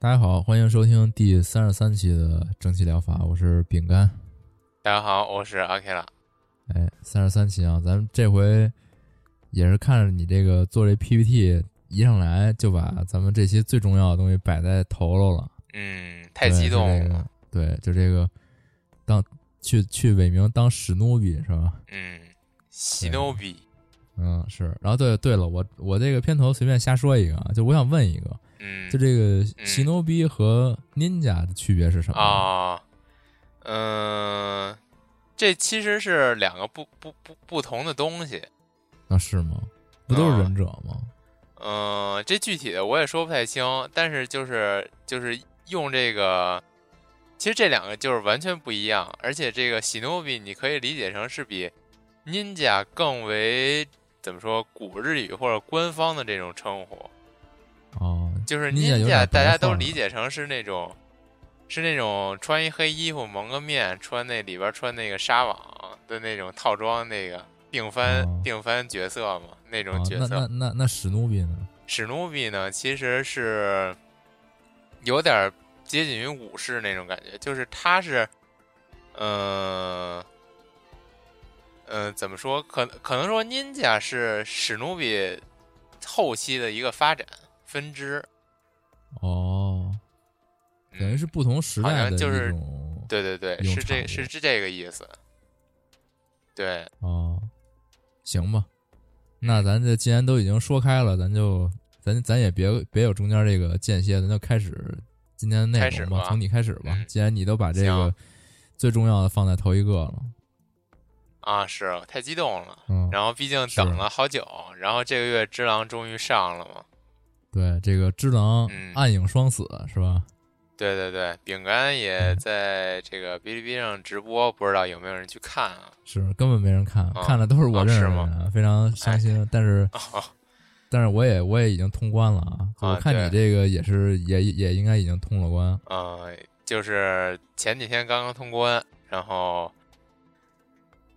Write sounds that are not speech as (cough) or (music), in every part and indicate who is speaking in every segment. Speaker 1: 大家好，欢迎收听第三十三期的蒸汽疗法，我是饼干。
Speaker 2: 大家好，我是阿 K 啦。
Speaker 1: 哎，三十三期啊，咱们这回也是看着你这个做这 PPT，一上来就把咱们这期最重要的东西摆在头头了，
Speaker 2: 嗯，太激动
Speaker 1: 对
Speaker 2: 了。
Speaker 1: 就这个对，就这个当去去伟明当史努比是吧？
Speaker 2: 嗯，喜诺比。
Speaker 1: 嗯，是。然后对对了，我我这个片头随便瞎说一个啊，就我想问一个，
Speaker 2: 嗯，
Speaker 1: 就这个
Speaker 2: 嗯
Speaker 1: 喜诺比和 Ninja 的区别是什么？
Speaker 2: 啊，嗯、这其实是两个不不不不同的东西。
Speaker 1: 那是吗？不都是
Speaker 2: 啊
Speaker 1: 忍者吗？
Speaker 2: 嗯、这具体的我也说不太清，但是就是就是用这个，其实这两个就是完全不一样，而且这个喜诺比你可以理解成是比 ninja 更为怎么说古日语或者官方的这种称呼，
Speaker 1: 哦，
Speaker 2: 就是
Speaker 1: Ninja
Speaker 2: ninja
Speaker 1: 有点
Speaker 2: 大家
Speaker 1: 白话
Speaker 2: 都
Speaker 1: 了
Speaker 2: 理解成是那种是那种穿一黑衣服蒙个面，穿那里边穿那个纱网的那种套装那个定番、
Speaker 1: 哦
Speaker 2: 定番角色嘛那种
Speaker 1: 啊
Speaker 2: 角
Speaker 1: 那
Speaker 2: 色。
Speaker 1: 那那那史努比呢？
Speaker 2: 史努比呢，其实是有点儿接近于武士那种感觉，就是他是，呃，呃，怎么说？可可能说 Ninja 是史努比后期的一个发展分支，
Speaker 1: 哦，
Speaker 2: 嗯
Speaker 1: 等于是不同时
Speaker 2: 好
Speaker 1: 代
Speaker 2: 像
Speaker 1: 的
Speaker 2: 就
Speaker 1: 一
Speaker 2: 是
Speaker 1: 种
Speaker 2: 对对对，
Speaker 1: 有
Speaker 2: 是这
Speaker 1: 产
Speaker 2: 是
Speaker 1: 物
Speaker 2: 是这个意思。对，
Speaker 1: 哦，行吧。那咱这既然都已经说开了，咱就咱咱也别别有中间这个间歇，咱就开始今天的内
Speaker 2: 开始
Speaker 1: 容吧，
Speaker 2: 吧
Speaker 1: 从你开始吧。
Speaker 2: 嗯
Speaker 1: 既然你都把这个
Speaker 2: 行
Speaker 1: 最重要的放在头一个了，
Speaker 2: 啊，是太激动了。
Speaker 1: 嗯，
Speaker 2: 然后毕竟
Speaker 1: 是
Speaker 2: 等了好久，然后这个月《只狼》终于上了嘛。
Speaker 1: 对这个只狼
Speaker 2: 嗯
Speaker 1: 暗影双死、是吧？
Speaker 2: 对对对，饼干也在这个哔哩哔哩上直播，不知道有没有人去看啊？
Speaker 1: 是根本没人看，
Speaker 2: 啊
Speaker 1: 看的都是我
Speaker 2: 啊
Speaker 1: 认识
Speaker 2: 是
Speaker 1: 的
Speaker 2: 吗哎
Speaker 1: 人，非常伤心。但是
Speaker 2: 哦，
Speaker 1: 但是我也我也已经通关了啊！
Speaker 2: 啊
Speaker 1: 我看
Speaker 2: 对
Speaker 1: 你这个也是也也应该已经通了关。
Speaker 2: (laughs) 呃，就是前几天刚刚通关，然后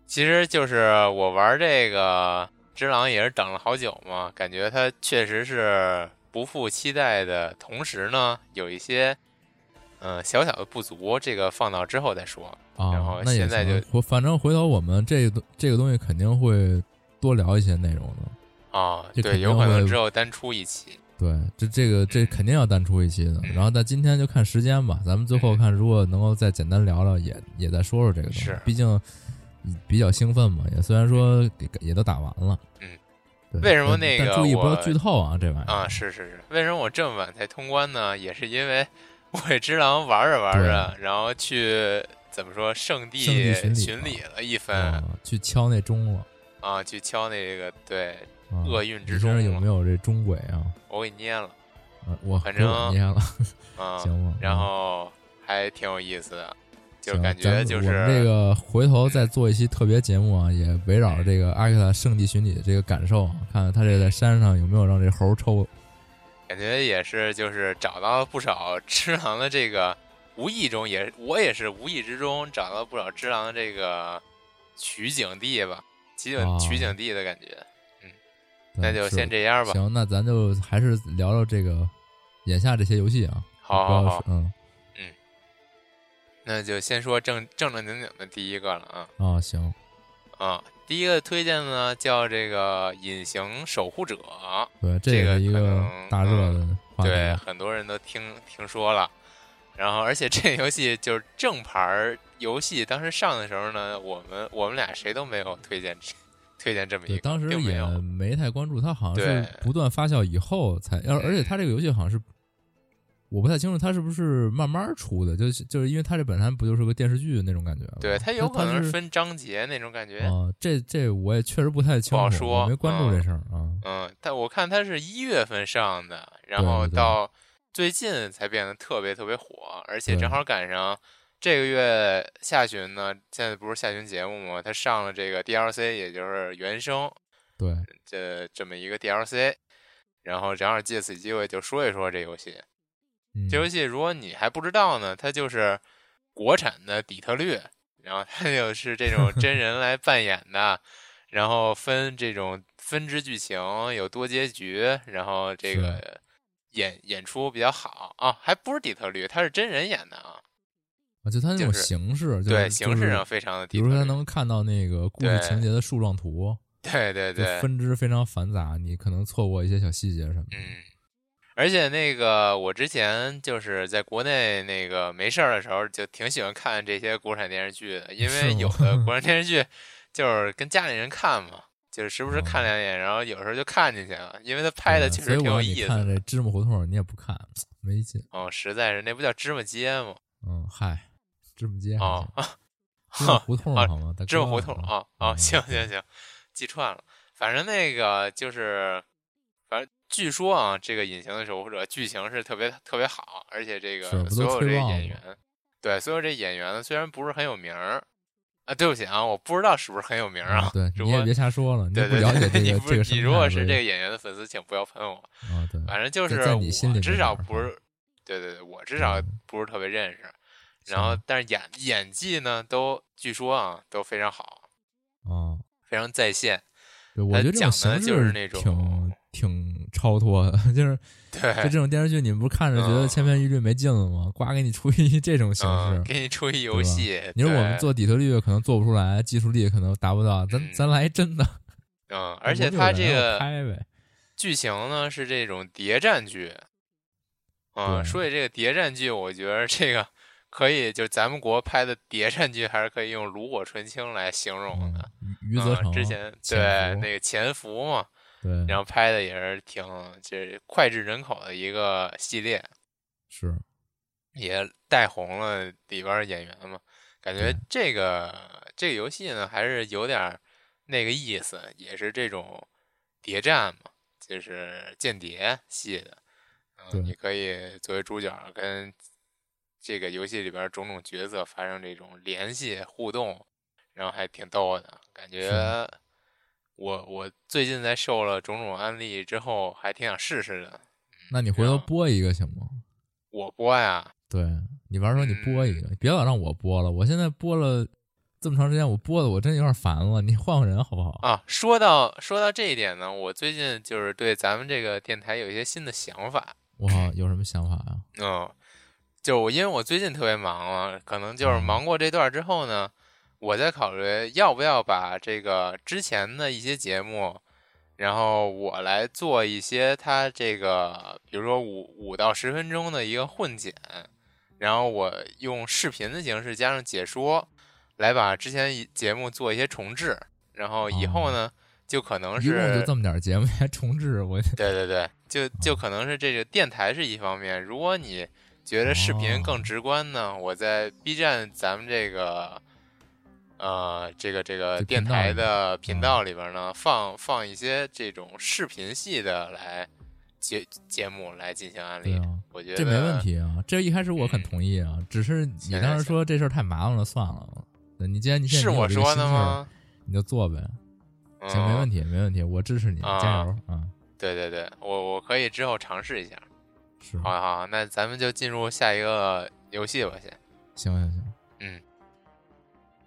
Speaker 2: 其实就是我玩这个《只狼》也是等了好久嘛，感觉它确实是不负期待的同时呢，有一些嗯、呃小小的不足，这个放到之后再说。
Speaker 1: 啊，
Speaker 2: 然后
Speaker 1: 那也
Speaker 2: 现在
Speaker 1: 行
Speaker 2: 就
Speaker 1: 我反正回头我们这个这个东西肯定会多聊一些内容的。
Speaker 2: 啊，
Speaker 1: 这
Speaker 2: 对，
Speaker 1: 肯
Speaker 2: 有
Speaker 1: 定
Speaker 2: 可能
Speaker 1: 会
Speaker 2: 之后单出一期。
Speaker 1: 对，这这个这肯定要单出一期的。
Speaker 2: 嗯
Speaker 1: 然后但今天就看时间吧，咱们最后看如果能够再简单聊聊，也也再说说这个东西
Speaker 2: 是。
Speaker 1: 毕竟比较兴奋嘛，也虽然说也也都打完了。
Speaker 2: 嗯
Speaker 1: 对，
Speaker 2: 为什么
Speaker 1: 但
Speaker 2: 那
Speaker 1: 但
Speaker 2: 个
Speaker 1: 注意不要
Speaker 2: 我
Speaker 1: 剧透啊，这玩意儿
Speaker 2: 啊，是是是，为什么我这么晚才通关呢？也是因为 (laughs) 我也只狼玩着玩着，然后去怎么说圣地
Speaker 1: 圣地巡礼
Speaker 2: 巡
Speaker 1: 了
Speaker 2: 礼了一
Speaker 1: 啊
Speaker 2: 番
Speaker 1: 去敲那钟了。
Speaker 2: 啊，去敲那个对
Speaker 1: 啊
Speaker 2: 厄运之
Speaker 1: 你身上
Speaker 2: 中
Speaker 1: 有
Speaker 2: 嘛
Speaker 1: 没有这钟鬼啊？
Speaker 2: 我给捏了，
Speaker 1: 呃我
Speaker 2: 反正
Speaker 1: 我捏了，
Speaker 2: 啊，
Speaker 1: 行吧
Speaker 2: 然
Speaker 1: 嗯
Speaker 2: 后还挺有意思的，就
Speaker 1: 行
Speaker 2: 感
Speaker 1: 咱
Speaker 2: 觉
Speaker 1: 们
Speaker 2: 就
Speaker 1: 我
Speaker 2: 是
Speaker 1: 们这个回头再做一期特别节目啊，也围绕着这个阿克萨圣地巡礼的这个感受啊，看看他这在山上有没有让这猴抽。
Speaker 2: 感觉也是就是找到了不少 (laughs) 只狼的这个，无意中也我也是无意之中找到了不少只狼的这个取景地吧，取景、
Speaker 1: 啊
Speaker 2: 取景地的感觉。
Speaker 1: 对
Speaker 2: 那就是先这样吧，
Speaker 1: 行，那咱就还是聊聊这个眼下这些游戏啊。
Speaker 2: 好
Speaker 1: 不要
Speaker 2: 好好
Speaker 1: 说，嗯
Speaker 2: 那就先说正正正经经的第一个了啊
Speaker 1: 啊，行，
Speaker 2: 啊！第一个推荐的呢叫这个《隐形守护者》，
Speaker 1: 对，这
Speaker 2: 这
Speaker 1: 也
Speaker 2: 个
Speaker 1: 是一
Speaker 2: 可
Speaker 1: 个
Speaker 2: 能嗯
Speaker 1: 大热的话题。
Speaker 2: 对，
Speaker 1: 啊
Speaker 2: 很多人都听听说了。然后，而且这游戏就是正牌儿游戏，当时上的时候呢，我们我们俩谁都没有推荐这推荐这么一
Speaker 1: 对，
Speaker 2: 个，
Speaker 1: 当时
Speaker 2: 并没
Speaker 1: 也
Speaker 2: 有。
Speaker 1: 没太关注，它好像是
Speaker 2: 对
Speaker 1: 不断发酵以后才，而而且它这个游戏好像是，我不太清楚它是不是慢慢出的，就是就是因为它这本身不就是个电视剧那种感觉吗？
Speaker 2: 对，它有可能
Speaker 1: 是
Speaker 2: 分章节那种感觉。
Speaker 1: 啊、这这我也确实不太清楚，
Speaker 2: 不好说
Speaker 1: 我没关注这事儿啊、
Speaker 2: 嗯，但我看它是一月份上的，然后
Speaker 1: 对对
Speaker 2: 到最近才变得特别特别火，而且
Speaker 1: 对
Speaker 2: 正好赶上这个月下旬呢，现在不是下旬节目吗？它上了这个 DLC，也就是原声，
Speaker 1: 对，
Speaker 2: 这这么一个 DLC，然后正好借此机会就说一说这游戏。
Speaker 1: 嗯，
Speaker 2: 这游戏如果你还不知道呢，它就是国产的底特律，然后它就是这种真人来扮演的，然后分这种分支剧情，有多结局，然后这
Speaker 1: 是
Speaker 2: 个演演出比较好啊，还不是底特律，它是真人演的啊，
Speaker 1: 啊就它那种
Speaker 2: 就是
Speaker 1: 形式，就是
Speaker 2: 对，形式上
Speaker 1: 就是
Speaker 2: 非常的底
Speaker 1: 比
Speaker 2: 特
Speaker 1: 如说它
Speaker 2: 律，
Speaker 1: 能看到那个故事
Speaker 2: 对
Speaker 1: 情节的树状图，
Speaker 2: 对对
Speaker 1: 就
Speaker 2: 对，
Speaker 1: 分支非常繁杂，你可能错过一些小细节什么的。
Speaker 2: 嗯，而且那个我之前就是在国内那个没事儿的时候，就挺喜欢看这些国产电视剧的，因为
Speaker 1: 是吗
Speaker 2: 有的国
Speaker 1: (laughs)
Speaker 2: 产电视剧就是跟家里人看嘛，就是时不时看两眼，然后有时候就看进去了，因为他拍的
Speaker 1: 哦对啊
Speaker 2: 确实挺
Speaker 1: 所以我
Speaker 2: 有
Speaker 1: 让你
Speaker 2: 意思
Speaker 1: 看
Speaker 2: 的。
Speaker 1: 这芝麻胡同，你也不看，没劲。
Speaker 2: 哦，实在是那不叫芝麻街
Speaker 1: (laughs)
Speaker 2: 吗？
Speaker 1: 嗯，嗨，芝麻街还
Speaker 2: 哦
Speaker 1: 行，，芝麻胡同
Speaker 2: 啊
Speaker 1: 好吗？大
Speaker 2: 这
Speaker 1: 哥
Speaker 2: 胡同啊啊，
Speaker 1: 嗯
Speaker 2: 行行行，记串了。反正那个就是，反正据说啊，这个《隐形的守护者》剧情是特别特别好，而且这个
Speaker 1: 是不都
Speaker 2: 所有这
Speaker 1: 吹
Speaker 2: 些
Speaker 1: 爆了
Speaker 2: 演员，对所有这演员呢，虽然不是很有名儿啊，对不起啊，我不知道是不是很有名儿啊
Speaker 1: 嗯。对，
Speaker 2: 如
Speaker 1: 你
Speaker 2: (laughs)
Speaker 1: 也
Speaker 2: 果
Speaker 1: 别瞎说了，你
Speaker 2: 对
Speaker 1: 不
Speaker 2: 对
Speaker 1: 了解
Speaker 2: 对，
Speaker 1: 这
Speaker 2: 你
Speaker 1: 个
Speaker 2: 不
Speaker 1: 这个
Speaker 2: 你
Speaker 1: 生
Speaker 2: 如果
Speaker 1: 态
Speaker 2: 是
Speaker 1: 位
Speaker 2: 这个演员的粉丝，请不要喷我。
Speaker 1: 啊，对，
Speaker 2: 反正就
Speaker 1: 在
Speaker 2: 是
Speaker 1: 在
Speaker 2: 我
Speaker 1: 你心里
Speaker 2: 至
Speaker 1: 没
Speaker 2: 少
Speaker 1: 名儿
Speaker 2: 不是，对对对，我至少
Speaker 1: 嗯
Speaker 2: 不是特别认识。然后
Speaker 1: 行，
Speaker 2: 但是演演技呢，都据说啊都非常好，
Speaker 1: 啊，
Speaker 2: 非常在
Speaker 1: (laughs)
Speaker 2: 线。
Speaker 1: 对，我
Speaker 2: 它
Speaker 1: 觉得这
Speaker 2: 讲
Speaker 1: 种
Speaker 2: 的
Speaker 1: 形
Speaker 2: 就是
Speaker 1: 式
Speaker 2: 那种
Speaker 1: 挺挺超脱的， (laughs) 就是
Speaker 2: 对，
Speaker 1: 就这种电视剧，你们不是看着觉得
Speaker 2: 嗯
Speaker 1: 千篇一律没劲了吗？呱，给你出一 (laughs) 这种形
Speaker 2: 嗯，
Speaker 1: 式。
Speaker 2: 给你出一游戏。
Speaker 1: 你说我
Speaker 2: 对
Speaker 1: 们做底特律可能做不出来，技术力可能达不到，咱
Speaker 2: 嗯
Speaker 1: 咱来一真的。
Speaker 2: 嗯，而且
Speaker 1: 国内
Speaker 2: 它
Speaker 1: 有人
Speaker 2: 这
Speaker 1: 要
Speaker 2: 个
Speaker 1: 拍呗，
Speaker 2: 剧情呢是这种谍战剧。嗯，
Speaker 1: 对
Speaker 2: 说起这个谍战剧，我觉得这个 (laughs) 可以，就咱们国拍的谍战剧，还是可以用炉火纯青来形容
Speaker 1: 嗯
Speaker 2: 的。，
Speaker 1: 余余则
Speaker 2: 嗯
Speaker 1: 成
Speaker 2: 之前对
Speaker 1: 潜伏
Speaker 2: 那个潜伏嘛，
Speaker 1: 对，
Speaker 2: 然后拍的也是挺这脍炙人口的一个系列，
Speaker 1: 是
Speaker 2: 也带红了里边儿演员嘛。感觉
Speaker 1: 对
Speaker 2: 这个这个游戏呢，还是有点儿那个意思，也是这种谍战嘛，就是间谍系的。
Speaker 1: 对
Speaker 2: 嗯，你可以作为主角儿跟这个游戏里边儿种种角色发生这种联系互动，然后还挺逗的。感觉我我最近在受了种种安利之后，还挺想试试的。嗯
Speaker 1: 那你回头
Speaker 2: 然后
Speaker 1: 播一个行吗？
Speaker 2: 我啊播呀，
Speaker 1: 对你玩儿的时候你播一个，
Speaker 2: 嗯
Speaker 1: 别老让我播了。我现在播了这么长时间，我播的我真有点烦了。你换换人好不好？
Speaker 2: 啊，说到说到这一点呢，我最近就是对咱们这个电台有一些新的想法。
Speaker 1: 我有什么想法啊？
Speaker 2: 嗯，就我因为我最近特别忙了，可能就是
Speaker 1: 嗯
Speaker 2: 忙过这段之后呢，我在考虑要不要把这个之前的一些节目，然后我来做一些它这个，比如说五五到十分钟的一个混剪，然后我用视频的形式加上解说，来把之前一节目做一些重置，然后以后呢，就可能
Speaker 1: 哦一
Speaker 2: 是
Speaker 1: 共就这么点儿节目还重置，我
Speaker 2: 对对对，就就可能是这个电台是一方面，如果你觉得视频
Speaker 1: 哦
Speaker 2: 更直观呢，我在 B 站咱们这个呃这个这个
Speaker 1: 这
Speaker 2: 电
Speaker 1: 频道
Speaker 2: 台
Speaker 1: 里边嗯
Speaker 2: 的频道里边呢，放放一些这种视频系的来节节目来进行安利
Speaker 1: 对。啊，
Speaker 2: 我觉得
Speaker 1: (laughs)
Speaker 2: 嗯
Speaker 1: 这没问。题啊，这一开始我很同意啊，只是你当时说这事儿太麻烦了，算了。对你既然你现在
Speaker 2: 是
Speaker 1: 你有
Speaker 2: 我
Speaker 1: 这个
Speaker 2: 说的
Speaker 1: 心气儿
Speaker 2: 吗？
Speaker 1: 你就做呗，
Speaker 2: 嗯、
Speaker 1: 行，没问
Speaker 2: 题。
Speaker 1: 题，没问题，我支持你，
Speaker 2: 啊
Speaker 1: 加油啊！
Speaker 2: 对对对，我我可以之后尝试一下。
Speaker 1: 是，
Speaker 2: 好好，好那咱们就进入下一个游戏吧，先。
Speaker 1: 行行行，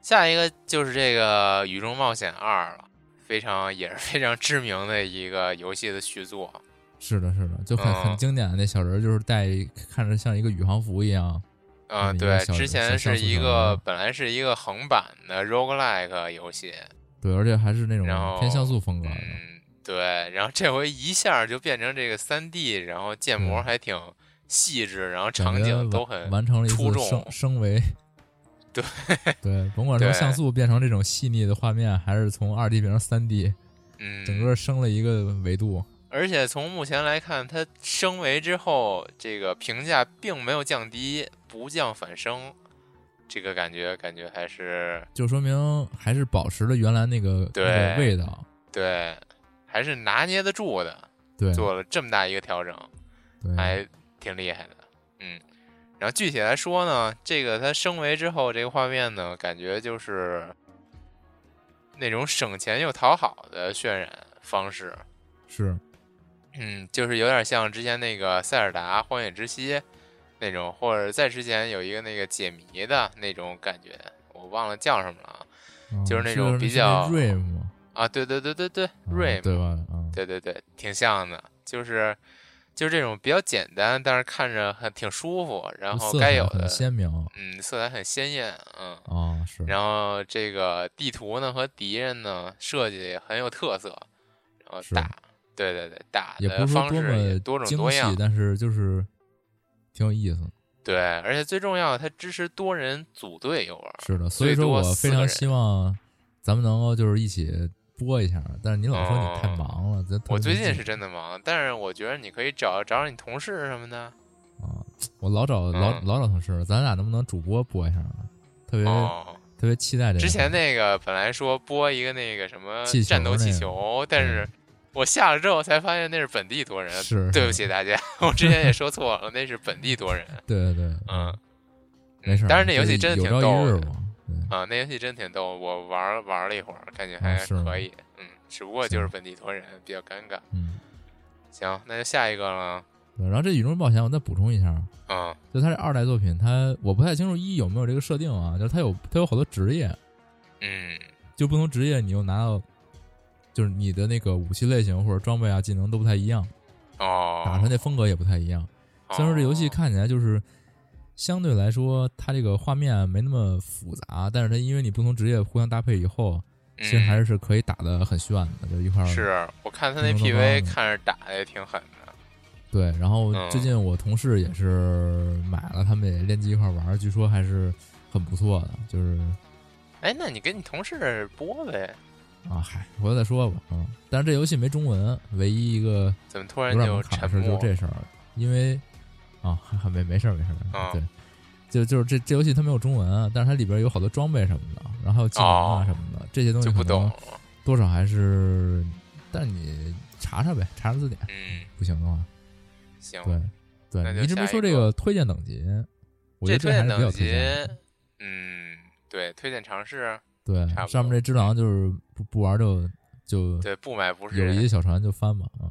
Speaker 2: 下一个就是这个《雨中冒险二》了，非常也是非常知名的一个游戏的续作。
Speaker 1: 是的，是的，就很
Speaker 2: 嗯
Speaker 1: 很经典的那小人儿，就是戴一看着像一个宇航服一样，
Speaker 2: 嗯，
Speaker 1: 嗯
Speaker 2: 对
Speaker 1: 一个，小
Speaker 2: 之前是
Speaker 1: 小小
Speaker 2: 一
Speaker 1: 小
Speaker 2: 个
Speaker 1: 人
Speaker 2: 本来是一个横版的 roguelike 游戏，
Speaker 1: 对，而且还是那种
Speaker 2: 然后
Speaker 1: 偏像素风格的，
Speaker 2: 嗯，对，然后这回一下就变成这个三 D，然后建模
Speaker 1: 嗯
Speaker 2: 还挺细致，然后
Speaker 1: 感
Speaker 2: 场
Speaker 1: 觉
Speaker 2: 景都
Speaker 1: 完
Speaker 2: 很
Speaker 1: 完成了一
Speaker 2: 出
Speaker 1: 次
Speaker 2: 众
Speaker 1: 升升维。
Speaker 2: (laughs) 对
Speaker 1: 对，甭管从
Speaker 2: 对
Speaker 1: 像素变成这种细腻的画面，还是从二 D 变成三 D，
Speaker 2: 嗯，
Speaker 1: 整个升了一个维度。
Speaker 2: 而且从目前来看，它升维之后，这个评价并没有降低，不降反升，这个感觉感觉还是
Speaker 1: 就说明还是保持了原来那个
Speaker 2: 对
Speaker 1: 那个味道。
Speaker 2: 对，还是拿捏得住的，
Speaker 1: 对，
Speaker 2: 做了这么大一个调整，
Speaker 1: 对，
Speaker 2: 还挺厉害的，嗯。然后具体来说呢，这个它升维之后，这个画面呢，感觉就是那种省钱又讨好的渲染方式，
Speaker 1: 是
Speaker 2: 嗯，就是有点像之前那个塞尔达荒野之息那种，或者在之前有一个那个解谜的那种感觉，我忘了叫什么了啊。
Speaker 1: 嗯
Speaker 2: 就是是那种比
Speaker 1: 是
Speaker 2: 较
Speaker 1: 那 Rim 嘛
Speaker 2: 啊，对对对对对
Speaker 1: 嗯
Speaker 2: ，Rim，、
Speaker 1: 对吧？啊，
Speaker 2: 对对对，挺像的，就是就是这种比较简单，但是看着很挺舒服，然后
Speaker 1: 色
Speaker 2: 该
Speaker 1: 彩
Speaker 2: 有
Speaker 1: 很
Speaker 2: 的，
Speaker 1: 鲜明
Speaker 2: 嗯，色彩很鲜艳，嗯，
Speaker 1: 啊，是
Speaker 2: 然后这个地图呢和敌人呢设计很有特色，然后
Speaker 1: 是
Speaker 2: 打，对对对，打
Speaker 1: 也
Speaker 2: 的
Speaker 1: 不是
Speaker 2: 呃方
Speaker 1: 说多
Speaker 2: 式也
Speaker 1: 么
Speaker 2: 多种
Speaker 1: 精
Speaker 2: 多样
Speaker 1: 细，，但是就是挺有意思的。
Speaker 2: 对，而且最重要，它支持多人组队游玩儿。
Speaker 1: 是的，所以
Speaker 2: 最
Speaker 1: 说
Speaker 2: 多
Speaker 1: 我
Speaker 2: 四
Speaker 1: 非
Speaker 2: 个
Speaker 1: 常
Speaker 2: 人
Speaker 1: 希望咱们能够就是一起播一下，但是你老说你太
Speaker 2: 哦
Speaker 1: 忙了，咱特
Speaker 2: 我
Speaker 1: 别
Speaker 2: 最
Speaker 1: 没
Speaker 2: 近
Speaker 1: 劲
Speaker 2: 是真的忙，但是我觉得你可以找找找你同事什么的。
Speaker 1: 啊，我老找老
Speaker 2: 嗯
Speaker 1: 老找同事，咱俩能不能主播播一下啊？特别
Speaker 2: 哦，
Speaker 1: 特别期待这个。
Speaker 2: 之前那个本来说播一个那个什么
Speaker 1: 气球
Speaker 2: 战斗气
Speaker 1: 那个
Speaker 2: 球，但是
Speaker 1: 嗯
Speaker 2: 我下了之后才发现那是本地多人，
Speaker 1: 是
Speaker 2: (laughs) 对不起大家，我之前也说错了，那是本地多人。
Speaker 1: 对对对，
Speaker 2: 嗯，
Speaker 1: 没事儿。
Speaker 2: 当然那游
Speaker 1: 就
Speaker 2: 戏
Speaker 1: 是
Speaker 2: 真的
Speaker 1: 有
Speaker 2: 挺
Speaker 1: 朝一
Speaker 2: 逗
Speaker 1: 日
Speaker 2: 的
Speaker 1: 嘛，对，
Speaker 2: 啊，那游戏真挺逗，我玩儿玩了一会儿，感觉
Speaker 1: 啊
Speaker 2: 还
Speaker 1: 是吗
Speaker 2: 可以。嗯，只不过就是
Speaker 1: 行
Speaker 2: 本地多人比较尴尬。
Speaker 1: 嗯。
Speaker 2: 行，那就下一个了。
Speaker 1: 对，然后这《雨中冒险》，我再补充一下，
Speaker 2: 嗯
Speaker 1: 就它这二代作品，它我不太清楚一有没有这个设定啊，就是它有它有好多职业，
Speaker 2: 嗯。
Speaker 1: 就不同职业你又拿到，就是你的那个武器类型或者装备啊、技能都不太一样，
Speaker 2: 哦，
Speaker 1: 打出来那风格也不太一样。虽然说这游戏看起来就是相对来说它这个画面没那么复杂，但是它因为你不同职业互相搭配以后，
Speaker 2: 其
Speaker 1: 其实还是可以打的很炫的，就一块儿
Speaker 2: 嗯是我看他那
Speaker 1: 能弄到
Speaker 2: PV
Speaker 1: 的
Speaker 2: 看着打的也挺狠的，
Speaker 1: 对，然后
Speaker 2: 嗯
Speaker 1: 最近我同事也是买了，他们也练级一块儿玩儿，据说还是很不错的。就是
Speaker 2: 哎，那你跟你同事播呗？
Speaker 1: 啊，嗨，回头再说吧。嗯，但是这游戏没中文，唯一一个
Speaker 2: 怎么突
Speaker 1: 有
Speaker 2: 然
Speaker 1: 点门
Speaker 2: 就
Speaker 1: 槛
Speaker 2: 沉
Speaker 1: 的事儿就
Speaker 2: 默
Speaker 1: 是？这事儿了，因为啊， (laughs) 还还没没事儿没事儿没事
Speaker 2: 啊
Speaker 1: 儿，对，就就是这这游戏它没有中文，啊但是它里边有好多装备什么的，然后还有技能
Speaker 2: 哦
Speaker 1: 啊什么的，这些东西
Speaker 2: 就不
Speaker 1: 可能
Speaker 2: 懂，
Speaker 1: 多少还是，但你查查呗，查查字典，
Speaker 2: 嗯，
Speaker 1: 不行的话，
Speaker 2: 行，
Speaker 1: 对
Speaker 2: 那
Speaker 1: 对，
Speaker 2: 就
Speaker 1: 你一直
Speaker 2: 下
Speaker 1: 没说
Speaker 2: 一
Speaker 1: 这
Speaker 2: 个
Speaker 1: 个推荐等级，我觉
Speaker 2: 这
Speaker 1: 得
Speaker 2: 推
Speaker 1: 这
Speaker 2: 荐
Speaker 1: 还是比较
Speaker 2: 等
Speaker 1: 推
Speaker 2: 级
Speaker 1: 荐的。，
Speaker 2: 嗯，对，推荐尝试，
Speaker 1: 对
Speaker 2: 差，不
Speaker 1: 上面
Speaker 2: 多嗯
Speaker 1: 这只狼就是不不玩就就
Speaker 2: 对，不买不是
Speaker 1: 友谊
Speaker 2: 人。
Speaker 1: 小船就翻吧啊。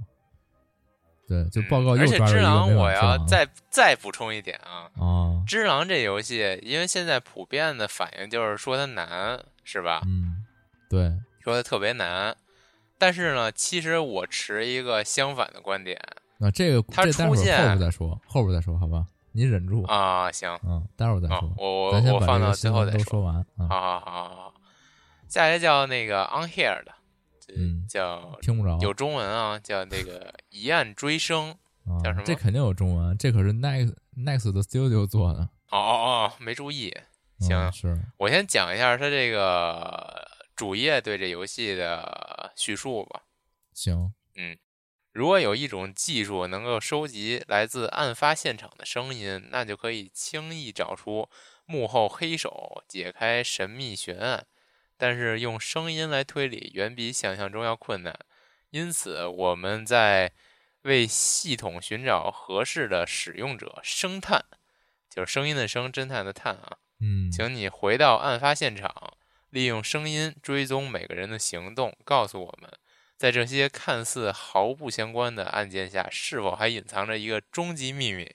Speaker 1: 对，就
Speaker 2: 嗯
Speaker 1: 报告
Speaker 2: 而
Speaker 1: 又
Speaker 2: 且
Speaker 1: 抓着
Speaker 2: 只
Speaker 1: 一个
Speaker 2: 狼，
Speaker 1: 没
Speaker 2: 我
Speaker 1: 买
Speaker 2: 要
Speaker 1: 狼
Speaker 2: 再再补充一点啊，
Speaker 1: 啊，
Speaker 2: 只狼这游戏，因为现在普遍的反应就是说它难，是吧？
Speaker 1: 嗯，对，
Speaker 2: 说它特别难，但是呢，其实我持一个相反的观点
Speaker 1: 那这个
Speaker 2: 它
Speaker 1: 这待会
Speaker 2: 出现
Speaker 1: 儿后边再说，后边再说好吧？你忍住，
Speaker 2: 啊，行。
Speaker 1: 嗯，待会儿再
Speaker 2: 啊
Speaker 1: 说，，
Speaker 2: 我
Speaker 1: 咱
Speaker 2: 我
Speaker 1: 先
Speaker 2: 我
Speaker 1: 把
Speaker 2: 放
Speaker 1: 这
Speaker 2: 到
Speaker 1: 个
Speaker 2: 最
Speaker 1: 新
Speaker 2: 后再
Speaker 1: 闻都
Speaker 2: 说。
Speaker 1: 说完啊，
Speaker 2: 好好好好好，下一个叫那个 On Here 的，这
Speaker 1: 嗯
Speaker 2: 叫
Speaker 1: 听不着
Speaker 2: 有中文啊，叫那个 (laughs) 一案追声。
Speaker 1: 啊
Speaker 2: 叫什么
Speaker 1: 这肯定有中文，这可是 Next Next 的 Studio 做的，
Speaker 2: 哦哦哦，没注意。
Speaker 1: 嗯
Speaker 2: 行
Speaker 1: 是
Speaker 2: 我先讲一下它这个主页对这游戏的叙述吧。
Speaker 1: 行，
Speaker 2: 如果有一种技术能够收集来自案发现场的声音，那就可以轻易找出幕后黑手，解开神秘悬案。但是用声音来推理，远比想象中要困难。因此，我们在为系统寻找合适的使用者。声探就是声音的声，侦探的探啊，
Speaker 1: 嗯，
Speaker 2: 请你回到案发现场，利用声音追踪每个人的行动，告诉我们，在这些看似毫不相关的案件下，是否还隐藏着一个终极秘密？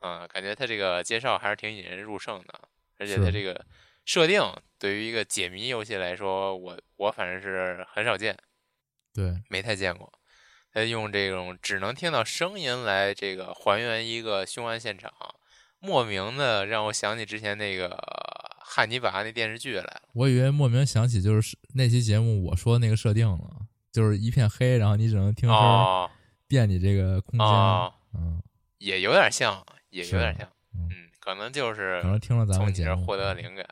Speaker 2: 啊、感觉他这个介绍还是挺引人入胜的，而且他
Speaker 1: 是
Speaker 2: 这个设定对于一个解谜游戏来说，我我反正是很少见，
Speaker 1: 对，
Speaker 2: 没太见过。他用这种只能听到声音来这个还原一个凶案现场，莫名的让我想起之前那个呃汉尼拔那电视剧来了。
Speaker 1: 我以为莫名想起就是那期节目我说那个设定了，就是一片黑，然后你只能听声儿
Speaker 2: 哦
Speaker 1: 垫嗯你这个空间，
Speaker 2: 哦，
Speaker 1: 嗯，
Speaker 2: 也有点像，也有点
Speaker 1: 是
Speaker 2: 像，
Speaker 1: 嗯
Speaker 2: 嗯，可能就是
Speaker 1: 可能听了咱
Speaker 2: 从
Speaker 1: 们
Speaker 2: 你这
Speaker 1: 节
Speaker 2: 儿
Speaker 1: 目
Speaker 2: 获得了灵感。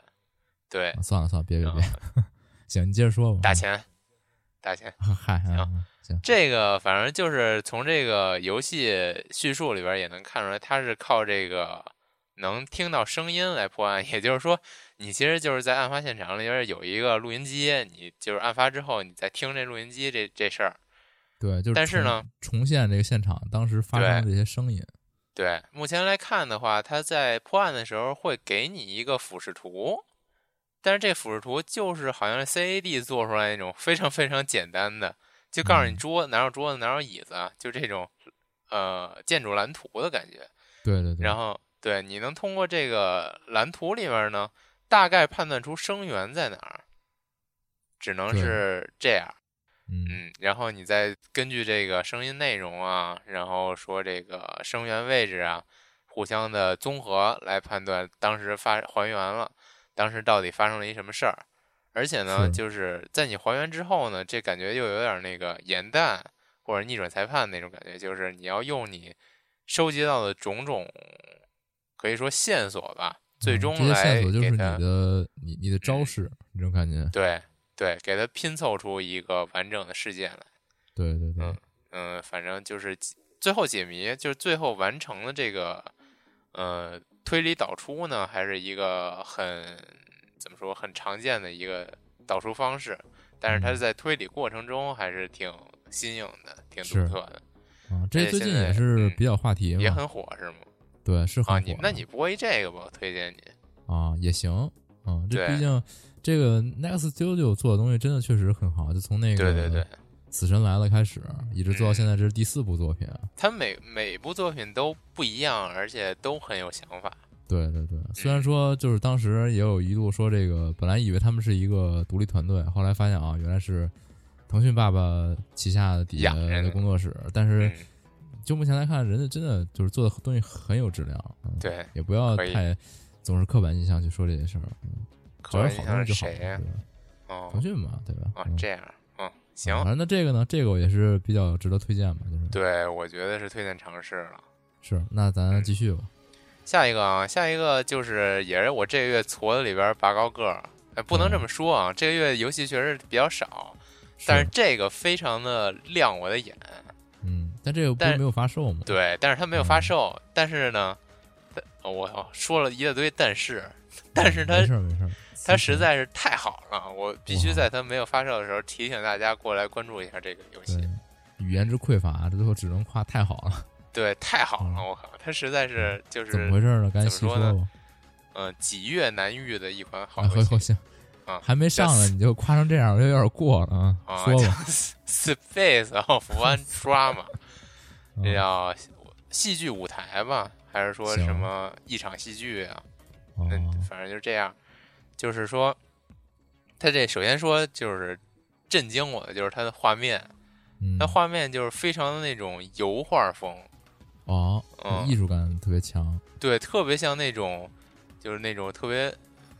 Speaker 2: 对
Speaker 1: 啊，算了算了，别别 (laughs) 别，行，你接着说吧。
Speaker 2: 打钱，打钱。
Speaker 1: 嗨，
Speaker 2: 行
Speaker 1: 嗯行，
Speaker 2: 这个反正就是从这个游戏叙述里边也能看出来，它是靠这个能听到声音来破案。 (laughs) 也就是说，你其实就是在案发现场里边有一个录音机，你就是案发之后你再听这录音机这这事儿。
Speaker 1: 对，就是
Speaker 2: 但是
Speaker 1: 重
Speaker 2: 呢，
Speaker 1: 重现这个现场当时发生的这些声音，
Speaker 2: 对，目前来看的话，它在破案的时候会给你一个俯视图，但是这俯视图就是好像是 CAD 做出来那种非常非常简单的，就告诉你
Speaker 1: 嗯
Speaker 2: 桌哪有桌子哪有椅子啊，就这种呃建筑蓝图的感觉。
Speaker 1: 对对对，
Speaker 2: 然后对，你能通过这个蓝图里面呢，大概判断出声源在哪儿，只能
Speaker 1: 对
Speaker 2: 是这样。
Speaker 1: 嗯，
Speaker 2: 嗯，然后你再根据这个声音内容啊，然后说这个声源位置啊，互相的综合来判断当时发还原了，当时到底发生了一什么事儿。而且呢，
Speaker 1: 是
Speaker 2: 就是在你还原之后呢，这感觉又有点儿那个延宕或者逆转裁判那种感觉，就是你要用你收集到的种种，可以说线索吧，最
Speaker 1: 嗯
Speaker 2: 终
Speaker 1: 这些
Speaker 2: 来
Speaker 1: 线索就是
Speaker 2: 给嗯
Speaker 1: 你
Speaker 2: 它
Speaker 1: 的你你的招式，这种感觉，
Speaker 2: 对对，给它拼凑出一个完整的事件来。
Speaker 1: 对对对，
Speaker 2: 嗯，反正就是解最后解谜，就是最后完成的这个，呃，推理导出呢，还是一个很怎么说很常见的一个导出方式，但
Speaker 1: 嗯
Speaker 2: 是它在推理过程中还是挺新颖的，挺独
Speaker 1: 是
Speaker 2: 特的，
Speaker 1: 啊，
Speaker 2: 而
Speaker 1: 这
Speaker 2: 且嗯
Speaker 1: 最
Speaker 2: 现
Speaker 1: 近
Speaker 2: 在
Speaker 1: 也是
Speaker 2: 嗯
Speaker 1: 比较话题
Speaker 2: 也
Speaker 1: 嘛，
Speaker 2: 很火，是吗？
Speaker 1: 对，是很
Speaker 2: 啊，
Speaker 1: 火
Speaker 2: 你
Speaker 1: 的。
Speaker 2: 那你播一这个吧，我推荐你。
Speaker 1: 啊，也行，嗯，这
Speaker 2: 对
Speaker 1: 毕竟这个 Next Studio 做的东西真的确实很好，就从那个
Speaker 2: 对对对，
Speaker 1: 死神来了开始，一直做到
Speaker 2: 嗯
Speaker 1: 现在，这是第四部作品，
Speaker 2: 它每每部作品都不一样，而且都很有想法。
Speaker 1: 对对
Speaker 2: 嗯
Speaker 1: 对，虽然说就是当时也有一度说这个，本来以为他们是一个独立团队，后来发现啊，原来是腾讯爸爸旗下的底下
Speaker 2: 养人
Speaker 1: 的工作室。但是
Speaker 2: 嗯，
Speaker 1: 就目前来看，人家真的就是做的东西很有质量，嗯、，
Speaker 2: 对，
Speaker 1: 也不要
Speaker 2: 可以
Speaker 1: 太总是刻板印象去说这些事儿，嗯只
Speaker 2: 可
Speaker 1: 要
Speaker 2: 能
Speaker 1: 是好
Speaker 2: 像
Speaker 1: 东
Speaker 2: 是
Speaker 1: 西就好。嗯
Speaker 2: 谁呀
Speaker 1: 对、吧
Speaker 2: 哦
Speaker 1: 腾，讯嘛，对吧？
Speaker 2: 啊
Speaker 1: 嗯，啊
Speaker 2: 这样，嗯，行
Speaker 1: 反，正那这个呢，这个我也是比较值得推荐嘛，就是
Speaker 2: 对，我觉得是推荐尝试了。
Speaker 1: 是。那咱继续吧，
Speaker 2: 下一个啊，下一个就是也是我这个月矬子里边拔高个儿，哎，不能这
Speaker 1: 嗯
Speaker 2: 么说啊，这个月游戏确实比较少，但是这个非常的亮我的眼，
Speaker 1: 嗯，但这个不
Speaker 2: 但
Speaker 1: 是没有发售嘛？
Speaker 2: 对，但是它没有
Speaker 1: 嗯
Speaker 2: 发售，但是呢，它哦我说了一大堆但是，但是它
Speaker 1: 没事儿没事儿，
Speaker 2: 它实
Speaker 1: 其实
Speaker 2: 在是太好了，我必须
Speaker 1: 哇
Speaker 2: 在它没有发售的时候提醒大家过来关注一下这个游戏，
Speaker 1: 对，语言之匮乏，这最后只能夸太好了。
Speaker 2: 对，太好了，
Speaker 1: 嗯
Speaker 2: 我靠，它实在是就是
Speaker 1: 怎么回事呢？赶
Speaker 2: 怎
Speaker 1: 紧细
Speaker 2: 么说呢
Speaker 1: 吧。
Speaker 2: 嗯，几月难遇的一款好
Speaker 1: 啊，
Speaker 2: 游
Speaker 1: 好
Speaker 2: 戏
Speaker 1: 好。行
Speaker 2: 啊，
Speaker 1: 还没上
Speaker 2: 这
Speaker 1: 呢
Speaker 2: 四
Speaker 1: 你就夸成这样，我就有点过了啊。
Speaker 2: 啊，
Speaker 1: 说
Speaker 2: 叫
Speaker 1: 吧，
Speaker 2: Space of One Drama，
Speaker 1: 嗯
Speaker 2: 这叫戏剧舞台吧，还是说
Speaker 1: 行
Speaker 2: 什么一场戏剧啊？
Speaker 1: 哦
Speaker 2: (laughs) 嗯，反正就这样。就是说，他这首先说就是震惊我的就是它的画面，
Speaker 1: 嗯
Speaker 2: 它，画面就是非常的那种油画风，
Speaker 1: 哦，
Speaker 2: 嗯
Speaker 1: 艺术感特别强。
Speaker 2: 对，特别像那种就是那种特别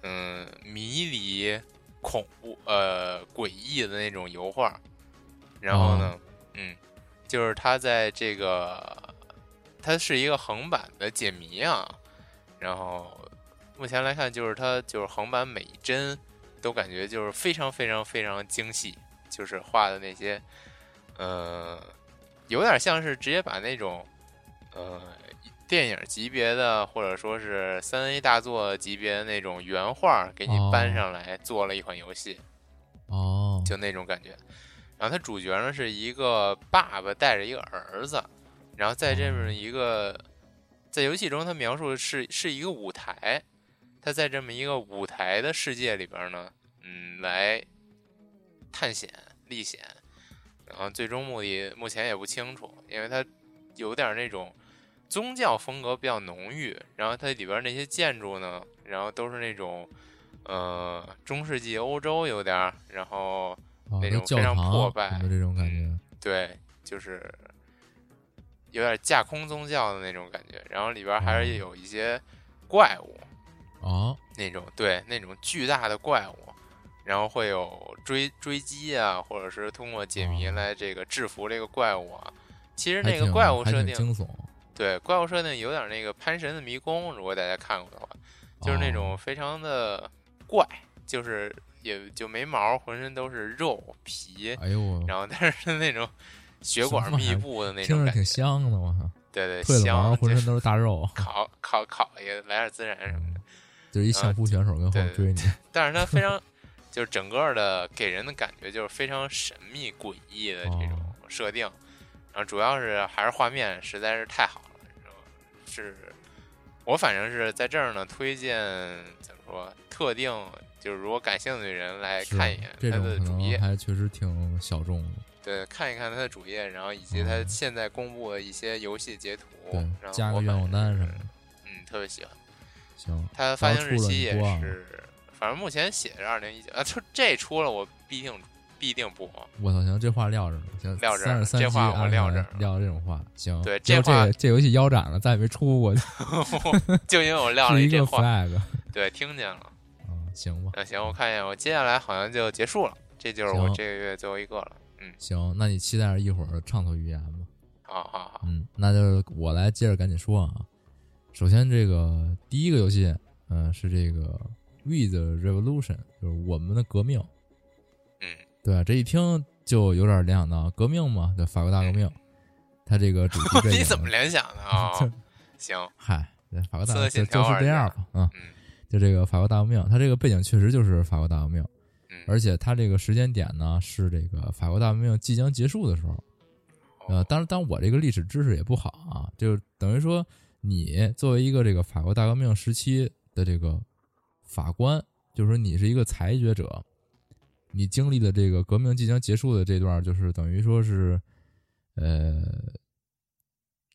Speaker 2: 嗯迷离、恐怖呃诡异的那种油画。然后呢，嗯，就是它在这个它是一个横版的解谜啊，然后目前来看就是它就是横版每一帧都感觉就是非常非常非常精细，就是画的那些，呃，有点像是直接把那种呃电影级别的或者说是三 A 大作级别的那种原画给你搬
Speaker 1: 哦
Speaker 2: 上来做了一款游戏，
Speaker 1: 哦，
Speaker 2: 就那种感觉。然后它主角呢是一个爸爸带着一个儿子，然后在这么一个在游戏中，它描述是是一个舞台，它在这么一个舞台的世界里边呢，嗯，来探险历险，然后最终目的目前也不清楚，因为它有点那种宗教风格比较浓郁，然后它里边那些建筑呢，然后都是那种呃中世纪欧洲有点儿，然后。
Speaker 1: 啊，
Speaker 2: 那
Speaker 1: 都
Speaker 2: 种
Speaker 1: 教
Speaker 2: 非常
Speaker 1: 堂
Speaker 2: 破败嗯
Speaker 1: 什么这种感觉，
Speaker 2: 对，就是有点架空宗教的那种感觉。然后里边还是
Speaker 1: 嗯
Speaker 2: 有一些怪物，
Speaker 1: 哦，
Speaker 2: 那种对那种巨大的怪物，然后会有追追击啊，或者是通过解谜
Speaker 1: 哦
Speaker 2: 来这个制服这个怪物啊。其实
Speaker 1: 还
Speaker 2: 那个
Speaker 1: 挺
Speaker 2: 怪物
Speaker 1: 还
Speaker 2: 设
Speaker 1: 挺
Speaker 2: 定，
Speaker 1: 惊悚，
Speaker 2: 对怪物设定有点那个《潘神的迷宫》，如果大家看过的话，就是那种
Speaker 1: 哦
Speaker 2: 非常的怪，就是也就没毛，浑身都是肉皮，
Speaker 1: 哎呦，
Speaker 2: 然后但是那种血
Speaker 1: 什么
Speaker 2: 管
Speaker 1: 玩意
Speaker 2: 密
Speaker 1: 儿
Speaker 2: 布的那种
Speaker 1: 听着
Speaker 2: 感
Speaker 1: 挺
Speaker 2: 觉，
Speaker 1: 香的嘛，
Speaker 2: 对对，
Speaker 1: 退了
Speaker 2: 香
Speaker 1: 毛，浑
Speaker 2: 就
Speaker 1: 身都是大肉，
Speaker 2: (laughs)
Speaker 1: 嗯
Speaker 2: 烤烤烤一个，来点孜然什么的。
Speaker 1: 就是一
Speaker 2: 啊
Speaker 1: 相扑选手跟后
Speaker 2: 对
Speaker 1: 面追你，
Speaker 2: 但是它
Speaker 1: (laughs)
Speaker 2: 非常，就是整个的给人的感觉就是非常神秘诡异的这种
Speaker 1: 哦
Speaker 2: 设定，然后主要是还是画面实在是太好了，然后是我反正是在这儿呢推荐怎么说，特定就是如果感兴趣的人来
Speaker 1: 是
Speaker 2: 看一眼
Speaker 1: 这
Speaker 2: 它
Speaker 1: 种
Speaker 2: 的
Speaker 1: 可
Speaker 2: 主
Speaker 1: 能
Speaker 2: 页，
Speaker 1: 还确实挺小众的，
Speaker 2: 对，看一看它的主页，然后以及它
Speaker 1: 嗯
Speaker 2: 现在公布的一些游戏截图，然
Speaker 1: 对，
Speaker 2: 后
Speaker 1: 加
Speaker 2: 我
Speaker 1: 个
Speaker 2: 反
Speaker 1: 愿望单
Speaker 2: 正
Speaker 1: 什
Speaker 2: 是
Speaker 1: 么的，
Speaker 2: 嗯，特别喜欢。
Speaker 1: 行，
Speaker 2: 它
Speaker 1: 只要
Speaker 2: 发行日
Speaker 1: 出了啊
Speaker 2: 期
Speaker 1: 你
Speaker 2: 也
Speaker 1: 不忘了
Speaker 2: 是，反正目前写着二零一九啊，就这出了我必定必定不慌。
Speaker 1: 我操，行，这话撂这儿了，行，
Speaker 2: 撂这儿
Speaker 1: 三
Speaker 2: 了
Speaker 1: 十三啊哎
Speaker 2: 这话我撂这儿了
Speaker 1: 撂这种话，行，
Speaker 2: 对
Speaker 1: 结
Speaker 2: 这
Speaker 1: 果这
Speaker 2: 话
Speaker 1: 个这游戏腰斩了，再也没出
Speaker 2: (laughs)
Speaker 1: 过，是
Speaker 2: 就因为我撂了
Speaker 1: 一
Speaker 2: 这
Speaker 1: 个
Speaker 2: 话，
Speaker 1: flag，
Speaker 2: 对，听见了。
Speaker 1: 啊，行吧，
Speaker 2: 那行，我看一眼，我接下来好像就结束了，这就是我
Speaker 1: 行
Speaker 2: 这个月最后一个了。嗯，
Speaker 1: 行，那你期待着一会儿畅所欲言吧。
Speaker 2: 好好好，
Speaker 1: 嗯，那就是我来接着赶紧说啊。首先，这个第一个游戏，嗯、是这个 We the Revolution，就是我们的革命。
Speaker 2: 嗯，
Speaker 1: 对啊吧？这一听就有点联想到革命嘛，对，法国大革命。它这个主
Speaker 2: (laughs)
Speaker 1: 题这
Speaker 2: 嗯你怎么联想的啊、
Speaker 1: 就
Speaker 2: 行，
Speaker 1: 嗨，对，法国大
Speaker 2: 刺
Speaker 1: 革
Speaker 2: 客信
Speaker 1: 就
Speaker 2: 条
Speaker 1: 就是
Speaker 2: 二
Speaker 1: 这样
Speaker 2: 是
Speaker 1: 吧，嗯，
Speaker 2: 嗯
Speaker 1: 就这个法国大革命，它这个背景确实就是法国大革命，
Speaker 2: 嗯，
Speaker 1: 而且它这个时间点呢是这个法国大革命即将结束的时候，呃，当然，当然我这个历史知识也不好啊，就是等于说你作为一个这个法国大革命时期的这个法官，就是说你是一个裁决者，你经历的这个革命即将结束的这段儿，就是等于说是，呃，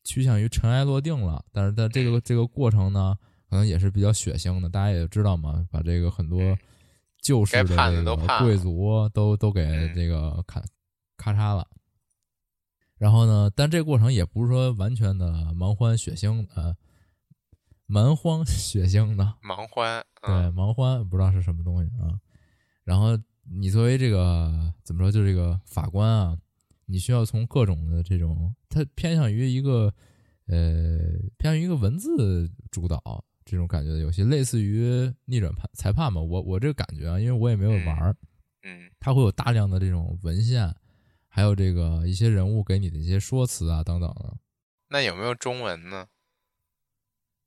Speaker 1: 趋向于尘埃落定了。但是在这
Speaker 2: 嗯
Speaker 1: 个这个过程呢，可能也是比较血腥的，大家也知道嘛，把这个很多
Speaker 2: 嗯
Speaker 1: 旧式
Speaker 2: 该
Speaker 1: 的这
Speaker 2: 判的都
Speaker 1: 个
Speaker 2: 判
Speaker 1: 贵
Speaker 2: 了
Speaker 1: 族啊都都给
Speaker 2: 嗯
Speaker 1: 这个咔咔嚓了。然后呢，但这个过程也不是说完全的蛮荒血腥，呃，蛮荒 (laughs) 血腥的，
Speaker 2: 盲欢，
Speaker 1: 对，
Speaker 2: 嗯，
Speaker 1: 蛮荒不知道是什么东西啊。然后你作为这个怎么说，就这个法官啊，你需要从各种的这种，它偏向于一个呃，偏向于一个文字主导这种感觉的游戏，类似于逆转判裁判吧。我我这个感觉啊，因为我也没有玩儿，
Speaker 2: 嗯
Speaker 1: 它会有大量的这种文献，还有这个一些人物给你的一些说辞啊等等的
Speaker 2: 那有没有中文呢？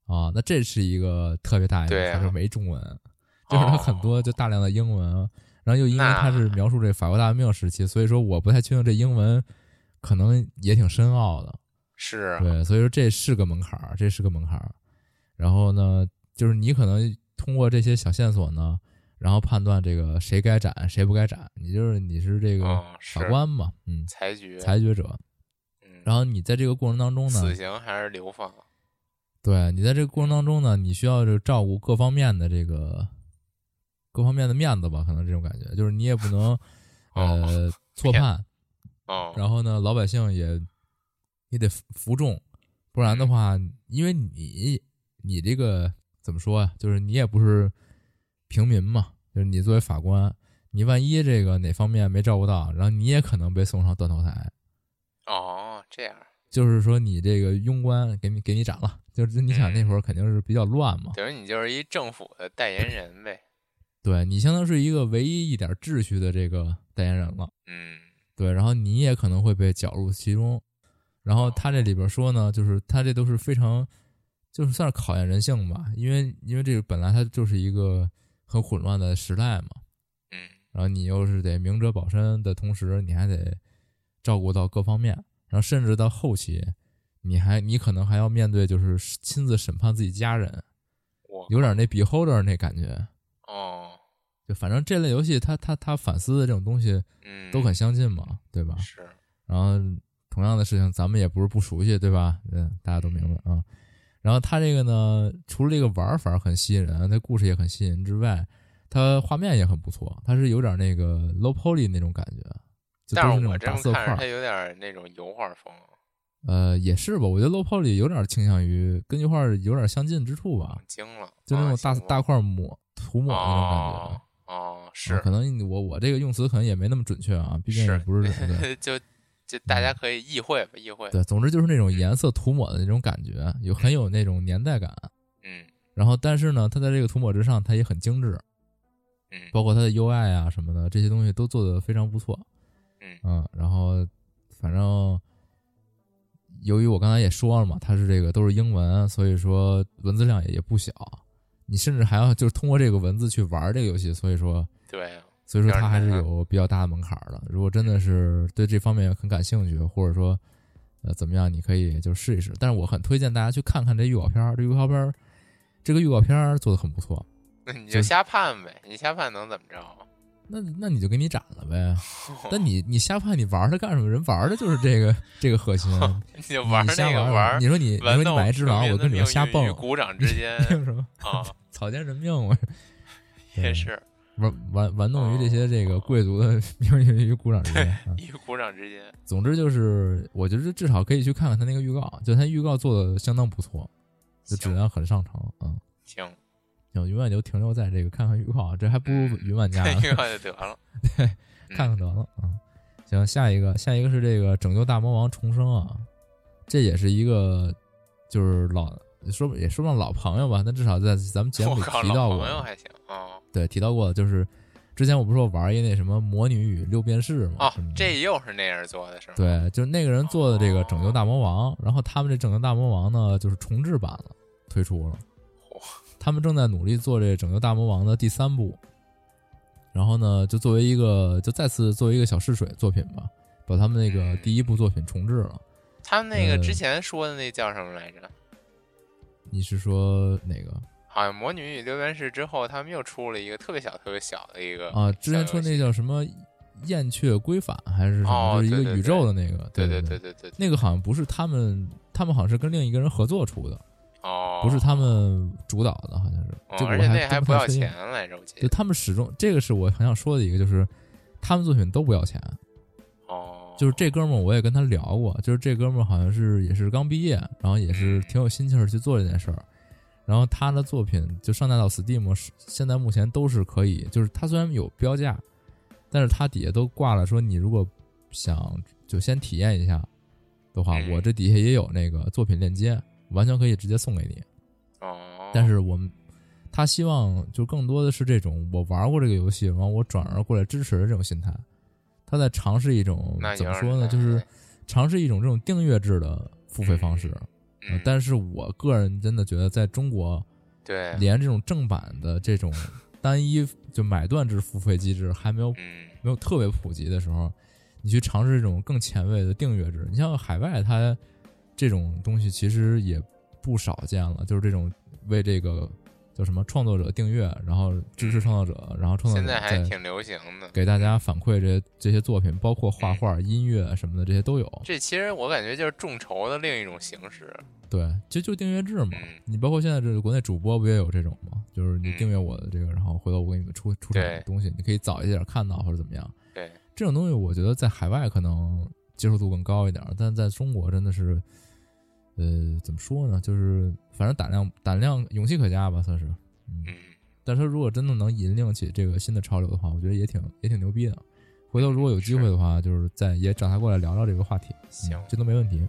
Speaker 1: 啊。那这是一个特别大一
Speaker 2: 对
Speaker 1: 个，
Speaker 2: 啊哦
Speaker 1: 它是没中文，就是它很多就大量的英文，啊然后又因为它是描述这法国大革命时期，所以说我不太确定这英文可能也挺深奥的。
Speaker 2: 是啊，
Speaker 1: 对，所以说这是个门槛儿，这是个门槛儿。然后呢，就是你可能通过这些小线索呢，然后判断这个谁该斩，谁不该斩。你就是你是这个
Speaker 2: 哦
Speaker 1: 法
Speaker 2: 是
Speaker 1: 官嘛，嗯，
Speaker 2: 裁决，
Speaker 1: 裁决者。
Speaker 2: 嗯，
Speaker 1: 然后你在这个过程当中
Speaker 2: 死
Speaker 1: 呢，
Speaker 2: 刑还是流放？
Speaker 1: 对你在这个过程当中呢，你需要就照顾各方面的这个各方面的面子吧，可能这种感觉，就是你也不能呃错
Speaker 2: 面
Speaker 1: 判，
Speaker 2: 哦，
Speaker 1: 然后呢，老百姓也也得服服众，不然的话，因为你你这个怎么说啊，就是你也不是平民嘛，就是你作为法官，你万一这个哪方面没照顾到，然后你也可能被送上断头台。
Speaker 2: 哦，这样，
Speaker 1: 就是说你这个庸官给你给你斩了，就是你想
Speaker 2: 嗯
Speaker 1: 那会儿肯定是比较乱嘛，
Speaker 2: 等于你就是一政府的代言人呗。
Speaker 1: 对你相当是一个唯一一点秩序的这个代言人了，
Speaker 2: 嗯，
Speaker 1: 对，然后你也可能会被搅入其中。然后他这里边说呢，就是他这都是非常，就是算是考验人性吧，因为因为这个本来它就是一个很混乱的时代嘛，
Speaker 2: 嗯，
Speaker 1: 然后你又是得明哲保身的同时，你还得照顾到各方面，然后甚至到后期，你还你可能还要面对就是亲自审判自己家人，
Speaker 2: 我
Speaker 1: 有点那 beholder 那感觉。
Speaker 2: 哦，
Speaker 1: 就反正这类游戏它，它它反思的这种东西
Speaker 2: 嗯，
Speaker 1: 都很啊相近嘛，对吧？
Speaker 2: 是，
Speaker 1: 然后同样的事情，咱们也不是不熟悉，对吧？嗯，大家都明白啊。然后它这个呢，除了这个玩法很吸引人，它故事也很吸引人之外，它画面也很不错，它是有点那个 low poly 那种感觉，就
Speaker 2: 但
Speaker 1: 都是那
Speaker 2: 我
Speaker 1: 种
Speaker 2: 这
Speaker 1: 打
Speaker 2: 么
Speaker 1: 色
Speaker 2: 看着
Speaker 1: 块
Speaker 2: 它
Speaker 1: 儿。
Speaker 2: 有点那种油画风，
Speaker 1: 呃，也是吧，我觉得 low poly 有点倾向于跟油画有点相近之处吧
Speaker 2: 我，惊了，
Speaker 1: 就那
Speaker 2: 啊
Speaker 1: 种大
Speaker 2: 行吧
Speaker 1: 大块抹涂抹的那种感觉。
Speaker 2: 哦哦，
Speaker 1: 啊
Speaker 2: 是
Speaker 1: 可能我我这个用词可能也没那么准确啊，毕竟也
Speaker 2: 是，
Speaker 1: 不是
Speaker 2: (laughs)
Speaker 1: 对
Speaker 2: 就就大家可以意会吧，意会，
Speaker 1: 对，总之就是那种颜色涂抹的那种感觉，有很有那种年代感。
Speaker 2: 嗯
Speaker 1: 然后，但是呢，它在这个涂抹之上，它也很精致，
Speaker 2: 嗯
Speaker 1: 包括它的 UI 啊什么的，这些东西都做得非常不错。
Speaker 2: 嗯
Speaker 1: 嗯，然后反正由于我刚才也说了嘛，它是这个都是英文，所以说文字量也也不小。你甚至还要就是通过这个文字去玩这个游戏，所以说
Speaker 2: 对啊，
Speaker 1: 所以说
Speaker 2: 要是
Speaker 1: 它还是
Speaker 2: 能
Speaker 1: 有比较大的门槛儿的。如果真的是对这方面很感兴趣，或者说呃怎么样，你可以就试一试。但是我很推荐大家去看看这预告片儿，这预告片儿这个预告片儿做的很不错。
Speaker 2: 那你
Speaker 1: 就
Speaker 2: 就瞎判呗，你瞎判能怎么着？
Speaker 1: 那那你就给你斩了
Speaker 2: (laughs)
Speaker 1: 呗。但你你瞎判你玩儿它干什么？人玩儿的就是这个这个核心。啊
Speaker 2: 你就
Speaker 1: 你
Speaker 2: (laughs) 玩
Speaker 1: 瞎
Speaker 2: 那个
Speaker 1: 玩
Speaker 2: 玩
Speaker 1: 儿，你说你你
Speaker 2: 玩
Speaker 1: 说你
Speaker 2: 弄
Speaker 1: 买一只
Speaker 2: 革
Speaker 1: 狼，
Speaker 2: 命
Speaker 1: 我
Speaker 2: 的
Speaker 1: 跟你
Speaker 2: 命
Speaker 1: 们瞎
Speaker 2: 运与
Speaker 1: 蹦， (laughs)
Speaker 2: 鼓掌之间
Speaker 1: 你有什么
Speaker 2: 啊，
Speaker 1: 草菅人命我 (laughs)
Speaker 2: 也是
Speaker 1: 玩玩玩弄
Speaker 2: 哦
Speaker 1: 于这些这个贵族的命运与鼓掌之间。
Speaker 2: (laughs)
Speaker 1: 嗯
Speaker 2: 与鼓掌之间，
Speaker 1: 总之就是，我觉得至少可以去看看他那个预告，就他预告做的相当不错，就质
Speaker 2: 行
Speaker 1: 量很上乘，嗯。
Speaker 2: 行，
Speaker 1: 就永远就停留在这个看看预告，啊这还不如
Speaker 2: 嗯
Speaker 1: 云
Speaker 2: (laughs)
Speaker 1: 玩家
Speaker 2: 看
Speaker 1: 呢，
Speaker 2: 预告就得
Speaker 1: (laughs)
Speaker 2: 了，嗯
Speaker 1: 啊看看得了啊、嗯。行，下一个，下一个是这个《拯救大魔王重生》啊，这也是一个就是老说也说不上老朋友吧，但至少在咱们节目
Speaker 2: 我
Speaker 1: 里
Speaker 2: 靠，
Speaker 1: 提
Speaker 2: 老
Speaker 1: 到过
Speaker 2: 朋，友还行啊。
Speaker 1: 对，提到过，就是之前我不是说玩一那什么《魔女与六便士》嘛，
Speaker 2: 哦
Speaker 1: 啊什么，的
Speaker 2: 这又是那人做的是吗？，
Speaker 1: 对，就是那个人做的这个《拯救大魔王》，然后他们这《拯救大魔王》呢，就是重制版了，推出了
Speaker 2: 哇。
Speaker 1: 他们正在努力做这《拯救大魔王》的第三部，然后呢，就作为一个就再次作为一个小试水作品吧，把他们那个
Speaker 2: 嗯
Speaker 1: 第一部作品重置了。
Speaker 2: 他们那个
Speaker 1: 呃
Speaker 2: 之前说的那叫什么来着？
Speaker 1: 你是说哪个
Speaker 2: 好像《魔女与六便士》之后，他们又出了一个特别小、特别小的一个
Speaker 1: 啊？之前
Speaker 2: 小
Speaker 1: 说
Speaker 2: 游戏
Speaker 1: 那叫什么燕雀归返还是什么？
Speaker 2: 哦
Speaker 1: 就是一
Speaker 2: 对
Speaker 1: 个
Speaker 2: 对
Speaker 1: 宇宙的那个，
Speaker 2: 对
Speaker 1: 对
Speaker 2: 对对对对，
Speaker 1: 那个好像不是他们，他们好像是跟另一个人合作出的，
Speaker 2: 哦，
Speaker 1: 不是他们主导的，好像是。
Speaker 2: 哦，
Speaker 1: 这个
Speaker 2: 而
Speaker 1: 我
Speaker 2: 且那
Speaker 1: 真
Speaker 2: 还
Speaker 1: 不
Speaker 2: 不
Speaker 1: 太
Speaker 2: 要
Speaker 1: 确定
Speaker 2: 钱来着，我记
Speaker 1: 就
Speaker 2: 得。
Speaker 1: 他们始终，这个是我很想说的一个，就是他们作品都不要钱。
Speaker 2: 哦，
Speaker 1: 就是这哥们儿，我也跟他聊过，就是这哥们儿好像是也是刚毕业，然后也是挺有心气儿去做这件事儿。然后他的作品就上架到 Steam，是现在目前都是可以，就是他虽然有标价，但是他底下都挂了说你如果想就先体验一下的话，
Speaker 2: 嗯
Speaker 1: 我这底下也有那个作品链接，完全可以直接送给你。
Speaker 2: 哦，
Speaker 1: 但是我们他希望就更多的是这种我玩过这个游戏，然后我转而过来支持的这种心态。他在尝试一种
Speaker 2: 那
Speaker 1: 怎么
Speaker 2: 有点
Speaker 1: 说呢，
Speaker 2: 难
Speaker 1: 就是
Speaker 2: 哎
Speaker 1: 尝试一种这种订阅制的付费方式。呃
Speaker 2: 嗯，
Speaker 1: 但是我个人真的觉得，在中国
Speaker 2: 对，
Speaker 1: 连这种正版的这种单一就买断制付费机制还没有
Speaker 2: 嗯
Speaker 1: 没有特别普及的时候，你去尝试这种更前卫的订阅制。你像海外，它这种东西其实也不少见了，就是这种为这个叫什么创作者订阅，然后支持创作者，然后创作
Speaker 2: 现
Speaker 1: 者
Speaker 2: 在还
Speaker 1: 再
Speaker 2: 挺流行的。
Speaker 1: 给大家反馈这些这些作品，包括画画、音乐什么的，这些都有。
Speaker 2: 嗯这其实我感觉就是众筹的另一种形式。
Speaker 1: 对，就就订阅制嘛。
Speaker 2: 嗯，
Speaker 1: 你包括现在这个国内主播不也有这种吗？就是你
Speaker 2: 嗯
Speaker 1: 订阅我的这个，然后回头我给你们出出
Speaker 2: 对
Speaker 1: 产东西，你可以早一点看到或者怎么样。
Speaker 2: 对，
Speaker 1: 这种东西我觉得在海外可能接受度更高一点儿，但在中国真的是，呃，怎么说呢？就是反正胆量胆量勇气可嘉吧，算是。嗯，
Speaker 2: 嗯，
Speaker 1: 但是他如果真的能引领起这个新的潮流的话，我觉得也挺也挺牛逼的。回头如果有机会的话，就是再也找他过来聊聊这个话题，
Speaker 2: 行
Speaker 1: 嗯，这都没问题。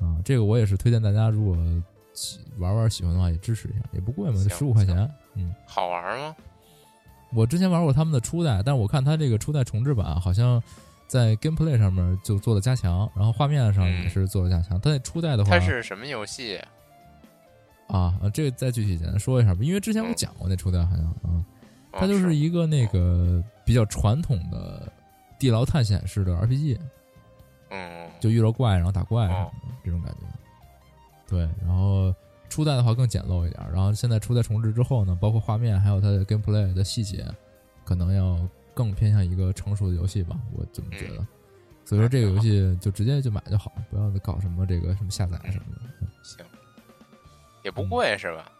Speaker 1: 啊，这个我也是推荐大家，如果喜玩玩喜欢的话，也支持一下，也不贵嘛，
Speaker 2: 行
Speaker 1: 十五块钱。嗯，
Speaker 2: 好玩吗？
Speaker 1: 我之前玩过他们的初代，但是我看他这个初代重置版啊好像在 gameplay 上面就做了加强，然后画面上也是做了加强。它那初代的话，
Speaker 2: 它嗯是什么游戏？
Speaker 1: 啊，啊这个再具体简单说一下吧，因为之前我
Speaker 2: 嗯
Speaker 1: 讲过那初代好像啊，它
Speaker 2: 哦
Speaker 1: 就是一个那个比较传统的地牢探险式的 RPG，
Speaker 2: 嗯，
Speaker 1: 就遇到怪然后打怪什么
Speaker 2: 哦
Speaker 1: 的、这种感觉。对，然后初代的话更简陋一点，然后现在初代重置之后呢，包括画面还有它的 gameplay 的细节，可能要更偏向一个成熟的游戏吧，我这么
Speaker 2: 嗯
Speaker 1: 觉得。所以说这个游戏就直接就买就好，不要搞什么这个什么下载什么的。嗯
Speaker 2: 行，也不贵是吧？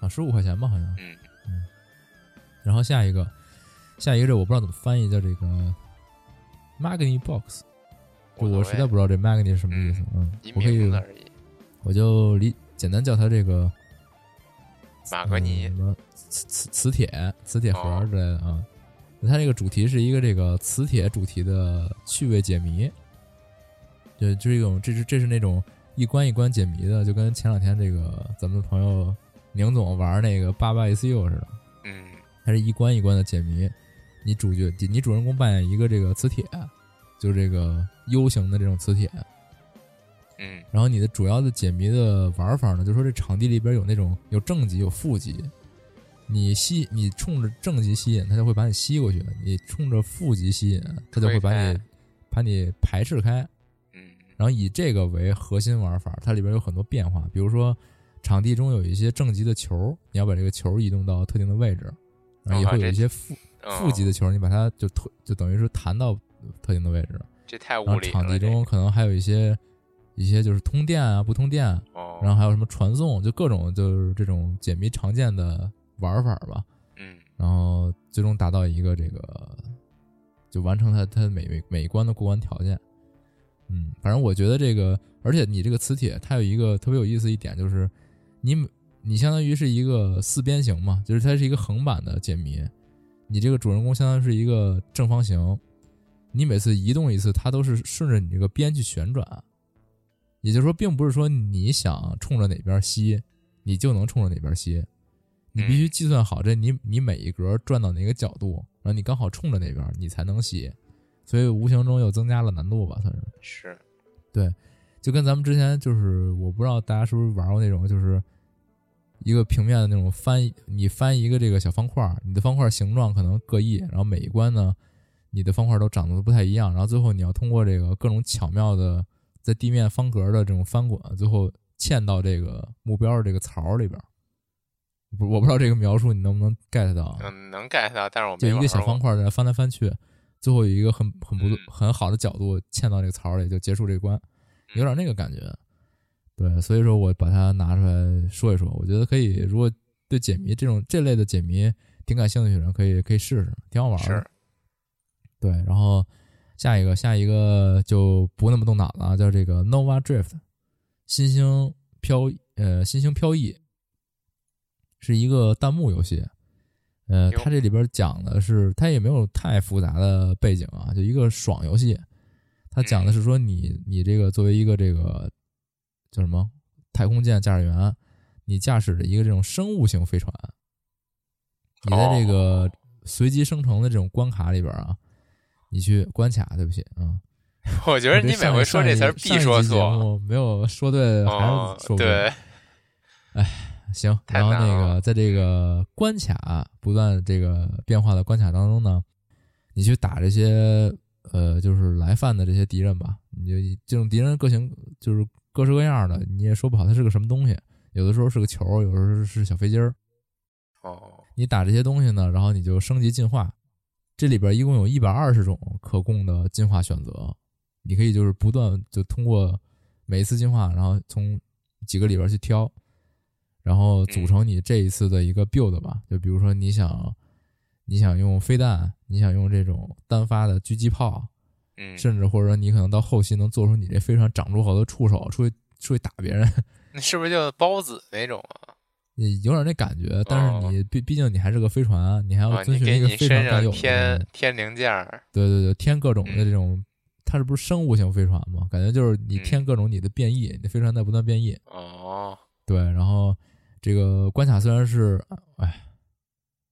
Speaker 1: 啊，十五块钱吧，好像。
Speaker 2: 嗯
Speaker 1: 然后下一个，下一个这我不知道怎么翻译，叫这个 Magni Box，就
Speaker 2: 无所
Speaker 1: 我
Speaker 2: 谓
Speaker 1: 实在不知道这 Magni 是什么意思。嗯，
Speaker 2: 一
Speaker 1: 我可以
Speaker 2: 名字，而已。
Speaker 1: 我就理简单叫它这个
Speaker 2: 马格尼
Speaker 1: 嗯什么磁磁磁铁、磁铁盒
Speaker 2: 哦
Speaker 1: 之类的啊。它这个主题是一个这个磁铁主题的趣味解谜，对，就是一种这是这是那种一关一关解谜的，就跟前两天这个咱们的朋友宁总玩那个八八 ECU 似的。
Speaker 2: 嗯
Speaker 1: 它是一关一关的解谜。你主角，你主人公扮演一个这个磁铁，就是这个 U 型的这种磁铁。
Speaker 2: 嗯
Speaker 1: 然后你的主要的解谜的玩法呢，就是说这场地里边有那种有正极有负极，你吸你冲着正极吸引，它就会把你吸过去；你冲着负极吸引，它就会把
Speaker 2: 推
Speaker 1: 你
Speaker 2: 开
Speaker 1: 把你排斥开。
Speaker 2: 嗯
Speaker 1: 然后以这个为核心玩法，它里边有很多变化，比如说场地中有一些正极的球，你要把这个球移动到特定的位置，然后也
Speaker 2: 我靠
Speaker 1: 会有
Speaker 2: 这
Speaker 1: 一些负哦
Speaker 2: 嗯，
Speaker 1: 负极的球，你把它就推，就等于是弹到特定的位置，
Speaker 2: 哦这太
Speaker 1: 然
Speaker 2: 无
Speaker 1: 后
Speaker 2: 理了。
Speaker 1: 场地
Speaker 2: 这个
Speaker 1: 中可能还有一些一些就是通电啊、不通电啊，
Speaker 2: 哦，
Speaker 1: 然后还有什么传送，就各种就是这种解谜常见的玩法吧。
Speaker 2: 嗯
Speaker 1: 然后最终达到一个这个，就完成它它每每每一关的过关条件。嗯，反正我觉得这个，而且你这个磁铁它有一个特别有意思一点，就是你每你相当于是一个四边形嘛，就是它是一个横版的解谜，你这个主人公相当于是一个正方形，你每次移动一次，它都是顺着你这个边去旋转，也就是说，并不是说你想冲着哪边吸，你就能冲着哪边吸，你必须计算好这你你每一格转到哪个角度，然后你刚好冲着那边，你才能吸，所以无形中又增加了难度吧，算是。
Speaker 2: 是
Speaker 1: 就跟咱们之前就是，我不知道大家是不是玩过那种，就是一个平面的那种翻，你翻一个这个小方块儿，你的方块形状可能各异，然后每一关呢，你的方块都长得不太一样，然后最后你要通过这个各种巧妙的在地面方格的这种翻滚，最后嵌到这个目标的这个槽里边儿。不，我不知道这个描述你能不能 get 到啊？
Speaker 2: 嗯能 get 到，但是我
Speaker 1: 就
Speaker 2: 没
Speaker 1: 一
Speaker 2: 玩
Speaker 1: 个小
Speaker 2: 过
Speaker 1: 方。块在那翻来翻去，最后有一个很很不
Speaker 2: 嗯
Speaker 1: 很好的角度嵌到这个槽里，就结束这关，有
Speaker 2: 嗯
Speaker 1: 点那个感觉。对，所以说我把它拿出来说一说，我觉得可以，如果对解谜这种这类的解谜挺感兴趣的人，可以可以试试，挺好玩的。
Speaker 2: 是
Speaker 1: 对，然后下一个下一个就不那么动脑子了，叫这个 Nova Drift，新星飘逸呃新星飘逸，是一个弹幕游戏。呃，
Speaker 2: 哟
Speaker 1: 它这里边讲的是，它也没有太复杂的背景啊，就一个爽游戏。它讲
Speaker 2: 嗯
Speaker 1: 的是说你你这个作为一个这个叫什么太空舰驾驶员，你驾驶着一个这种生物型飞船，你在这个
Speaker 2: 哦
Speaker 1: 随机生成的这种关卡里边啊，你去关卡，对不起啊。嗯
Speaker 2: (laughs) 我觉得你每回说这词儿必说，
Speaker 1: 上一上一上一期节
Speaker 2: 错。
Speaker 1: 目没有说对还
Speaker 2: 哦
Speaker 1: 是，说不
Speaker 2: 对，
Speaker 1: 行，
Speaker 2: 太
Speaker 1: 然后
Speaker 2: 难
Speaker 1: 那个
Speaker 2: 了
Speaker 1: 在这个关卡不断这个变化的关卡当中呢，你去打这些呃，就是来犯的这些敌人吧，你就这种敌人各型就是各式各样的，你也说不好它是个什么东西，有的时候是个球儿，有的时候是小飞机儿，
Speaker 2: 哦，
Speaker 1: 你打这些东西呢，然后你就升级进化。这里边一共有一百二十种可供的进化选择，你可以就是不断就通过每一次进化，然后从几个里边去挑，然后组成你这一次的一个 build 吧。就比如说你想你想用飞弹，你想用这种单发的狙击炮，
Speaker 2: 嗯，
Speaker 1: 甚至或者说你可能到后期能做出你这飞船长出好多触手，出去出去打别人，
Speaker 2: 那是不是就包子那种啊？
Speaker 1: 你有点那感觉，但是你毕毕竟你还是个飞船，你还
Speaker 2: 啊
Speaker 1: 要，遵
Speaker 2: 哦你
Speaker 1: 循
Speaker 2: 给
Speaker 1: 一个
Speaker 2: 你
Speaker 1: 非常
Speaker 2: 身
Speaker 1: 该有
Speaker 2: 上
Speaker 1: 的，嗯
Speaker 2: 添添零件儿，
Speaker 1: 对对对，添各种的
Speaker 2: 嗯
Speaker 1: 这种，它是不是生物性飞船嘛？感觉就是你添各种你的变异，你的飞船在不断变异。
Speaker 2: 哦，
Speaker 1: 对，然后这个关卡虽然是，哎，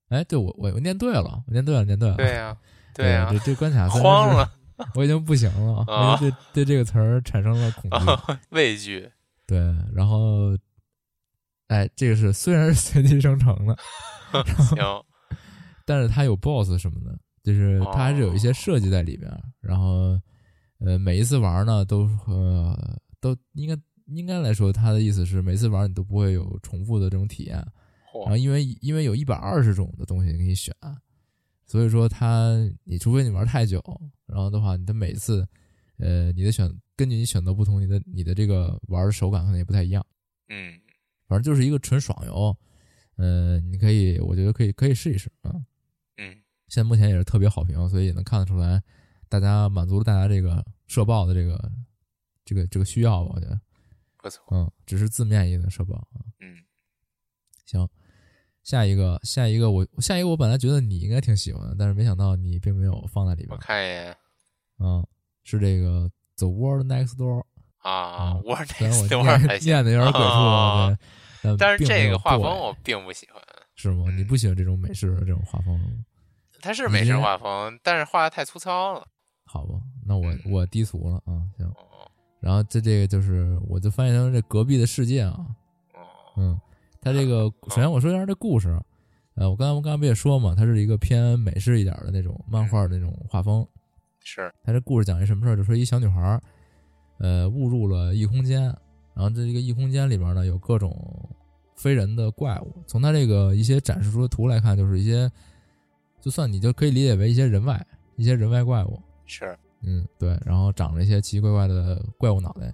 Speaker 1: 哎，对我我我念对了，我念对了，念对了，
Speaker 2: 对
Speaker 1: (laughs)
Speaker 2: 啊呀，
Speaker 1: 对
Speaker 2: 呀，
Speaker 1: 这这关卡虽然
Speaker 2: 慌
Speaker 1: 是，
Speaker 2: 了，
Speaker 1: 我已经不行了，
Speaker 2: 啊
Speaker 1: 我已经对对这个词儿产生了恐惧。
Speaker 2: 哦畏惧，
Speaker 1: 对，然后，哎，这个是虽然是随机生成的， (laughs)
Speaker 2: 行，
Speaker 1: 但是它有 BOSS 什么的，就是它还是有一些设计在里边儿。然后，呃，每一次玩呢，都呃都应该应该来说，它的意思是每次玩你都不会有重复的这种体验。然后
Speaker 2: 嚯，
Speaker 1: 因为因为有一百二十种的东西给你选，所以说它你除非你玩太久，然后的话，你的每次呃你的选根据你选择不同，你的你的这个玩的手感可能也不太一样。
Speaker 2: 嗯，
Speaker 1: 反正就是一个纯爽游，呃，你可以，我觉得可以可以试一试啊。嗯
Speaker 2: 嗯，
Speaker 1: 现在目前也是特别好评，所以也能看得出来，大家满足了大家这个社报的这个这个这个需要吧，我觉得，
Speaker 2: 不错，
Speaker 1: 嗯，只是字面意思的社报啊。
Speaker 2: 嗯，
Speaker 1: 行，下一个，下一个我下一个我本来觉得你应该挺喜欢的，但是没想到你并没有放在里
Speaker 2: 我
Speaker 1: 边，
Speaker 2: 看一眼
Speaker 1: 嗯，是这个 The World Next Door，
Speaker 2: 啊
Speaker 1: 嗯，
Speaker 2: 我那
Speaker 1: 虽然
Speaker 2: 次
Speaker 1: 我
Speaker 2: 有点
Speaker 1: 念
Speaker 2: 还行
Speaker 1: 念的有点鬼畜
Speaker 2: 啊 (laughs)
Speaker 1: 了，对，
Speaker 2: 但是
Speaker 1: 并没
Speaker 2: 这
Speaker 1: 有
Speaker 2: 个画
Speaker 1: 过
Speaker 2: 风
Speaker 1: 哎
Speaker 2: 我并不喜欢，
Speaker 1: 是吗？你
Speaker 2: 嗯
Speaker 1: 不喜欢这种美式的这种画风是吗？
Speaker 2: 它是
Speaker 1: 你
Speaker 2: 美式
Speaker 1: 这
Speaker 2: 画风，但是画的太粗糙了。
Speaker 1: 好吧，那我
Speaker 2: 嗯
Speaker 1: 我低俗了啊，行。
Speaker 2: 哦
Speaker 1: 然后这这个就是，我就翻译成这隔壁的世界啊，
Speaker 2: 哦，
Speaker 1: 嗯，它这个
Speaker 2: 嗯
Speaker 1: 首先我说一下这故事，呃，我刚才我刚才不也说嘛，它是一个偏美式一点的那种漫画的那种画风。
Speaker 2: 是，
Speaker 1: 它这故事讲一什么事儿？就说一小女孩儿，呃，误入了异空间，然后这一个异空间里边儿呢有各种非人的怪物。从它这个一些展示出的图来看，就是一些，就算你就可以理解为一些人外，一些人外怪物。
Speaker 2: 是，
Speaker 1: 嗯，对，然后长着一些奇奇怪怪的怪物脑袋。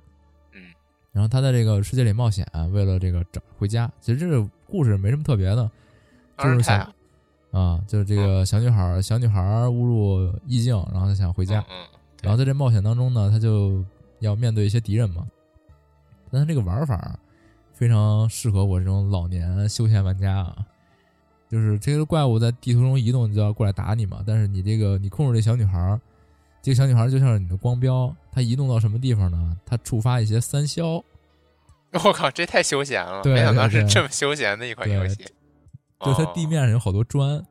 Speaker 2: 嗯，
Speaker 1: 然后他在这个世界里冒险，为了这个找回家。其实这个故事没什么特别的，
Speaker 2: 二
Speaker 1: 就是
Speaker 2: 十太
Speaker 1: 想啊，就是这个小女孩儿，小女孩儿误入异境，然后她想回家
Speaker 2: 嗯。嗯 (laughs)
Speaker 1: 然后在这冒险当中呢，她就要面对一些敌人嘛。但她这个玩法非常适合我这种老年休闲玩家啊，就是这个怪物在地图中移动就要过来打你嘛，但是你这个你控制这小女孩儿，这个小女孩儿就像是你的光标，她移动到什么地方呢？她触发一些三消，
Speaker 2: 我靠，这太休闲了，
Speaker 1: 对
Speaker 2: 没想到
Speaker 1: 对
Speaker 2: 是
Speaker 1: 对
Speaker 2: 这么休闲的一款游
Speaker 1: 对
Speaker 2: 戏。
Speaker 1: 就是它
Speaker 2: 哦
Speaker 1: 地面上有好多砖，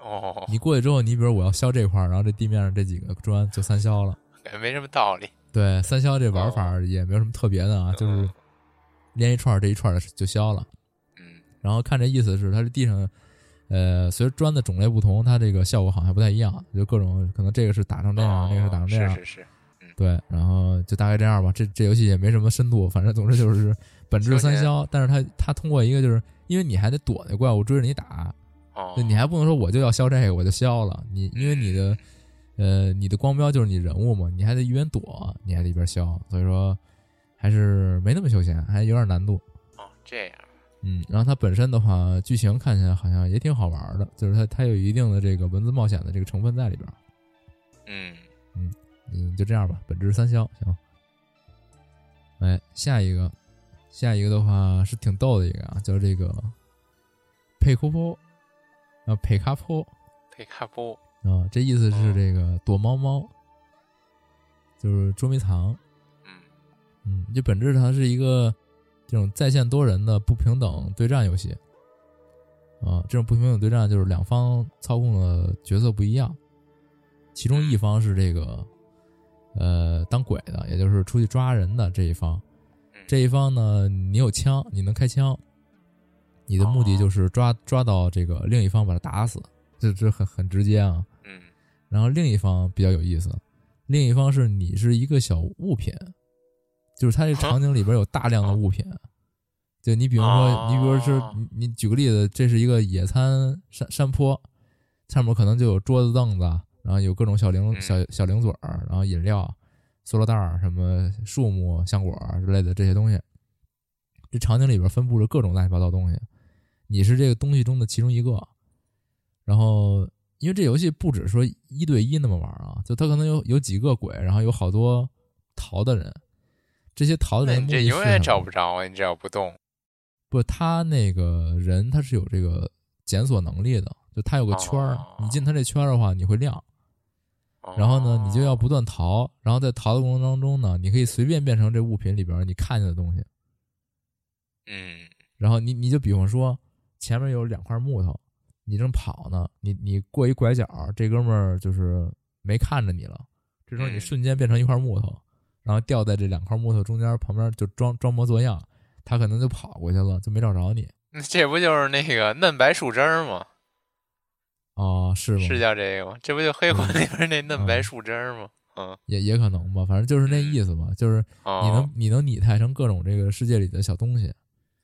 Speaker 2: 哦，
Speaker 1: 你过去之后，你比如我要消这块儿，然后这地面上这几个砖就三消了。
Speaker 2: 感觉没什么道理。
Speaker 1: 对，三消这玩法也没有什么特别的啊，就
Speaker 2: 哦
Speaker 1: 是
Speaker 2: 嗯
Speaker 1: 连一串儿这一串儿的就消了。
Speaker 2: 嗯
Speaker 1: 然后看这意思是，它这地上，呃，随着砖的种类不同，它这个效果好像不太一样，就各种可能这个是打成这样，
Speaker 2: 哦
Speaker 1: 那个是啊打成这样，
Speaker 2: 是是是，
Speaker 1: 对，然后就大概这样吧。这这游戏也没什么深度，反正总之就是本质是三消，但是它它通过一个就是因为你还得躲那怪物追着你打，
Speaker 2: 哦，
Speaker 1: 就你还不能说我就要消这个我就消了，你因为你的
Speaker 2: 嗯
Speaker 1: 呃你的光标就是你人物嘛，你还得一边躲你还得一边消，所以说还是没那么休闲，还有点难度。
Speaker 2: 哦这样，
Speaker 1: 嗯，然后它本身的话，剧情看起来好像也挺好玩的，就是它它有一定的这个文字冒险的这个成分在里边儿。
Speaker 2: 嗯
Speaker 1: 嗯，就这样吧，本质三消行。哎，下一个，下一个的话是挺逗的一个啊，叫这个佩库波，啊佩卡波
Speaker 2: 佩卡布，
Speaker 1: 啊，这意思是这个躲猫猫，就是捉迷藏。
Speaker 2: 嗯
Speaker 1: 嗯，就本质它是一个这种在线多人的不平等对战游戏。啊，这种不平等对战就是两方操控的角色不一样，其中一方是这个呃当鬼的，也就是出去抓人的这一方，
Speaker 2: 嗯，
Speaker 1: 这一方呢你有枪，你能开枪，你的目的就是抓抓到这个另一方把他打死，这这很很直接啊。
Speaker 2: 嗯
Speaker 1: 然后另一方比较有意思，另一方是你是一个小物品，就是它这个场景里边有大量的物品，就你比如说，
Speaker 2: 哦
Speaker 1: 你比如说是你你举个例子，这是一个野餐山山坡，上面可能就有桌子凳子，然后有各种小零
Speaker 2: 嗯
Speaker 1: 小小零嘴儿，然后饮料、塑料袋儿、什么树木、橡果儿之类的这些东西。这场景里边分布着各种乱七八糟东西，你是这个东西中的其中一个。然后，因为这游戏不只说一对一那么玩儿啊，就它可能有有几个鬼，然后有好多逃的人，这些逃的
Speaker 2: 那
Speaker 1: 人
Speaker 2: 你
Speaker 1: 目
Speaker 2: 这
Speaker 1: 的
Speaker 2: 永
Speaker 1: 是
Speaker 2: 远
Speaker 1: 什
Speaker 2: 找
Speaker 1: 么
Speaker 2: 不着啊！你只要不动，
Speaker 1: 不，他那个人他是有这个检索能力的，就他有个圈儿，
Speaker 2: 哦
Speaker 1: 你进他这圈儿的话，你会亮。
Speaker 2: 哦
Speaker 1: 然后呢，你就要不断逃，然后在逃的过程当中呢，你可以随便变成这物品里边儿你看见的东西。
Speaker 2: 嗯
Speaker 1: 然后你你就比方说，前面有两块木头，你正跑呢，你你过一拐角，这哥们儿就是没看着你了，这时候你
Speaker 2: 嗯
Speaker 1: 瞬间变成一块木头，然后掉在这两块木头中间，旁边就装装模作样，他可能就跑过
Speaker 2: (laughs)
Speaker 1: 去了，就没找着你。
Speaker 2: 那这不就是那个嫩白树枝儿吗？
Speaker 1: 哦，啊，是吗？
Speaker 2: 是叫这个吗？这不就黑魂里边那嫩白树枝儿吗？嗯，
Speaker 1: 也也可能吧，反正就是那意思吧，就是你能、
Speaker 2: 哦，
Speaker 1: 你能拟态成各种这个世界里的小东西，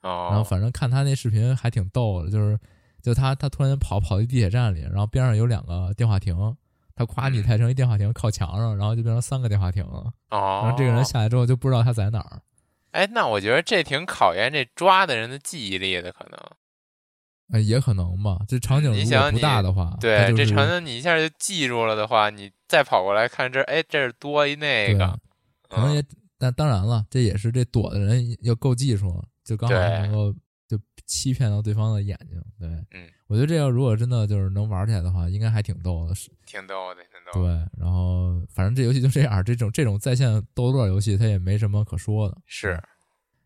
Speaker 2: 哦，
Speaker 1: 然后反正看他那视频还挺逗的，就是就他他突然跑跑到地铁站里，然后边上有两个电话亭，他夸拟态成一电话亭靠墙上，然后就变成三个电话亭了，
Speaker 2: 哦，
Speaker 1: 然后这个人下来之后就不知道他在哪儿。
Speaker 2: 哎，那我觉得这挺考验这抓的人的记忆力的，可能。
Speaker 1: 哎，也可能吧。这场景
Speaker 2: 你
Speaker 1: 如果
Speaker 2: 想
Speaker 1: 不
Speaker 2: 你
Speaker 1: 大的话，
Speaker 2: 对，
Speaker 1: 它就是
Speaker 2: 这场景你一下就记住了的话，你再跑过来看这儿，哎，这儿多一那
Speaker 1: 对啊
Speaker 2: 个，
Speaker 1: 可
Speaker 2: 嗯
Speaker 1: 能也，但当然了，这也是这躲的人要够技术，就刚好
Speaker 2: 对
Speaker 1: 能够就欺骗到对方的眼睛。对，
Speaker 2: 嗯，
Speaker 1: 我觉得这要如果真的就是能玩起来的话，应该还挺逗的。是，
Speaker 2: 挺逗的，挺
Speaker 1: 对
Speaker 2: 逗的。。
Speaker 1: 然后反正这游戏就这样，这种这种在线斗乐游戏它也没什么可说的。
Speaker 2: 是，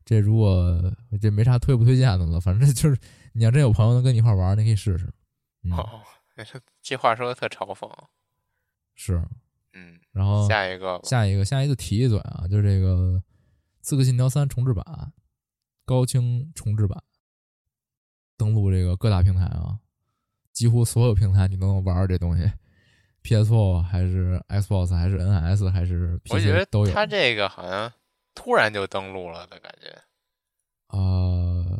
Speaker 1: 这如果这没啥推不推荐的了，反正就是你要真有朋友能跟你一块儿玩，你可以试试。嗯，
Speaker 2: 哦， (laughs) 这话说的特嘲讽。
Speaker 1: 是。
Speaker 2: 嗯，
Speaker 1: 然后
Speaker 2: 下一个吧，
Speaker 1: 哦下一个，下一个提一嘴啊，就是这个《刺客信条三》重置版，高清重置版，登录这个各大平台啊，几乎所有平台你都能玩儿这东西，PS4 还是 Xbox 还是 NS 还是
Speaker 2: 我觉
Speaker 1: PC 都
Speaker 2: 得
Speaker 1: 有。
Speaker 2: 他这个好像突然就登录了的感觉。
Speaker 1: 呃，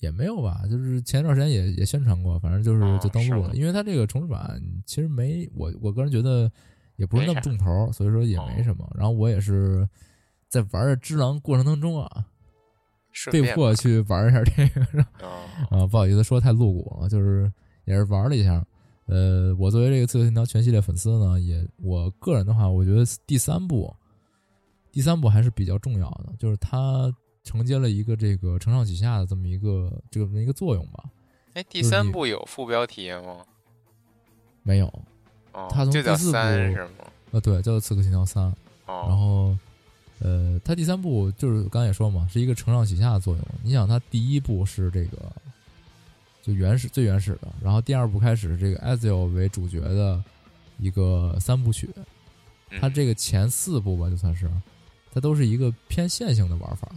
Speaker 1: 也没有吧，就是前段时间也也宣传过，反正就是
Speaker 2: 哦
Speaker 1: 就登
Speaker 2: 是
Speaker 1: 录
Speaker 2: 吗
Speaker 1: 了，因为它这个重置版其实没我我个人觉得也不是
Speaker 2: 没
Speaker 1: 那
Speaker 2: 啥
Speaker 1: 么重头，所以说也没
Speaker 2: 哦
Speaker 1: 什么。然后我也是在玩儿《只狼》过程当中啊，
Speaker 2: 顺
Speaker 1: 被
Speaker 2: 便
Speaker 1: 迫去玩一下这个，然后
Speaker 2: 哦
Speaker 1: 啊，不好意思说太露骨了，就是也是玩了一下。呃，我作为这个《刺客信条》全系列粉丝呢，也我个人的话，我觉得第三部，第三部还是比较重要的，就是它承接了一个这个承上启下的这么一个这么一个作用吧。
Speaker 2: 哎，第
Speaker 1: 就是
Speaker 2: 三
Speaker 1: 你
Speaker 2: 部有副标题吗？
Speaker 1: 没有，
Speaker 2: 哦
Speaker 1: 它，从
Speaker 2: 就
Speaker 1: 第
Speaker 2: 叫
Speaker 1: 四
Speaker 2: 三
Speaker 1: 部
Speaker 2: 是吗？
Speaker 1: 呃，对，叫做《刺客信条三》，然
Speaker 2: 哦，
Speaker 1: 后，呃，它第三部就是刚才也说嘛，是一个承上启下的作用。你想，它第一部是这个就原始最原始的，然后第二部开始是这个 Ezio 为主角的一个三部曲，它
Speaker 2: 嗯
Speaker 1: 这个前四部吧，就算是，它都是一个偏线性的玩法，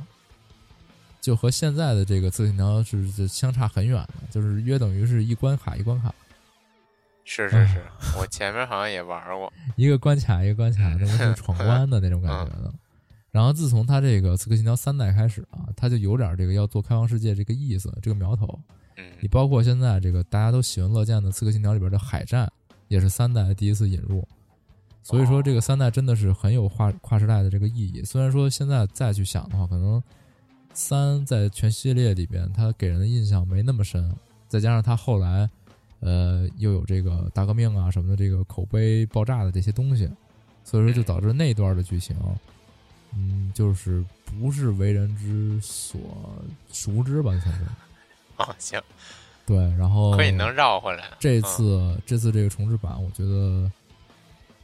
Speaker 1: 就和现在的这个刺客信条是是相差很远的，就是约等于是一关卡一关卡，
Speaker 2: 是是
Speaker 1: 啊
Speaker 2: 是，我前面好像也玩过。
Speaker 1: 一个关卡一个关卡，那么是闯关的那种感觉的。然后自从他这个《刺客信条》三代开始啊，他就有点这个要做开放世界这个意思，这个苗头。你
Speaker 2: 嗯，
Speaker 1: 包括现在这个大家都喜闻乐见的《刺客信条》里边的海战，也是三代第一次引入。所以说，这个三代真的是很有跨跨时代的这个意义。虽然说现在再去想的话，可能三在全系列里边，它给人的印象没那么深，再加上它后来，呃，又有这个大革命啊什么的，这个口碑爆炸的这些东西，所以说就导致那段的剧情，嗯，就是不是为人之所熟知吧，算是
Speaker 2: 哦，行，
Speaker 1: 对。然后
Speaker 2: 可以能绕回来。
Speaker 1: 这
Speaker 2: 嗯
Speaker 1: 次、这次这个重置版，我觉得，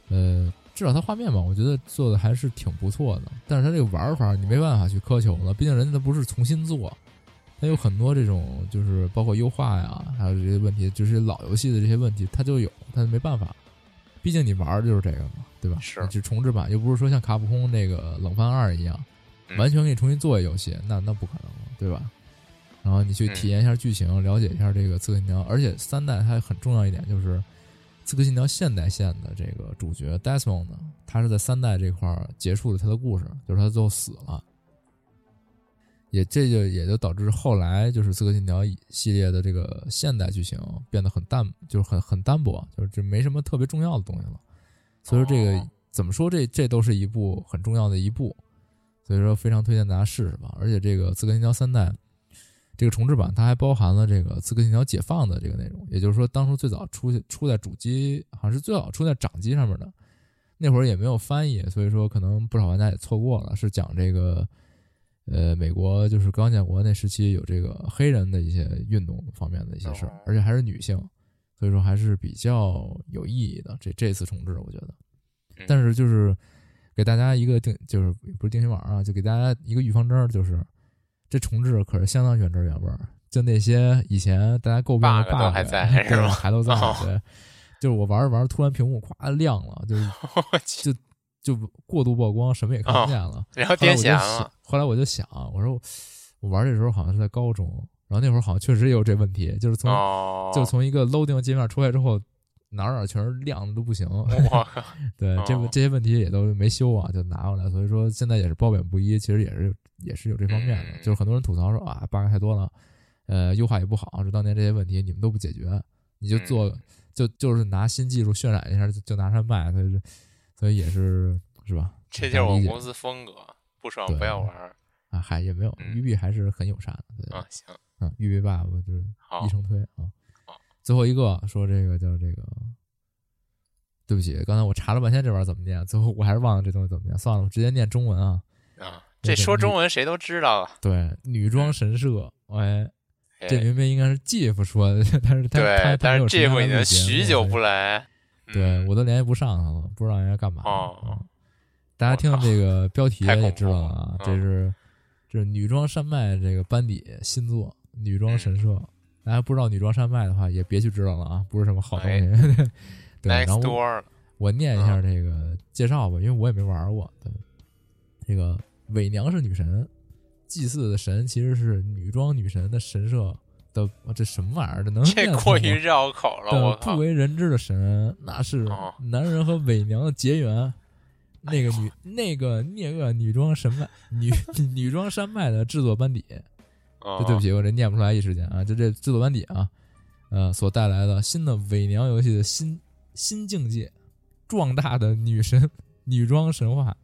Speaker 1: 呃，至少它画面吧，我觉得做的还是挺不错的。但是它这个玩法你没办法去苛求了，毕竟人家都不是重新做，它有很多这种就是包括优化呀，还有这些问题，就是老游戏的这些问题，它就有，它没办法。毕竟你玩的就是这个嘛，对吧？
Speaker 2: 是
Speaker 1: 就重置版，又不是说像卡普空那个冷饭二一样，
Speaker 2: 嗯
Speaker 1: 完全给你重新做一游戏，那那不可能了，对吧？然后你
Speaker 2: 嗯
Speaker 1: 去体验一下剧情，了解一下这个《刺客信条》，而且三代它很重要一点就是，《刺客信条》现代线的这个主角 Desmond，呢他是在三代这块儿结束了他的故事，就是他最后死了。也这就也就导致后来就是《刺客信条》系列的这个现代剧情变得很淡，就是很很单薄，就是这没什么特别重要的东西了。所以说这个、
Speaker 2: 哦
Speaker 1: 怎么说这这都是一部很重要的一步，所以说非常推荐大家试试吧。而且这个《刺客信条三代》这个重置版，它还包含了这个《刺客信条解放》的这个内容，也就是说，当初最早出现出在主机，好像是最早出在掌机上面的，那会儿也没有翻译，所以说可能不少玩家也错过了。是讲这个，呃，美国就是刚建国那时期有这个黑人的一些运动方面的一些事儿
Speaker 2: 哦，
Speaker 1: 而且还是女性，所以说还是比较有意义的。这这次重置，我觉得。
Speaker 2: 嗯
Speaker 1: 但是就是给大家一个定，就是不是定心丸啊，就给大家一个预防针儿，就是这重置可是相当原汁原味儿，就那些以前大家诟病的
Speaker 2: bug 都
Speaker 1: bug
Speaker 2: 还在
Speaker 1: 对
Speaker 2: 是吗
Speaker 1: 还都在，
Speaker 2: 哦
Speaker 1: 对，就是我玩着玩着，突然屏幕咵亮了，就是
Speaker 2: 我去，
Speaker 1: 就过度曝光，什么也看不见了。
Speaker 2: 然后
Speaker 1: 后来
Speaker 2: 哦癫
Speaker 1: 我就
Speaker 2: 痫
Speaker 1: 想
Speaker 2: 了。，
Speaker 1: 后来我就想，我说我玩这时候好像是在高中，然后那会儿好像确实也有这问题，就是从、
Speaker 2: 哦，
Speaker 1: 就是从一个 loading 界面出来之后，哪儿哪儿全是亮的都不行。
Speaker 2: 我靠，
Speaker 1: 对，这
Speaker 2: 哦
Speaker 1: 这些问题也都没修啊，就拿过来，所以说现在也是褒贬不一，其实也是也是有这方面的，
Speaker 2: 嗯
Speaker 1: 就是很多人吐槽说啊 bug 太多了，呃，优化也不好，说当年这些问题你们都不解决，你就做、
Speaker 2: 嗯
Speaker 1: 就就是拿新技术渲染一下就就拿出来卖，所以是所以也是是吧？
Speaker 2: 这就是我
Speaker 1: 理
Speaker 2: 们
Speaker 1: 解
Speaker 2: 公司风格，不爽
Speaker 1: 对
Speaker 2: 不要玩儿
Speaker 1: 啊，还也没有，
Speaker 2: 嗯
Speaker 1: 育碧还是很友善的，对，
Speaker 2: 啊。行，
Speaker 1: 嗯，育碧爸爸就是
Speaker 2: 好
Speaker 1: 一，生推啊
Speaker 2: 好。
Speaker 1: 最后一个说这个叫这个，对不起，刚才我查了半天这玩意儿怎么念，最后我还是忘了这东西怎么念，算了，我直接念中文啊。
Speaker 2: 啊，
Speaker 1: 那
Speaker 2: 这
Speaker 1: 个
Speaker 2: 说
Speaker 1: 你
Speaker 2: 中文谁都知道啊。
Speaker 1: 对，女装神社，哎，这
Speaker 2: 哎
Speaker 1: 明明应该是 Jeff 说的， (laughs) 但是他他
Speaker 2: 对，
Speaker 1: 他
Speaker 2: 但
Speaker 1: 没
Speaker 2: 是
Speaker 1: 有时间
Speaker 2: Jeff 已
Speaker 1: 来
Speaker 2: 经
Speaker 1: 录
Speaker 2: 许
Speaker 1: 节
Speaker 2: 久
Speaker 1: 目
Speaker 2: 不来。
Speaker 1: 对
Speaker 2: 嗯
Speaker 1: 我都联系不上他了，不知道人家干嘛。
Speaker 2: 哦
Speaker 1: 嗯大家听了这个标
Speaker 2: (laughs)
Speaker 1: 题
Speaker 2: 太恐
Speaker 1: 也知道了啊，
Speaker 2: 怖了嗯
Speaker 1: 这是这是女装山脉这个班底新作《女装
Speaker 2: 嗯
Speaker 1: 神社》，大家不知道女装山脉的话，也别去知道了啊，不是什么好东西。对，
Speaker 2: 哎
Speaker 1: 然后
Speaker 2: ，Next
Speaker 1: 我
Speaker 2: Door 嗯了
Speaker 1: 我念一下这个介绍吧，因为我也没玩过。对，这个伪娘是女神，祭祀的神其实是女装女神的神社的，这什么玩意儿？这能念
Speaker 2: 这
Speaker 1: 得
Speaker 2: 过
Speaker 1: 通
Speaker 2: 于
Speaker 1: 吗
Speaker 2: 绕口了，
Speaker 1: 对，
Speaker 2: 我
Speaker 1: 不
Speaker 2: 靠！
Speaker 1: 为人知的神，那是
Speaker 2: 哦哎
Speaker 1: 男人和伪娘的结缘。那个女，那个那个女装神脉女 (laughs) 女装山脉的制作班底，这
Speaker 2: 哦
Speaker 1: 对不起，我这念不出来一时间啊，就这制作班底啊，呃，所带来的新的伪娘游戏的新新境界，壮大的女神 (laughs) 女装神话，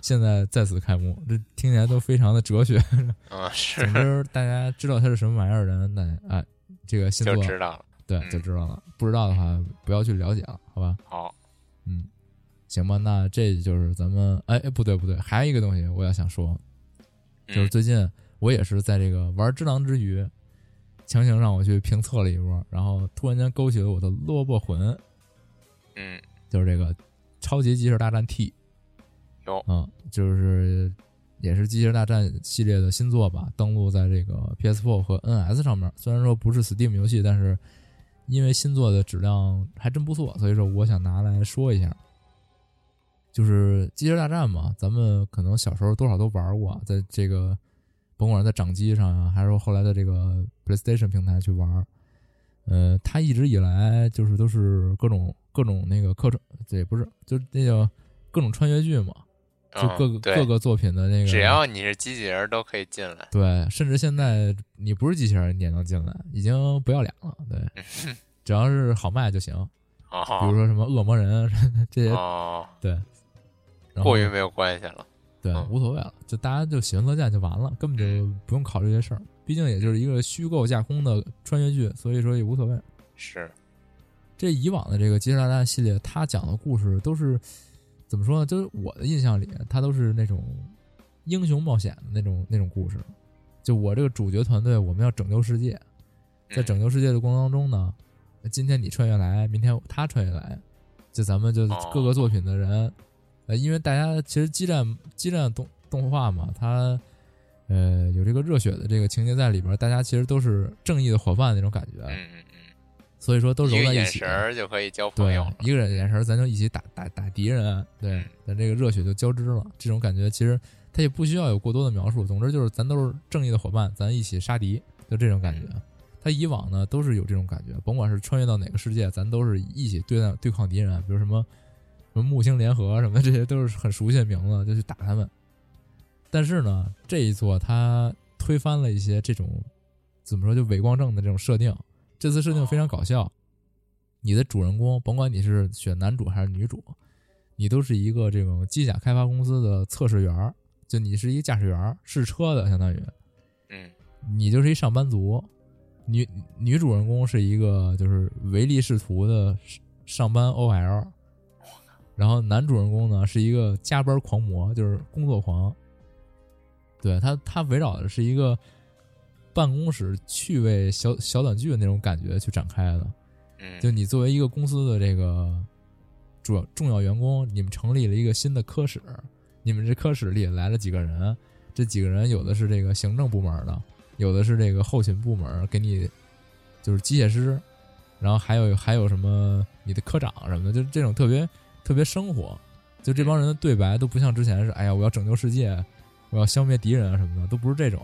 Speaker 1: 现在在此开幕，这听起来都非常的哲
Speaker 2: (laughs)
Speaker 1: 学。
Speaker 2: 嗯，是
Speaker 1: 总之，大家知道它是什么玩意儿的人，那啊，这个新作
Speaker 2: 就知道了。
Speaker 1: 对，
Speaker 2: 嗯
Speaker 1: 就知道了。不知道的话，不要去了解了，好吧？
Speaker 2: 好，
Speaker 1: 嗯，行吧，那这就是咱们哎，哎不对不对，还有一个东西我要想说，就是
Speaker 2: 嗯
Speaker 1: 最近我也是在这个玩《只狼之余》，强行让我去评测了一波，然后突然间勾起了我的萝卜魂，
Speaker 2: 嗯，
Speaker 1: 就是这个《超级机器人大战 T》。
Speaker 2: 哟
Speaker 1: 嗯，就是也是《机器人大战》系列的新作吧，登陆在这个 PS4 和 NS 上面。虽然说不是 Steam 游戏，但是因为新作的质量还真不错，所以说我想拿来说一下。就是《机器人大战》嘛，咱们可能小时候多少都玩过啊，在这个甭管是在掌机上啊，还是说后来的这个 PlayStation 平台去玩儿，呃，它一直以来就是都是各种各种那个客串，这也不是，就是那叫各种穿越剧嘛，就
Speaker 2: 嗯
Speaker 1: 各个、
Speaker 2: 对
Speaker 1: 各个作品的那个，
Speaker 2: 只要你是机器人儿都可以进来。
Speaker 1: 对，甚至现在你不是机器人你也能进来，已经不要脸了。对，只要是好卖就行。比如
Speaker 2: 嗯哦
Speaker 1: 说什么恶魔人 (laughs) 这些，
Speaker 2: 哦，
Speaker 1: 对，然后
Speaker 2: 过于没有关系了。
Speaker 1: 对
Speaker 2: 嗯
Speaker 1: 无所谓了，就大家就喜闻乐见就完了，根本就不用考虑这事儿。毕竟也就是一个虚构架空的穿越剧，所以说也无所谓。
Speaker 2: 是，
Speaker 1: 这以往的这个《机器人大战》系列，它讲的故事都是怎么说呢？就是我的印象里，它都是那种英雄冒险的那种那种故事。就我这个主角团队，我们要拯救世界，在拯
Speaker 2: 嗯
Speaker 1: 救世界的过程当中呢，今天你穿越来，明天他穿越来，就咱们就
Speaker 2: 哦
Speaker 1: 各个作品的人，呃，因为大家其实激战激战动动画嘛，它呃有这个热血的这个情节在里边儿，大家其实都是正义的伙伴那种感觉，
Speaker 2: 嗯嗯
Speaker 1: 所以说哎都
Speaker 2: 嗯，
Speaker 1: 揉
Speaker 2: 一个
Speaker 1: 在一
Speaker 2: 眼
Speaker 1: 起。
Speaker 2: 神儿就可以交朋
Speaker 1: 对
Speaker 2: 友了，。
Speaker 1: 一个人眼神，咱就一起打打打敌人，啊对
Speaker 2: 嗯，
Speaker 1: 咱这个热血就交织了。这种感觉其实它也不需要有过多的描述，总之就是咱都是正义的伙伴，咱一起杀敌，就这种感觉。他以往呢都是有这种感觉，甭管是穿越到哪个世界，咱都是一起对战对抗敌人，比如什么什么木星联合啊什么的，这些都是很熟悉的名字，就去打他们。但是呢，这一座它推翻了一些这种怎么说就伪光正的这种设定，这次设定非常搞笑。你的主人公，甭管你是选男主还是女主，你都是一个这种机甲开发公司的测试员儿，就你是一个驾驶员儿，试车的，相当于
Speaker 2: 嗯
Speaker 1: 你就是一上班族。女女主人公是一个就是唯利是图的上上班 OL，然后男主人公呢是一个加班狂魔，就是工作狂。对他，他围绕的是一个办公室趣味小小短剧的那种感觉去展开的。
Speaker 2: 嗯，
Speaker 1: 就你作为一个公司的这个主要重要员工，你们成立了一个新的科室，你们这科室里来了几个人，这几个人有的是这个行政部门的，有的是这个后勤部门，给你就是机械师，然后还有还有什么你的科长什么的，就是这种特别特别生活，就这帮人的对白都不像之前是哎呀我要拯救世界，我要消灭敌人啊什么的，都不是这种。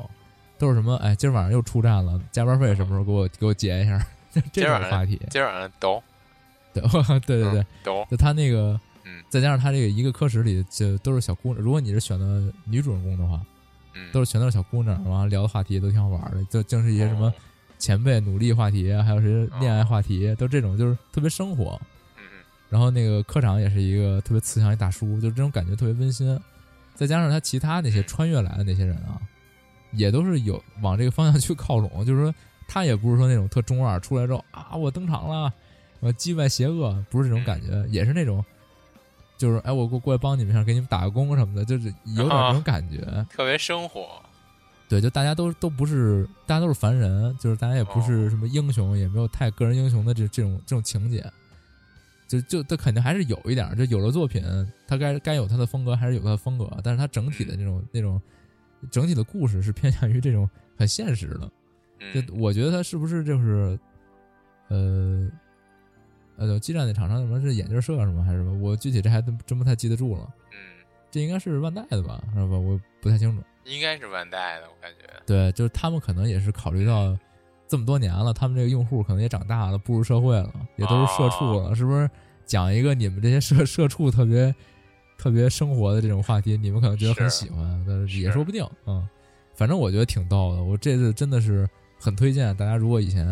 Speaker 1: 都是什么？哎，今儿晚上 (laughs) 又出战了，加班费什么时候给我给我结一下？就这
Speaker 2: 今儿
Speaker 1: 种
Speaker 2: 晚上
Speaker 1: 话题，
Speaker 2: 今儿晚上抖
Speaker 1: (laughs) 对对对对，
Speaker 2: 懂，
Speaker 1: 就他那个，
Speaker 2: 嗯
Speaker 1: 再加上他这个一个科室里就都是小姑娘，如果你是选的女主人公的话，
Speaker 2: 嗯，
Speaker 1: 都是全都是小姑娘，然后聊的话题也都挺好玩的，就正是一些什
Speaker 2: 哦
Speaker 1: 么前辈努力话题，啊还有谁恋爱话题，啊都这种就是特别生活。
Speaker 2: 嗯嗯
Speaker 1: 然后那个科长也是一个特别慈祥一大叔，就这种感觉特别温馨。再加上他其他那些穿越来的那些人啊，也都是有往这个方向去靠拢，就是说他也不是说那种特中二，出来之后啊我登场了，我击败邪恶，不是这种感觉，也是那种就是哎我过过来帮你们一下，给你们打个工什么的，就是有点这种感觉。
Speaker 2: 特别生活，
Speaker 1: 对，就大家都都不是，大家都是凡人，就是大家也不是什么英雄，也没有太个人英雄的这这种这种情节，就就他肯定还是有一点儿，就有了作品，他该该有他的风格还是有他的风格，但是他整体的那种那种整体的故事是偏向于这种很现实的。
Speaker 2: 嗯
Speaker 1: 就我觉得他是不是就是，呃，呃，就基站那厂商什么是眼镜社什么还是什么，我具体这还真真不太记得住了，
Speaker 2: 嗯，
Speaker 1: 这应该是万代的吧，是吧？我不太清楚。
Speaker 2: 应该是万代的，我感觉，
Speaker 1: 对，就是他们可能也是考虑到这么多年了，他们这个用户可能也长大了，步入社会了，也都是社畜
Speaker 2: 啊
Speaker 1: 了，是不是？讲一个你们这些社 (laughs) 社畜特别特别生活的这种话题，你们可能觉得很
Speaker 2: 是
Speaker 1: 喜欢，但是也
Speaker 2: 是
Speaker 1: 说不定。嗯，反正我觉得挺逗的，我这次真的是很推荐大家，如果以前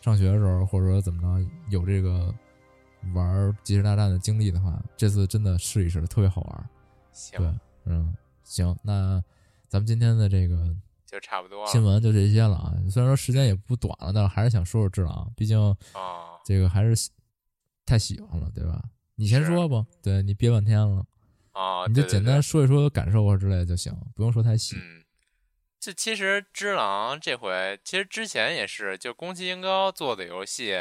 Speaker 1: 上学的时候或者说怎么着有这个玩即时大战的经历的话，这次真的试一试，特别好玩。对
Speaker 2: 行，，
Speaker 1: 嗯，行，那咱们今天的这个
Speaker 2: 就差不多
Speaker 1: 新
Speaker 2: 了
Speaker 1: 闻就这些了啊。虽然说时间也不短了，但是还是想说说智朗，毕竟
Speaker 2: 啊。
Speaker 1: 这个还是喜太喜欢了，对吧？你先
Speaker 2: 是
Speaker 1: 说吧，对你憋半天了，
Speaker 2: 哦，
Speaker 1: 你就
Speaker 2: 对对
Speaker 1: 简
Speaker 2: 对
Speaker 1: 单说一说感受或者之类的就行，不用说太细。
Speaker 2: 嗯，这其实《只狼》这回，其实之前也是，就宫崎英高做的游戏，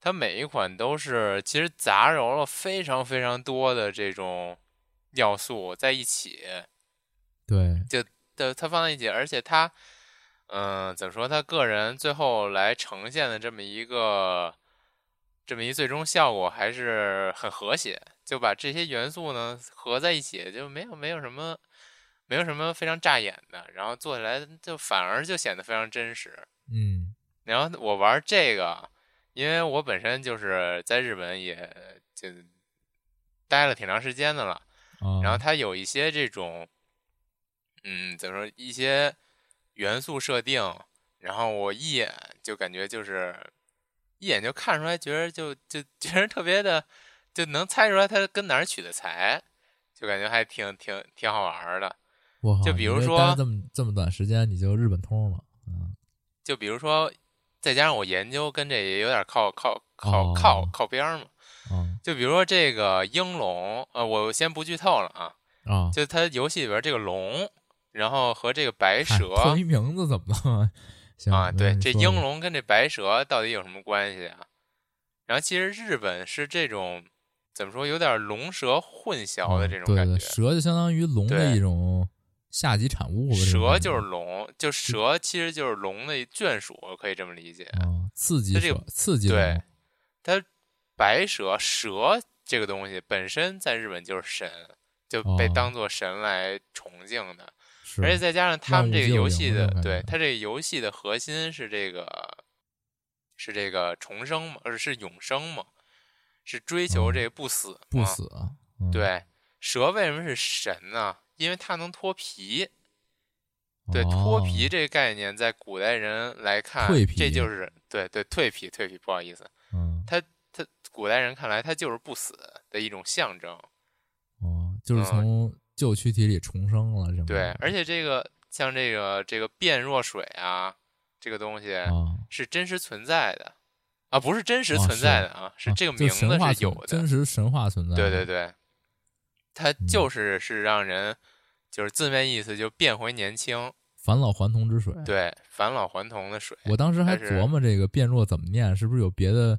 Speaker 2: 它每一款都是其实杂糅了非常非常多的这种要素在一起，
Speaker 1: 对，
Speaker 2: 对，它放在一起，而且它，嗯、怎么说？他个人最后来呈现的这么一个，这么一最终效果还是很和谐，就把这些元素呢合在一起，就没有没有什么，没有什么非常扎眼的，然后做起来就反而就显得非常真实。
Speaker 1: 嗯
Speaker 2: 然后我玩这个，因为我本身就是在日本也就待了挺长时间的了。
Speaker 1: 啊，
Speaker 2: 然后它有一些这种，嗯，怎么说一些元素设定，然后我一眼就感觉就是一眼就看出来，觉得就就觉得特别的，就能猜出来它跟哪儿取的材，就感觉还挺挺挺好玩儿的。
Speaker 1: 我靠
Speaker 2: 就比
Speaker 1: 你
Speaker 2: 如
Speaker 1: 这
Speaker 2: 说
Speaker 1: 待了这么这么短时间，你就日本通了，嗯，
Speaker 2: 就比如说，再加上我研究跟这也有点靠靠靠
Speaker 1: 哦
Speaker 2: 靠靠边儿嘛，
Speaker 1: 啊
Speaker 2: 就比如说这个英龙，呃，我先不剧透了啊，
Speaker 1: 啊，
Speaker 2: 就它游戏里边儿这个龙，然后和这个白
Speaker 1: 哎
Speaker 2: 蛇。
Speaker 1: 凑一名字怎么了？ (laughs) 行
Speaker 2: 啊，对，这英，
Speaker 1: 嗯没事你说吧
Speaker 2: 龙跟这白蛇到底有什么关系啊？然后其实日本是这种怎么说，有点龙蛇混淆的
Speaker 1: 嗯
Speaker 2: 这种
Speaker 1: 对
Speaker 2: 感
Speaker 1: 对，
Speaker 2: 觉。
Speaker 1: 蛇就相当于龙的
Speaker 2: 对
Speaker 1: 一种下级产物吧，这种
Speaker 2: 蛇
Speaker 1: 感
Speaker 2: 就
Speaker 1: 觉
Speaker 2: 是龙，就蛇其实就是龙的眷属，可以这么理解。
Speaker 1: 啊，刺激
Speaker 2: 它这个
Speaker 1: 蛇，刺激
Speaker 2: 对
Speaker 1: 龙，
Speaker 2: 它白蛇蛇这个东西本身在日本就是神，就被
Speaker 1: 哦
Speaker 2: 当做神来崇敬的。
Speaker 1: 是
Speaker 2: 而且再加上他们这个游戏
Speaker 1: 万物皆有灵
Speaker 2: 的
Speaker 1: 那种，感
Speaker 2: 对
Speaker 1: 觉啊
Speaker 2: 它这个游戏的核心是这个，是这个重生嘛，呃，是永生嘛，是追求
Speaker 1: 嗯
Speaker 2: 这个不死，
Speaker 1: 不。死，嗯、，
Speaker 2: 啊对，蛇为什么是神呢？因为它能脱皮。对，
Speaker 1: 哦、
Speaker 2: 脱皮这个概念在古代人来看这
Speaker 1: 蜕，皮
Speaker 2: 就是对对蜕皮蜕皮，不好意思，
Speaker 1: 嗯，
Speaker 2: 它它古代人看来它就是不死的一种象征。
Speaker 1: 哦，就是
Speaker 2: 嗯
Speaker 1: 从旧躯体里重生了，这么
Speaker 2: 对，而且
Speaker 1: 且
Speaker 2: 这个像这个这个变弱水啊，这个东西，
Speaker 1: 啊，
Speaker 2: 是真实存在的啊，不是真实
Speaker 1: 啊
Speaker 2: 存
Speaker 1: 是
Speaker 2: 在的啊，是
Speaker 1: 啊
Speaker 2: 这个名
Speaker 1: 就
Speaker 2: 字
Speaker 1: 神话
Speaker 2: 是有
Speaker 1: 存
Speaker 2: 的，
Speaker 1: 真实神话存在，
Speaker 2: 对对，对，它
Speaker 1: 嗯
Speaker 2: 就是是让人就是字面意思就变回年轻，
Speaker 1: 返老还童之水。
Speaker 2: 对，返老还童的水。
Speaker 1: 嗯我当时还
Speaker 2: 但是
Speaker 1: 琢磨这个变弱怎么念，是不是有别的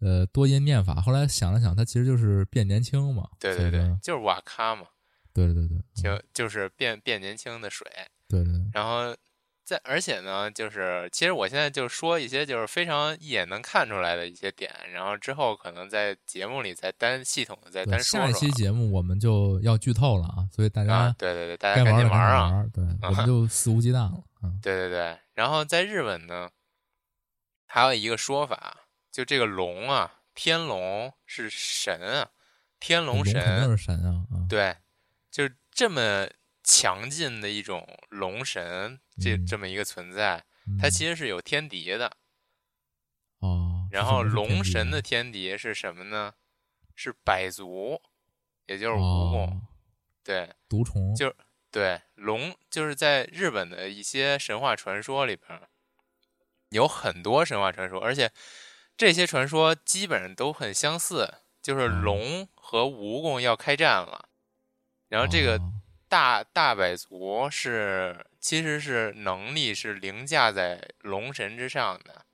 Speaker 1: 呃多音念法？后来想了想，它其实就是变年轻嘛。
Speaker 2: 对
Speaker 1: 所以
Speaker 2: 对对
Speaker 1: 说，
Speaker 2: 就是瓦卡嘛，
Speaker 1: 对对对对，嗯
Speaker 2: 就就是变变年轻的水。
Speaker 1: 对对对，
Speaker 2: 然后在而且呢，就是其实我现在就说一些就是非常一眼能看出来的一些点，然后之后可能在节目里再单系统的再
Speaker 1: 对
Speaker 2: 单说
Speaker 1: 下一
Speaker 2: 说
Speaker 1: 期节目我们就要剧透了啊，所以大
Speaker 2: 啊
Speaker 1: 家，
Speaker 2: 对对对，大
Speaker 1: 该
Speaker 2: 家赶
Speaker 1: 玩
Speaker 2: 紧
Speaker 1: 的
Speaker 2: 玩
Speaker 1: 玩
Speaker 2: 儿啊。
Speaker 1: 儿，对，
Speaker 2: (laughs)
Speaker 1: 我们就肆无忌惮了，嗯，
Speaker 2: 对对对，然后在日本呢，还有一个说法，就这个龙啊，天龙是神啊，天龙
Speaker 1: 龙
Speaker 2: 神
Speaker 1: 肯定是神啊啊！
Speaker 2: 对，就是这么强劲的一种龙神，这、
Speaker 1: 嗯
Speaker 2: 这么一个存在，
Speaker 1: 嗯，
Speaker 2: 它其实是有天敌的。
Speaker 1: 哦，
Speaker 2: 然
Speaker 1: 这
Speaker 2: 后
Speaker 1: 怎么是天
Speaker 2: 龙
Speaker 1: 地
Speaker 2: 神
Speaker 1: 呢
Speaker 2: 的天敌是什么呢？是百足，也就是蜈蚣。
Speaker 1: 哦，
Speaker 2: 对
Speaker 1: 毒虫
Speaker 2: 就对，龙就是在日本的一些神话传说里边儿，有很多神话传说，而且这些传说基本上都很相似，就是
Speaker 1: 嗯
Speaker 2: 龙和蜈蚣要开战了，然后这个
Speaker 1: 哦
Speaker 2: 大大百足是其实是能力是凌驾在龙神之上的，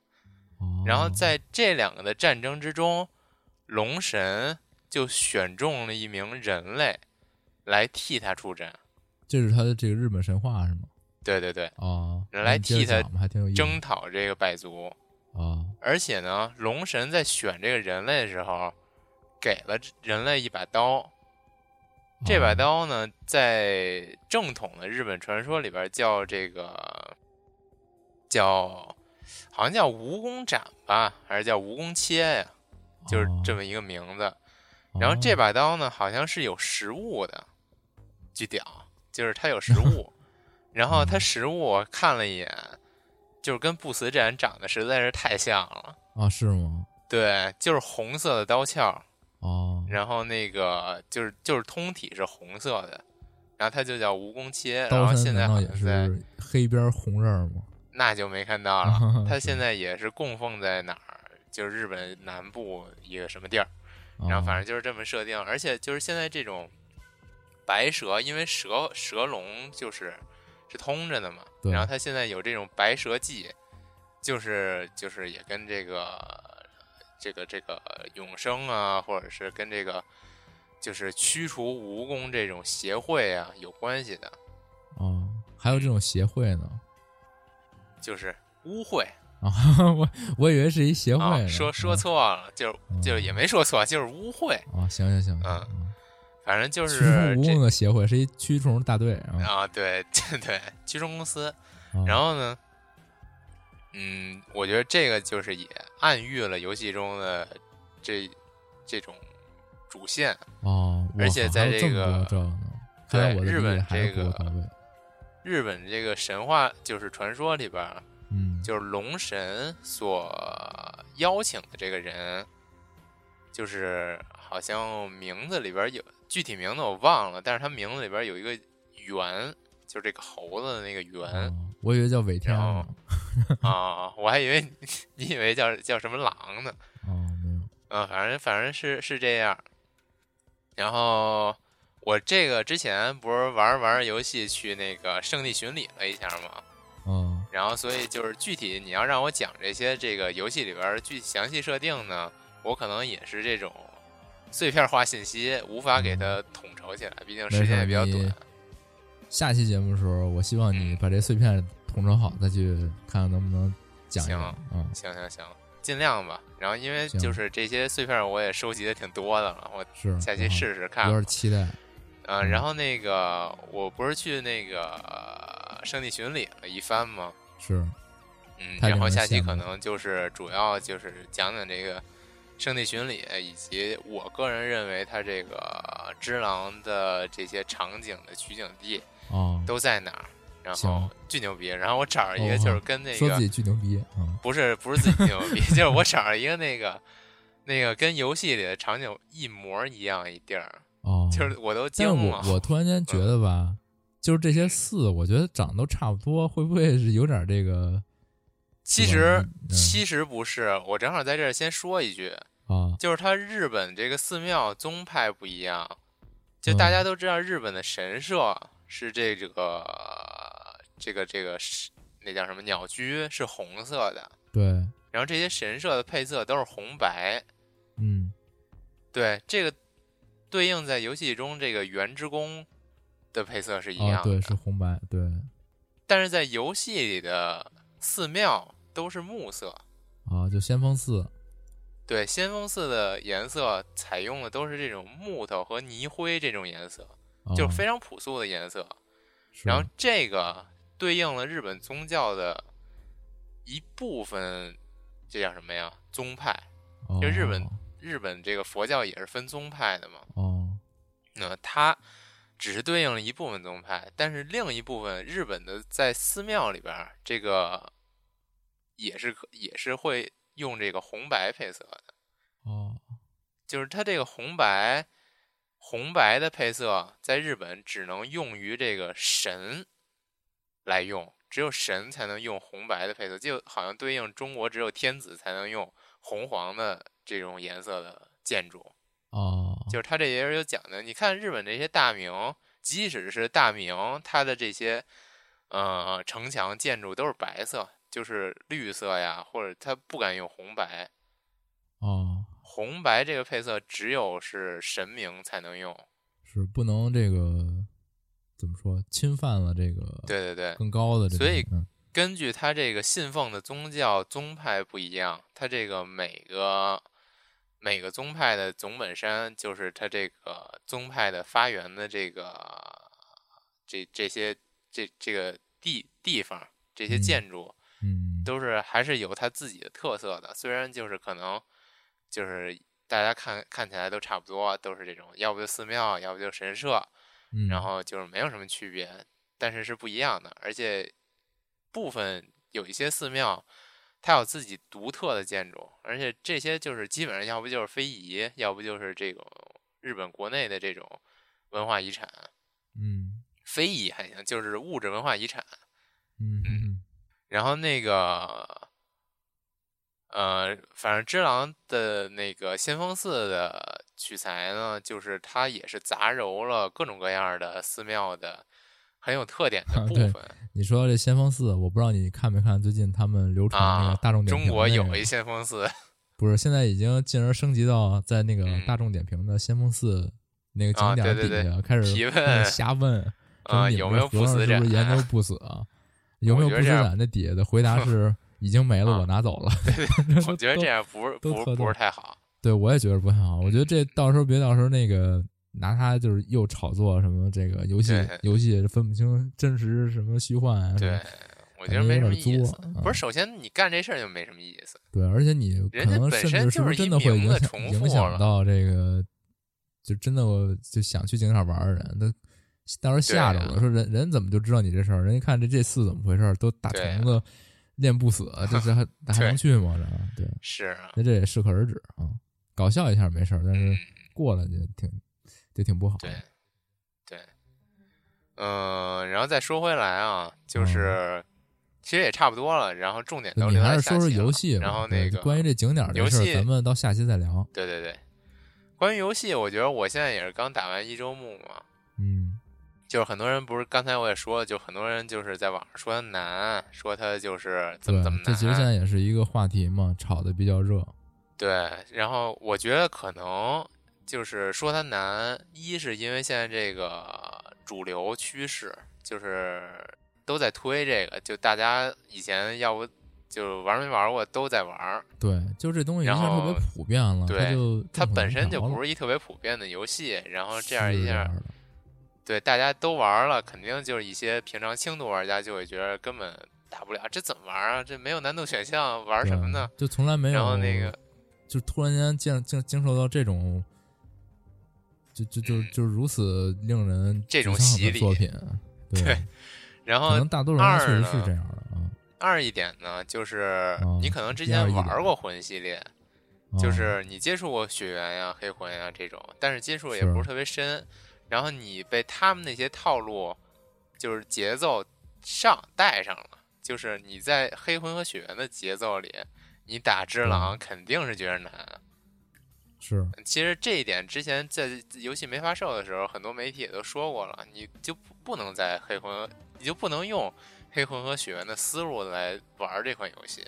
Speaker 2: 然后
Speaker 1: 哦
Speaker 2: 在这两个的战争之中，龙神就选中了一名人类来替他出战。
Speaker 1: 这是他的这个日本神话是吗？
Speaker 2: 对对对，
Speaker 1: 啊，
Speaker 2: 人来
Speaker 1: 你接着
Speaker 2: 替他
Speaker 1: 讲吧还挺有意思
Speaker 2: 征讨这个百族。
Speaker 1: 啊
Speaker 2: 而且呢，龙神在选这个人类的时候，给了人类一把刀。这把
Speaker 1: 啊
Speaker 2: 刀呢，在正统的日本传说里边叫这个叫，好像叫蜈蚣斩吧，还是叫蜈蚣切呀？就是
Speaker 1: 哦
Speaker 2: 这么一个名字。然后这
Speaker 1: 哦
Speaker 2: 把刀呢，好像是有实物的，巨屌，就是它有实物。然后
Speaker 1: 嗯
Speaker 2: 它实物我看了一眼，就是跟不死斩长得实在是太像了。
Speaker 1: 啊是吗？
Speaker 2: 对，就是红色的刀鞘，
Speaker 1: 哦，
Speaker 2: 然后那个就是就是通体是红色的，然后它就叫蜈蚣切。然
Speaker 1: 刀
Speaker 2: 后
Speaker 1: 山
Speaker 2: 现在
Speaker 1: 难
Speaker 2: 好
Speaker 1: 道
Speaker 2: 像
Speaker 1: 也
Speaker 2: 在
Speaker 1: 是黑边红刃吗？
Speaker 2: 那就没看到
Speaker 1: (laughs)
Speaker 2: 了。它现在也是供奉在哪儿？就是日本南部一个什么地儿？然
Speaker 1: 哦
Speaker 2: 后反正就是这么设定，而且就是现在这种白蛇，因为蛇蛇龙就是是通着的嘛，
Speaker 1: 对
Speaker 2: 然后它现在有这种白蛇记，就是就是也跟这个这个这个永生啊，或者是跟这个就是驱除蜈蚣这种协会啊有关系的，
Speaker 1: 正啊还有这种协会呢 (laughs)
Speaker 2: 就是污秽
Speaker 1: 啊，我我以为是一协会
Speaker 2: 啊，
Speaker 1: 呢
Speaker 2: 说说
Speaker 1: 啊
Speaker 2: 错了，就是就是也没说错，就是污秽，
Speaker 1: 啊，行行行，
Speaker 2: 嗯
Speaker 1: 嗯
Speaker 2: 反正就
Speaker 1: 驱虫
Speaker 2: 是
Speaker 1: 蜈
Speaker 2: 这
Speaker 1: 蚣的协会是一驱虫大队啊，
Speaker 2: 啊，对 (laughs) 对，驱虫公司。
Speaker 1: 啊
Speaker 2: 然后呢，嗯，我觉得这个就是也暗喻了游戏中的这这种主线。
Speaker 1: 哦，
Speaker 2: 而且在
Speaker 1: 这
Speaker 2: 这个
Speaker 1: 这呢，看来
Speaker 2: 对
Speaker 1: 我的
Speaker 2: 日
Speaker 1: 理解
Speaker 2: 本
Speaker 1: 还是
Speaker 2: 这
Speaker 1: 不够
Speaker 2: 个
Speaker 1: 到位，
Speaker 2: 日本这个神话就是传说里边儿，
Speaker 1: 嗯，
Speaker 2: 就是龙神所邀请的这个人，就是好像名字里边有具体名字我忘了，但是他名字里边有一个猿，就是这个猴子的那个猿。
Speaker 1: (laughs) 哦我以为叫尾天
Speaker 2: 然
Speaker 1: 呢
Speaker 2: 后，啊，我还以为你你以为叫叫什么狼呢？
Speaker 1: 哦，没有，
Speaker 2: 嗯，反正反正是是这样。然后我这个之前不是玩儿玩儿游戏去那个圣地巡礼了一下嘛，
Speaker 1: 嗯，
Speaker 2: 然后所以就是具体你要让我讲这些这个游戏里边儿具体详细设定呢，我可能也是这种碎片化信息，无法给它统筹起来，毕竟时间也比较
Speaker 1: 嗯没事你
Speaker 2: 短。嗯
Speaker 1: 下期节目的时候，我希望你把这碎片统筹好，再去看看能不能讲一
Speaker 2: 行
Speaker 1: 讲
Speaker 2: 啊
Speaker 1: 啊。嗯
Speaker 2: 行行行，尽量吧。然后因为
Speaker 1: 行
Speaker 2: 就是这些碎片儿我也收集的挺多的了，我
Speaker 1: 是，
Speaker 2: 下期
Speaker 1: 嗯
Speaker 2: 试试看
Speaker 1: 有
Speaker 2: 吧。
Speaker 1: 点期待。
Speaker 2: 啊，
Speaker 1: 嗯
Speaker 2: 然后那个我不是去那个呃圣地巡礼了一番吗？
Speaker 1: 是，
Speaker 2: 嗯，
Speaker 1: 太令
Speaker 2: 然后
Speaker 1: 人
Speaker 2: 下期
Speaker 1: 羡慕
Speaker 2: 可
Speaker 1: 了
Speaker 2: 能就是主要就是讲讲这个圣地巡礼，以及我个人认为它这个呃只狼的这些场景的取景地
Speaker 1: 哦，
Speaker 2: 都在哪儿，然后
Speaker 1: 行
Speaker 2: 巨牛逼。然后我找了一个
Speaker 1: 哦
Speaker 2: 就是
Speaker 1: 好
Speaker 2: 跟那
Speaker 1: 说
Speaker 2: 个
Speaker 1: 自己巨牛逼啊、嗯
Speaker 2: 不是不是自己牛逼， (laughs) 就是我找了一个那个那个跟游戏里的场景一模一样一地儿，
Speaker 1: 哦，
Speaker 2: (laughs) 就是嗯我都惊
Speaker 1: 但是
Speaker 2: 了。
Speaker 1: 我我突然间觉得吧，就是这些寺，我觉得长得都差不多，会不会是有点这个
Speaker 2: 其
Speaker 1: 吧
Speaker 2: 实
Speaker 1: 嗯
Speaker 2: 其实不是，我正好在这儿先说一句，
Speaker 1: 啊？
Speaker 2: 就是它日本这个寺庙宗派不一样，就大
Speaker 1: 嗯
Speaker 2: 家都知道日本的神社是这这个这个这个是那叫什么鸟居是红色的，
Speaker 1: 对，
Speaker 2: 然后这些神社的配色都是红白，
Speaker 1: 嗯，
Speaker 2: 对这个对应在游戏中这个圆之宫的配色是一
Speaker 1: 哦，
Speaker 2: 样的，
Speaker 1: 对，是红白，对，
Speaker 2: 但是在游戏里的寺庙都是木色，
Speaker 1: 啊，就先锋寺，
Speaker 2: 对，先锋寺的颜色采用的都是这种木头和泥灰这种颜色，
Speaker 1: 啊、
Speaker 2: 就是非常朴素的颜色。
Speaker 1: 是
Speaker 2: 然后这个对应了日本宗教的一部分，这叫什么呀？宗派。
Speaker 1: 哦
Speaker 2: 就日本日本这个佛教也是分宗派的嘛，
Speaker 1: 哦，
Speaker 2: 那它只是对应了一部分宗派，但是另一部分日本的在寺庙里边儿，这个也是可也是会用这个红白配色的，
Speaker 1: 哦，
Speaker 2: 就是它这个红白红白的配色在日本只能用于这个神来用，只有神才能用红白的配色，就好像对应中国只有天子才能用红黄的这种颜色的建筑。
Speaker 1: 哦，
Speaker 2: 就是他这也是有讲的。你看日本这些大名，即使是大名，它的这些呃城墙建筑都是白色，就是绿色呀，或者它不敢用红白。
Speaker 1: 哦，
Speaker 2: 红白这个配色只有是神明才能用。
Speaker 1: 是不能这个怎么说侵犯了这个
Speaker 2: 对对对，
Speaker 1: 更高的这个，
Speaker 2: 所以
Speaker 1: 嗯
Speaker 2: 根据他这个信奉的宗教宗派不一样，他这个每个每个宗派的总本山，就是他这个宗派的发源的这个这这些这这个地地方这些
Speaker 1: 嗯
Speaker 2: 建筑，
Speaker 1: 嗯
Speaker 2: 都是还是有它自己的特色的。虽然就是可能就是大家看看起来都差不多，都是这种，要不就寺庙，要不就神社，
Speaker 1: 嗯，
Speaker 2: 然后就是没有什么区别，但是是不一样的。而且部分有一些寺庙，它有自己独特的建筑，而且这些就是基本上要不就是非遗，要不就是这种日本国内的这种文化遗产。
Speaker 1: 嗯
Speaker 2: 非遗还行，就是物质文化遗产。
Speaker 1: 嗯
Speaker 2: 嗯
Speaker 1: 嗯
Speaker 2: 然后那个，呃，反正之狼的那个先锋寺的取材呢，就是它也是杂糅了各种各样的寺庙的很有特点的
Speaker 1: 啊
Speaker 2: 部
Speaker 1: 对
Speaker 2: 分
Speaker 1: 你说这先锋寺，我不知道你看没看最近他们流传那
Speaker 2: 啊
Speaker 1: 个。大众点评、
Speaker 2: 中国有一
Speaker 1: 些
Speaker 2: 先锋
Speaker 1: (laughs)
Speaker 2: 寺，
Speaker 1: 不是现在已经进而升级到在那个
Speaker 2: 嗯
Speaker 1: 大众点评的先锋寺那个
Speaker 2: 啊
Speaker 1: 景点
Speaker 2: 对对对
Speaker 1: 底下开始
Speaker 2: 提问
Speaker 1: 开始瞎问说
Speaker 2: 啊
Speaker 1: 你们
Speaker 2: 有没有
Speaker 1: 这
Speaker 2: 不
Speaker 1: 和尚
Speaker 2: 死
Speaker 1: 是不
Speaker 2: 斩
Speaker 1: 是研究不死啊？有没有
Speaker 2: 我觉得
Speaker 1: 不死
Speaker 2: 这样
Speaker 1: 斩？那底下的回答是已经没了，
Speaker 2: 啊
Speaker 1: 我拿走了。
Speaker 2: 我觉得这样不是不
Speaker 1: 都特
Speaker 2: 是不
Speaker 1: 逗
Speaker 2: 是太好。
Speaker 1: 对，我也觉得不太好。我
Speaker 2: 嗯
Speaker 1: 觉得这到时候别到时候那个拿它就是又炒作什么这个游戏
Speaker 2: 对
Speaker 1: 游戏分不清真实什么虚幻啊。什
Speaker 2: 对
Speaker 1: 么，
Speaker 2: 我觉
Speaker 1: 感
Speaker 2: 得
Speaker 1: 觉
Speaker 2: 没
Speaker 1: 有
Speaker 2: 什么
Speaker 1: 点
Speaker 2: 意
Speaker 1: 作
Speaker 2: 思。不
Speaker 1: 啊
Speaker 2: 是，首先你干这事儿就没什么意思。
Speaker 1: 对，而且你可
Speaker 2: 人家
Speaker 1: 能
Speaker 2: 本
Speaker 1: 甚
Speaker 2: 身
Speaker 1: 至
Speaker 2: 就是
Speaker 1: 不是
Speaker 2: 一
Speaker 1: 真的会
Speaker 2: 名
Speaker 1: 影
Speaker 2: 的
Speaker 1: 响
Speaker 2: 重复
Speaker 1: 影响
Speaker 2: 了
Speaker 1: 到这个，就真的我就想去景点玩儿的人，他到时候吓着
Speaker 2: 对
Speaker 1: 了，说人人怎么就知道你这事儿？人一看这这次怎么回事儿，都打
Speaker 2: 对
Speaker 1: 虫子练不死，啊
Speaker 2: (laughs)
Speaker 1: 这是还还能
Speaker 2: 对
Speaker 1: 去吗？这对，
Speaker 2: 是啊，
Speaker 1: 那这也适可而止啊，搞笑一下没事儿，但是
Speaker 2: 嗯
Speaker 1: 过了就挺就挺不好。
Speaker 2: 对，对，嗯、然后再说回来啊，就是、其实也差不多了，然后重点
Speaker 1: 就
Speaker 2: 都
Speaker 1: 嗯你
Speaker 2: 留
Speaker 1: 还
Speaker 2: 在
Speaker 1: 是
Speaker 2: 下
Speaker 1: 说说
Speaker 2: 期
Speaker 1: 游
Speaker 2: 了
Speaker 1: 戏吧，
Speaker 2: 然后
Speaker 1: 对
Speaker 2: 那
Speaker 1: 就
Speaker 2: 个
Speaker 1: 关于这景点儿
Speaker 2: 游
Speaker 1: 的事儿，
Speaker 2: 戏
Speaker 1: 咱们到下期再聊。
Speaker 2: 对对对，关于游戏，我觉得我现在也是刚打完一周目嘛，
Speaker 1: 嗯
Speaker 2: 就是很多人不是刚才我也说了，就很多人就是在网上说它难，说它就是怎么怎么啊
Speaker 1: 对，这其实现
Speaker 2: 难，
Speaker 1: 在也是一个话题嘛，炒的比较热。
Speaker 2: 对，然后我觉得可能就是说它难，一是因为现在这个主流趋势就是都在推这个，就大家以前要不就玩没玩过都在玩儿，
Speaker 1: 对，就这东西一下
Speaker 2: 然
Speaker 1: 特
Speaker 2: 后
Speaker 1: 别普遍了，
Speaker 2: 对
Speaker 1: 它就
Speaker 2: 它本身就不
Speaker 1: 是
Speaker 2: 是一特别普遍的游戏，然后这样一
Speaker 1: 样
Speaker 2: 下
Speaker 1: 的
Speaker 2: 对大家都玩了，肯定就是一些平常轻度玩家就会觉得根本打不了，这怎么玩啊？这没有难度选项，玩什么呢？？
Speaker 1: 对就啊从来没有
Speaker 2: 然后那个，
Speaker 1: 就突然间经经经受到这种，就就就
Speaker 2: 嗯
Speaker 1: 就如此令人
Speaker 2: 这种
Speaker 1: 沮丧
Speaker 2: 洗
Speaker 1: 的
Speaker 2: 礼
Speaker 1: 作品，对
Speaker 2: 对，然
Speaker 1: 可
Speaker 2: 后
Speaker 1: 能大多数人确
Speaker 2: 二
Speaker 1: 实
Speaker 2: 呢
Speaker 1: 是这样的啊
Speaker 2: 二一点呢，就是
Speaker 1: 哦
Speaker 2: 你可能之
Speaker 1: 第二
Speaker 2: 前
Speaker 1: 一点
Speaker 2: 玩过魂系列，
Speaker 1: 啊，
Speaker 2: 就是你接触过血缘呀、黑魂呀这种，但是接触也
Speaker 1: 是
Speaker 2: 不是特别深，然后你被他们那些套路，就是节奏上带上了，就是你在黑魂和血缘的节奏里，你打只狼肯定是觉得难。
Speaker 1: 是
Speaker 2: 其实这一点之前在游戏没发售的时候，很多媒体也都说过了，你就不不能在黑魂，你就不能用黑魂和血缘的思路来玩这款游戏。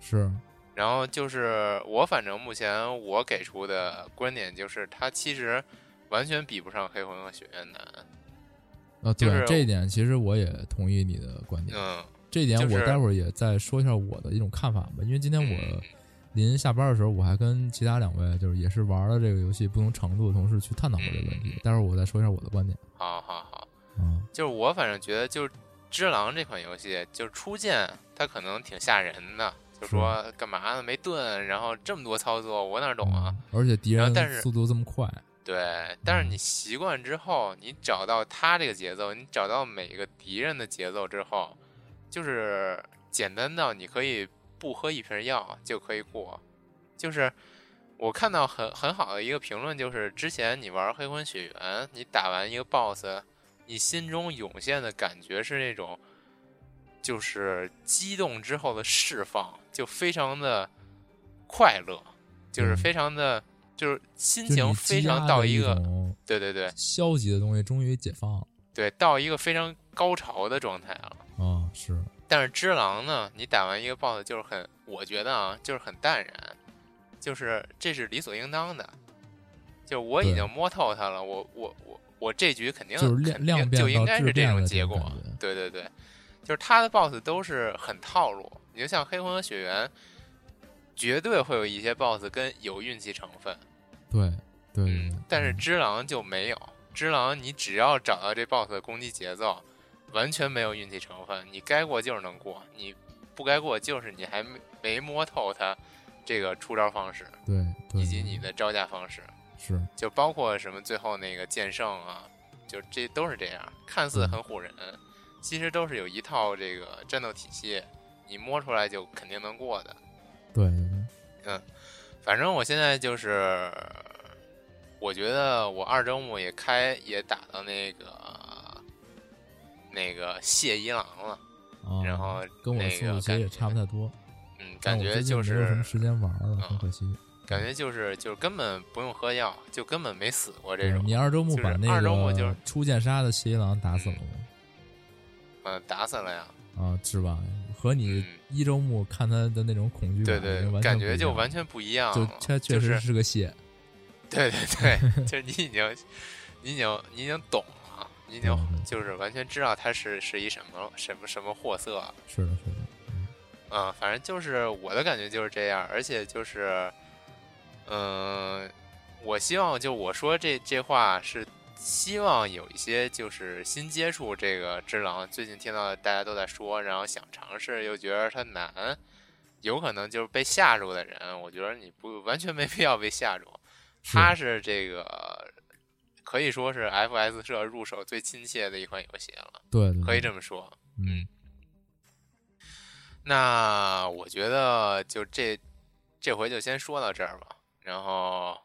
Speaker 1: 是，
Speaker 2: 然后就是我反正目前我给出的观点就是，它其实完全比不上黑魂和血缘难。
Speaker 1: 啊，
Speaker 2: 就
Speaker 1: 对
Speaker 2: 是
Speaker 1: 这一点，其实我也同意你的观点，
Speaker 2: 嗯，
Speaker 1: 这一点
Speaker 2: 就是
Speaker 1: 我待会儿也再说一下我的一种看法吧，因为今天我
Speaker 2: 嗯
Speaker 1: 临下班的时候，我还跟其他两位就是也是玩了这个游戏不同程度的同事去探讨过这个问题
Speaker 2: 嗯。
Speaker 1: 待会儿我再说一下我的观点
Speaker 2: 好好好，
Speaker 1: 啊。
Speaker 2: 就是我反正觉得就是《只狼》这款游戏，就是初见它可能挺吓人的，就说干嘛呢？没盾，然后这么多操作，我哪懂啊？
Speaker 1: 嗯而且敌
Speaker 2: 然
Speaker 1: 人
Speaker 2: 后但是
Speaker 1: 速度这么快，
Speaker 2: 对，但是你习惯之后，你找到他这个节奏，你找到每个敌人的节奏之后，就是简单到你可以不喝一瓶药就可以过。就是我看到很很好的一个评论，就是之前你玩黑魂血缘，你打完一个 BOSS，你心中涌现的感觉是那种，就是激动之后的释放，就非常的快乐，就是
Speaker 1: 嗯
Speaker 2: 非常的。就是心
Speaker 1: 就
Speaker 2: 情
Speaker 1: 你
Speaker 2: 非
Speaker 1: 积
Speaker 2: 常
Speaker 1: 压
Speaker 2: 到
Speaker 1: 的一
Speaker 2: 个，
Speaker 1: 种
Speaker 2: 对对对
Speaker 1: 消极的东西终于解放了
Speaker 2: 对，到一个非常高潮的状态了。
Speaker 1: 啊，是，
Speaker 2: 但是只狼呢，你打完一个 BOSS 就是很，我觉得啊，就是很淡然，就是这是理所应当的，就我已
Speaker 1: 对
Speaker 2: 经摸透他了，我我我我这局肯定
Speaker 1: 就是量
Speaker 2: 肯
Speaker 1: 量
Speaker 2: 定
Speaker 1: 变
Speaker 2: 就应
Speaker 1: 到
Speaker 2: 该
Speaker 1: 质
Speaker 2: 是这
Speaker 1: 变
Speaker 2: 种
Speaker 1: 的
Speaker 2: 结
Speaker 1: 这种
Speaker 2: 果
Speaker 1: 感觉，
Speaker 2: 对对对，就是他的 BOSS 都是很套路，你就像黑魂和血缘，绝对会有一些 BOSS 跟有运气成分，
Speaker 1: 对对对
Speaker 2: 嗯
Speaker 1: 对，，
Speaker 2: 但是
Speaker 1: 嗯
Speaker 2: 只狼就没有，只狼你只要找到这 BOSS 的攻击节奏，完全没有运气成分，你该过就是能过，你不该过就是你还没没摸透他这个出招方式
Speaker 1: 对对，
Speaker 2: 以及你的招架方式，
Speaker 1: 是
Speaker 2: 就包括什么最后那个剑圣啊，就这都是这样，看似很唬人，其实都是有一套这个战斗体系，你摸出来就肯定能过的。
Speaker 1: 对对对，
Speaker 2: 反正我现在就是，我觉得我二周目也开也打到那个那个谢一郎了，
Speaker 1: 啊，
Speaker 2: 然后
Speaker 1: 跟我的
Speaker 2: 那
Speaker 1: 速
Speaker 2: 个
Speaker 1: 度其实也
Speaker 2: 感觉
Speaker 1: 差不太多，
Speaker 2: 嗯，感
Speaker 1: 但哦我
Speaker 2: 觉
Speaker 1: 最近
Speaker 2: 就
Speaker 1: 没有什么
Speaker 2: 是
Speaker 1: 时间玩了，很
Speaker 2: 嗯
Speaker 1: 可惜。
Speaker 2: 感觉就是就是根本不用喝药，就根本没死过这
Speaker 1: 对
Speaker 2: 种，
Speaker 1: 哎你二周目
Speaker 2: 就是
Speaker 1: 把那
Speaker 2: 二周目就是
Speaker 1: 个初见杀的七一郎打死了吗？
Speaker 2: 嗯、打死了呀，
Speaker 1: 啊，是吧？和你
Speaker 2: 嗯
Speaker 1: 一周目看他的那种恐惧
Speaker 2: 对
Speaker 1: 感，已
Speaker 2: 对
Speaker 1: 经完，全
Speaker 2: 感
Speaker 1: 不
Speaker 2: 觉
Speaker 1: 一
Speaker 2: 就
Speaker 1: 样
Speaker 2: 完全不一样
Speaker 1: 就
Speaker 2: 了，
Speaker 1: 他确
Speaker 2: 就
Speaker 1: 实
Speaker 2: 是
Speaker 1: 是个蟹，
Speaker 2: 对对
Speaker 1: (laughs)
Speaker 2: 对，就是你已经你已经你已经懂了，你已经
Speaker 1: 嗯嗯
Speaker 2: 就是完全知道他是是一什么什么什么货色了。
Speaker 1: 是的，是的，
Speaker 2: 嗯，反正就是我的感觉就是这样，而且就是，嗯、我希望就我说这这话是希望有一些就是新接触这个《只狼》，最近听到大家都在说，然后想尝试又觉得它难，有可能就是被吓住的人，我觉得你不完全没必要被吓住，
Speaker 1: 是
Speaker 2: 它是这个可以说是 FS 社入手最亲切的一款游戏了，
Speaker 1: 对对，
Speaker 2: 可以
Speaker 1: 对
Speaker 2: 这么说。啊
Speaker 1: 嗯，
Speaker 2: 那我觉得就这这回就先说到这儿吧，然后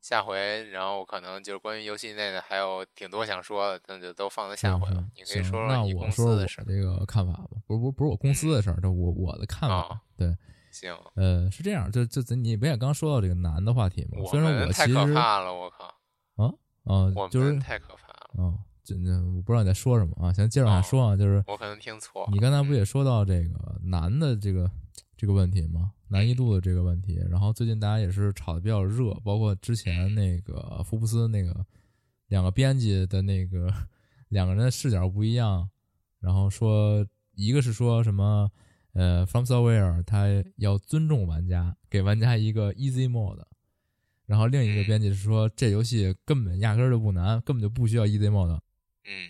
Speaker 2: 下回，然后我可能就是关于游戏内的还有挺多想说的，那就都放在下
Speaker 1: 是
Speaker 2: 回
Speaker 1: 是
Speaker 2: 吧。你可以
Speaker 1: 行
Speaker 2: 说
Speaker 1: 那
Speaker 2: 说你
Speaker 1: 我
Speaker 2: 公
Speaker 1: 说
Speaker 2: 司
Speaker 1: 我
Speaker 2: 的事儿。嗯
Speaker 1: 这个看法吧，不是不是不是我公司的事儿，这我我的看
Speaker 2: 哦
Speaker 1: 法，对，
Speaker 2: 行，
Speaker 1: 呃，是这样，就就咱你不也刚说到这个难的话题吗？
Speaker 2: 我
Speaker 1: 虽然
Speaker 2: 们
Speaker 1: 我
Speaker 2: 太
Speaker 1: 其实
Speaker 2: 可
Speaker 1: 啊，
Speaker 2: 怕了，我靠，我
Speaker 1: 嗯，就是
Speaker 2: 们太可怕了，
Speaker 1: 哦，这这我不知道你在说什么啊，行，接着往下说啊，就是
Speaker 2: 哦我可能听错了。
Speaker 1: 你刚才不也说到这个难的这个这个问题吗？难易度的这个问题，然后最近大家也是炒的比较热，包括之前那个福布斯那个两个编辑的那个两个人的视角不一样，然后说一个是说什么呃，From Software 他要尊重玩家，给玩家一个 Easy Mode，然后另一个编辑是说这游戏根本压根儿就不难，根本就不需要 Easy Mode，
Speaker 2: 嗯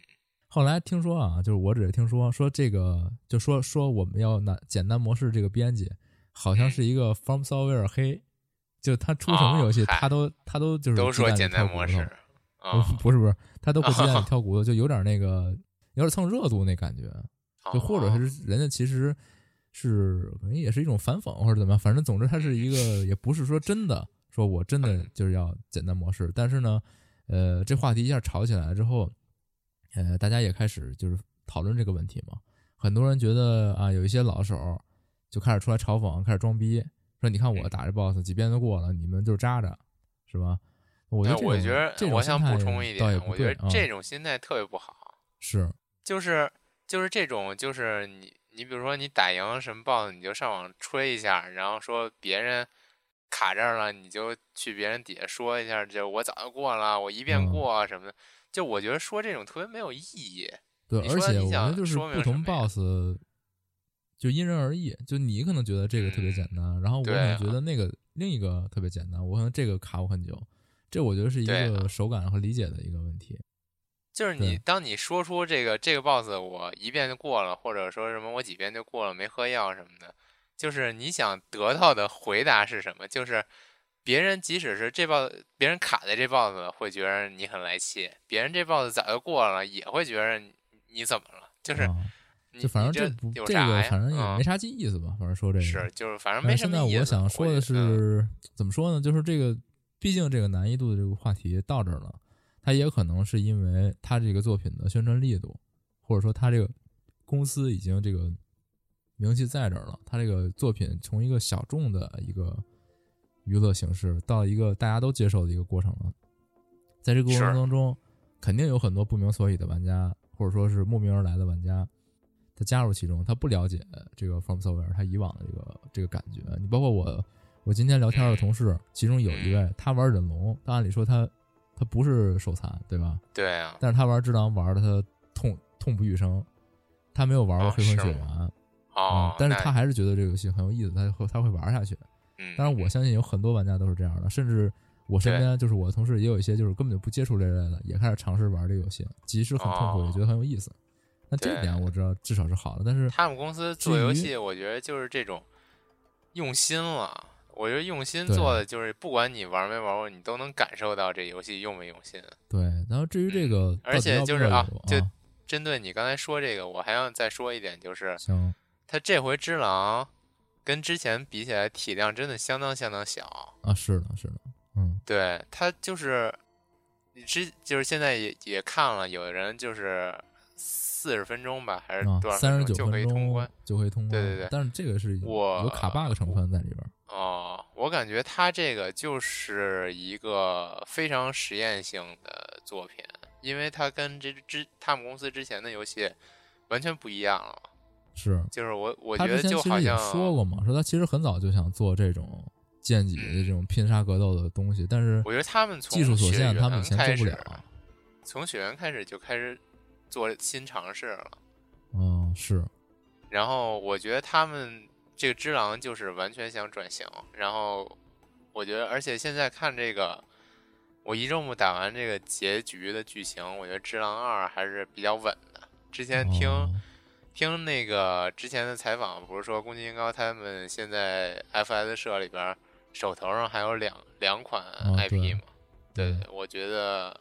Speaker 1: 后来听说啊，就是我只是听说说这个，就说说我们要拿简单模式这个编辑，好像是一个 From Software 黑，就他出什么游
Speaker 2: 嗯
Speaker 1: 戏，
Speaker 2: 哦嗨
Speaker 1: 他都他都就是
Speaker 2: 都说
Speaker 1: 鸡蛋里
Speaker 2: 简单
Speaker 1: 挑骨
Speaker 2: 模
Speaker 1: 头
Speaker 2: 式哦啊，
Speaker 1: 不是不是，他都会鸡
Speaker 2: (laughs)
Speaker 1: 蛋里挑骨头，就有点那个有点蹭热度那感觉， (laughs) 就或者
Speaker 2: 哦
Speaker 1: 是人家其实是可能也是一种反讽或者怎么样，反正总之它是一个也不是说真的说我真的
Speaker 2: 嗯
Speaker 1: 就是要简单模式，但是呢，呃，这话题一下吵起来之后，呃，大家也开始就是讨论这个问题嘛，很多人觉得啊，有一些老手儿就开始出来嘲讽，开始装逼，说你看
Speaker 2: 嗯
Speaker 1: 我打这 boss 几遍都过了，你们就是渣渣，是吧？我觉
Speaker 2: 对
Speaker 1: 得这种
Speaker 2: 啊我觉得
Speaker 1: 这种
Speaker 2: 我想
Speaker 1: 心态
Speaker 2: 补充一
Speaker 1: 倒也
Speaker 2: 点，
Speaker 1: 不
Speaker 2: 我觉
Speaker 1: 对
Speaker 2: 得
Speaker 1: 啊
Speaker 2: 这种心态特别不好。
Speaker 1: 是
Speaker 2: 就是就是这种，就是你你比如说你打赢什么 BOSS，你就上网吹一下，然后说别人卡这儿了，你就去别人底下说一下，就我早就过了，我一遍
Speaker 1: 嗯
Speaker 2: 过啊什么的。就我觉得说这种特别没有意义。
Speaker 1: 对，
Speaker 2: 你
Speaker 1: 而
Speaker 2: 说
Speaker 1: 且
Speaker 2: 你
Speaker 1: 我觉
Speaker 2: 想
Speaker 1: 得就是
Speaker 2: 说明
Speaker 1: 不同
Speaker 2: 什么呀
Speaker 1: boss 就因人而异，就你可能觉得这个特别简单，然后我可
Speaker 2: 嗯对
Speaker 1: 能
Speaker 2: 啊
Speaker 1: 觉得那个、另一个特别简单，我可能这个卡我很久，这我觉得是一
Speaker 2: 对啊
Speaker 1: 个手感和理解的一个问题。
Speaker 2: 就是你
Speaker 1: 对
Speaker 2: 当你说出这个这个 BOSS 我一遍就过了，或者说什么我几遍就过了，没喝药什么的，就是你想得到的回答是什么？就是别人即使是这 boss，别人卡在这 boss 了，会觉得你很来气；别人这 boss 早就过了，也会觉得你怎么了？就是
Speaker 1: 啊
Speaker 2: 你、
Speaker 1: 就反正
Speaker 2: 你这
Speaker 1: 不
Speaker 2: 有
Speaker 1: 这
Speaker 2: 啥
Speaker 1: 个
Speaker 2: 呀？
Speaker 1: 反正也
Speaker 2: 嗯
Speaker 1: 没啥意思吧，反正说这个
Speaker 2: 是，就是反正没
Speaker 1: 但是
Speaker 2: 什
Speaker 1: 现
Speaker 2: 么
Speaker 1: 在
Speaker 2: 意思。
Speaker 1: 我想说的
Speaker 2: 觉得嗯
Speaker 1: 是，怎么说呢？就是这个，毕竟这个难易度的这个话题到这儿了，它也可能是因为它这个作品的宣传力度，或者说它这个公司已经这个名气在这儿了，它这个作品从一个小众的一个娱乐形式到一个大家都接受的一个过程了，在这个过
Speaker 3: 是
Speaker 1: 程当中，肯定有很多不明所以的玩家，或者说是慕名而来的玩家，他加入其中，他不了解这个 From Software 他以往的这个这个感觉。你包括我，我今天聊天的同
Speaker 2: 嗯
Speaker 1: 事，其中有一位他玩忍龙，他按理说他他不是手残，对吧？
Speaker 2: 对啊，
Speaker 1: 但是他玩智狼玩的他痛痛不欲生，他没有玩过
Speaker 2: 哦
Speaker 1: 黑魂
Speaker 2: 是
Speaker 1: 血
Speaker 2: 吗
Speaker 1: 丸，
Speaker 2: 哦
Speaker 1: 嗯，但是
Speaker 2: 那
Speaker 1: 他还是觉得这个游戏很有意思，他会他会玩下去。
Speaker 2: 嗯，
Speaker 1: 当然，我相信有很多玩家都是这样的，甚至我身边就是我的同事也有一些就是根本就不接触这类的，也开始尝试玩这个游戏，即使很痛苦，
Speaker 2: 哦
Speaker 1: 也觉得很有意思。那这一
Speaker 2: 对
Speaker 1: 点我知道至少是好的，但是
Speaker 2: 他们公司
Speaker 1: 至
Speaker 2: 做
Speaker 1: 于
Speaker 2: 游戏，我觉得就是这种用心了。我觉得用心
Speaker 1: 对
Speaker 2: 做的就是，不管你玩没玩过，你都能感受到这游戏用没用心。
Speaker 1: 对，然后至于这个到
Speaker 2: 而
Speaker 1: 底
Speaker 2: 且
Speaker 1: 要不
Speaker 2: 就
Speaker 1: 要
Speaker 2: 是
Speaker 1: 有，
Speaker 2: 啊
Speaker 1: 啊，
Speaker 2: 就针对你刚才说这个，我还想再说一点，就是
Speaker 1: 行，
Speaker 2: 他这回只狼跟之前比起来，体量真的相当相当小。
Speaker 1: 啊，是的，是的，嗯，
Speaker 2: 对他就是，你之就是现在也也看了，有的人就是四十分钟吧，还是
Speaker 1: 啊
Speaker 2: 呃多，少
Speaker 1: 三
Speaker 2: 分
Speaker 1: 十
Speaker 2: 钟
Speaker 1: 九
Speaker 2: 就可以
Speaker 1: 分
Speaker 2: 通关
Speaker 1: 钟。就可以通关，
Speaker 2: 对对对
Speaker 1: 但是这个是
Speaker 2: 我
Speaker 1: 有卡 bug 成分在里边儿，
Speaker 2: 哦，我感觉他这个就是一个非常实验性的作品，因为它跟这之他们公司之前的游戏完全不一样了。
Speaker 1: 是。
Speaker 2: 就是我我
Speaker 1: 他
Speaker 2: 觉得
Speaker 1: 之前
Speaker 2: 就
Speaker 1: 其
Speaker 2: 好
Speaker 1: 实也
Speaker 2: 像
Speaker 1: 说过嘛，说他其实很早就想做这种剑戟的这种拼杀格斗的东西，但是
Speaker 2: 我觉得他们从
Speaker 1: 技术所
Speaker 2: 雪
Speaker 1: 限，他们以
Speaker 2: 原
Speaker 1: 前
Speaker 2: 开
Speaker 1: 做不
Speaker 2: 始啊
Speaker 1: 了。啊
Speaker 2: 从雪原开始就开始做新尝试了。
Speaker 1: 嗯，是，
Speaker 2: 然后我觉得他们这个只狼就是完全想转型，然后我觉得，而且现在看这个，我一周目打完这个结局的剧情，我觉得只狼二还是比较稳的。之前听、
Speaker 1: 哦
Speaker 2: 听那个之前的采访，不是说宫崎英高他们现在 FS 社里边儿手头上还有两两款
Speaker 1: 哦对
Speaker 2: IP 嘛？对
Speaker 1: 嗯
Speaker 2: 对，我觉得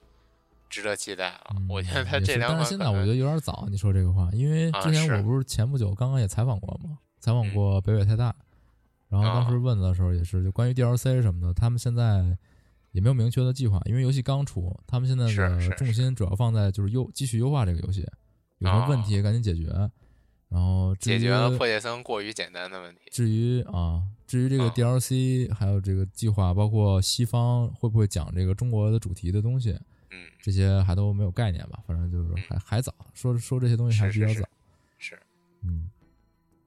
Speaker 2: 值得期待了。
Speaker 1: 嗯
Speaker 2: 我觉得他
Speaker 1: 也
Speaker 2: 这
Speaker 1: 是
Speaker 2: 两
Speaker 1: 但
Speaker 2: 款
Speaker 1: 是现在
Speaker 2: 可
Speaker 1: 我觉
Speaker 2: 能
Speaker 1: 得有点早，你说这个话，因为
Speaker 2: 啊
Speaker 1: 之前
Speaker 2: 是嗯
Speaker 1: 我不是前不久刚刚也采访过嘛，采访过北北太大，然后
Speaker 2: 啊
Speaker 1: 当时问的时候也是，就关于 DLC 什么的，他们现在也没有明确的计划，因为游戏刚出，他们现在
Speaker 2: 是是
Speaker 1: 的
Speaker 2: 是
Speaker 1: 重心主要放在就是优继续优化这个游戏，有什么问题赶紧解决，然后至
Speaker 2: 啊解决了
Speaker 1: 于
Speaker 2: 破解僧过于简单的问题。
Speaker 1: 至于啊，至于这个
Speaker 2: 啊
Speaker 1: DLC 还有这个计划，包括西方会不会讲这个中国的主题的东西，
Speaker 2: 嗯，
Speaker 1: 这些还都没有概念吧。反正就是还还早，说说这些东西还
Speaker 2: 是
Speaker 1: 比较
Speaker 2: 是
Speaker 1: 早。
Speaker 2: 是，
Speaker 1: 嗯，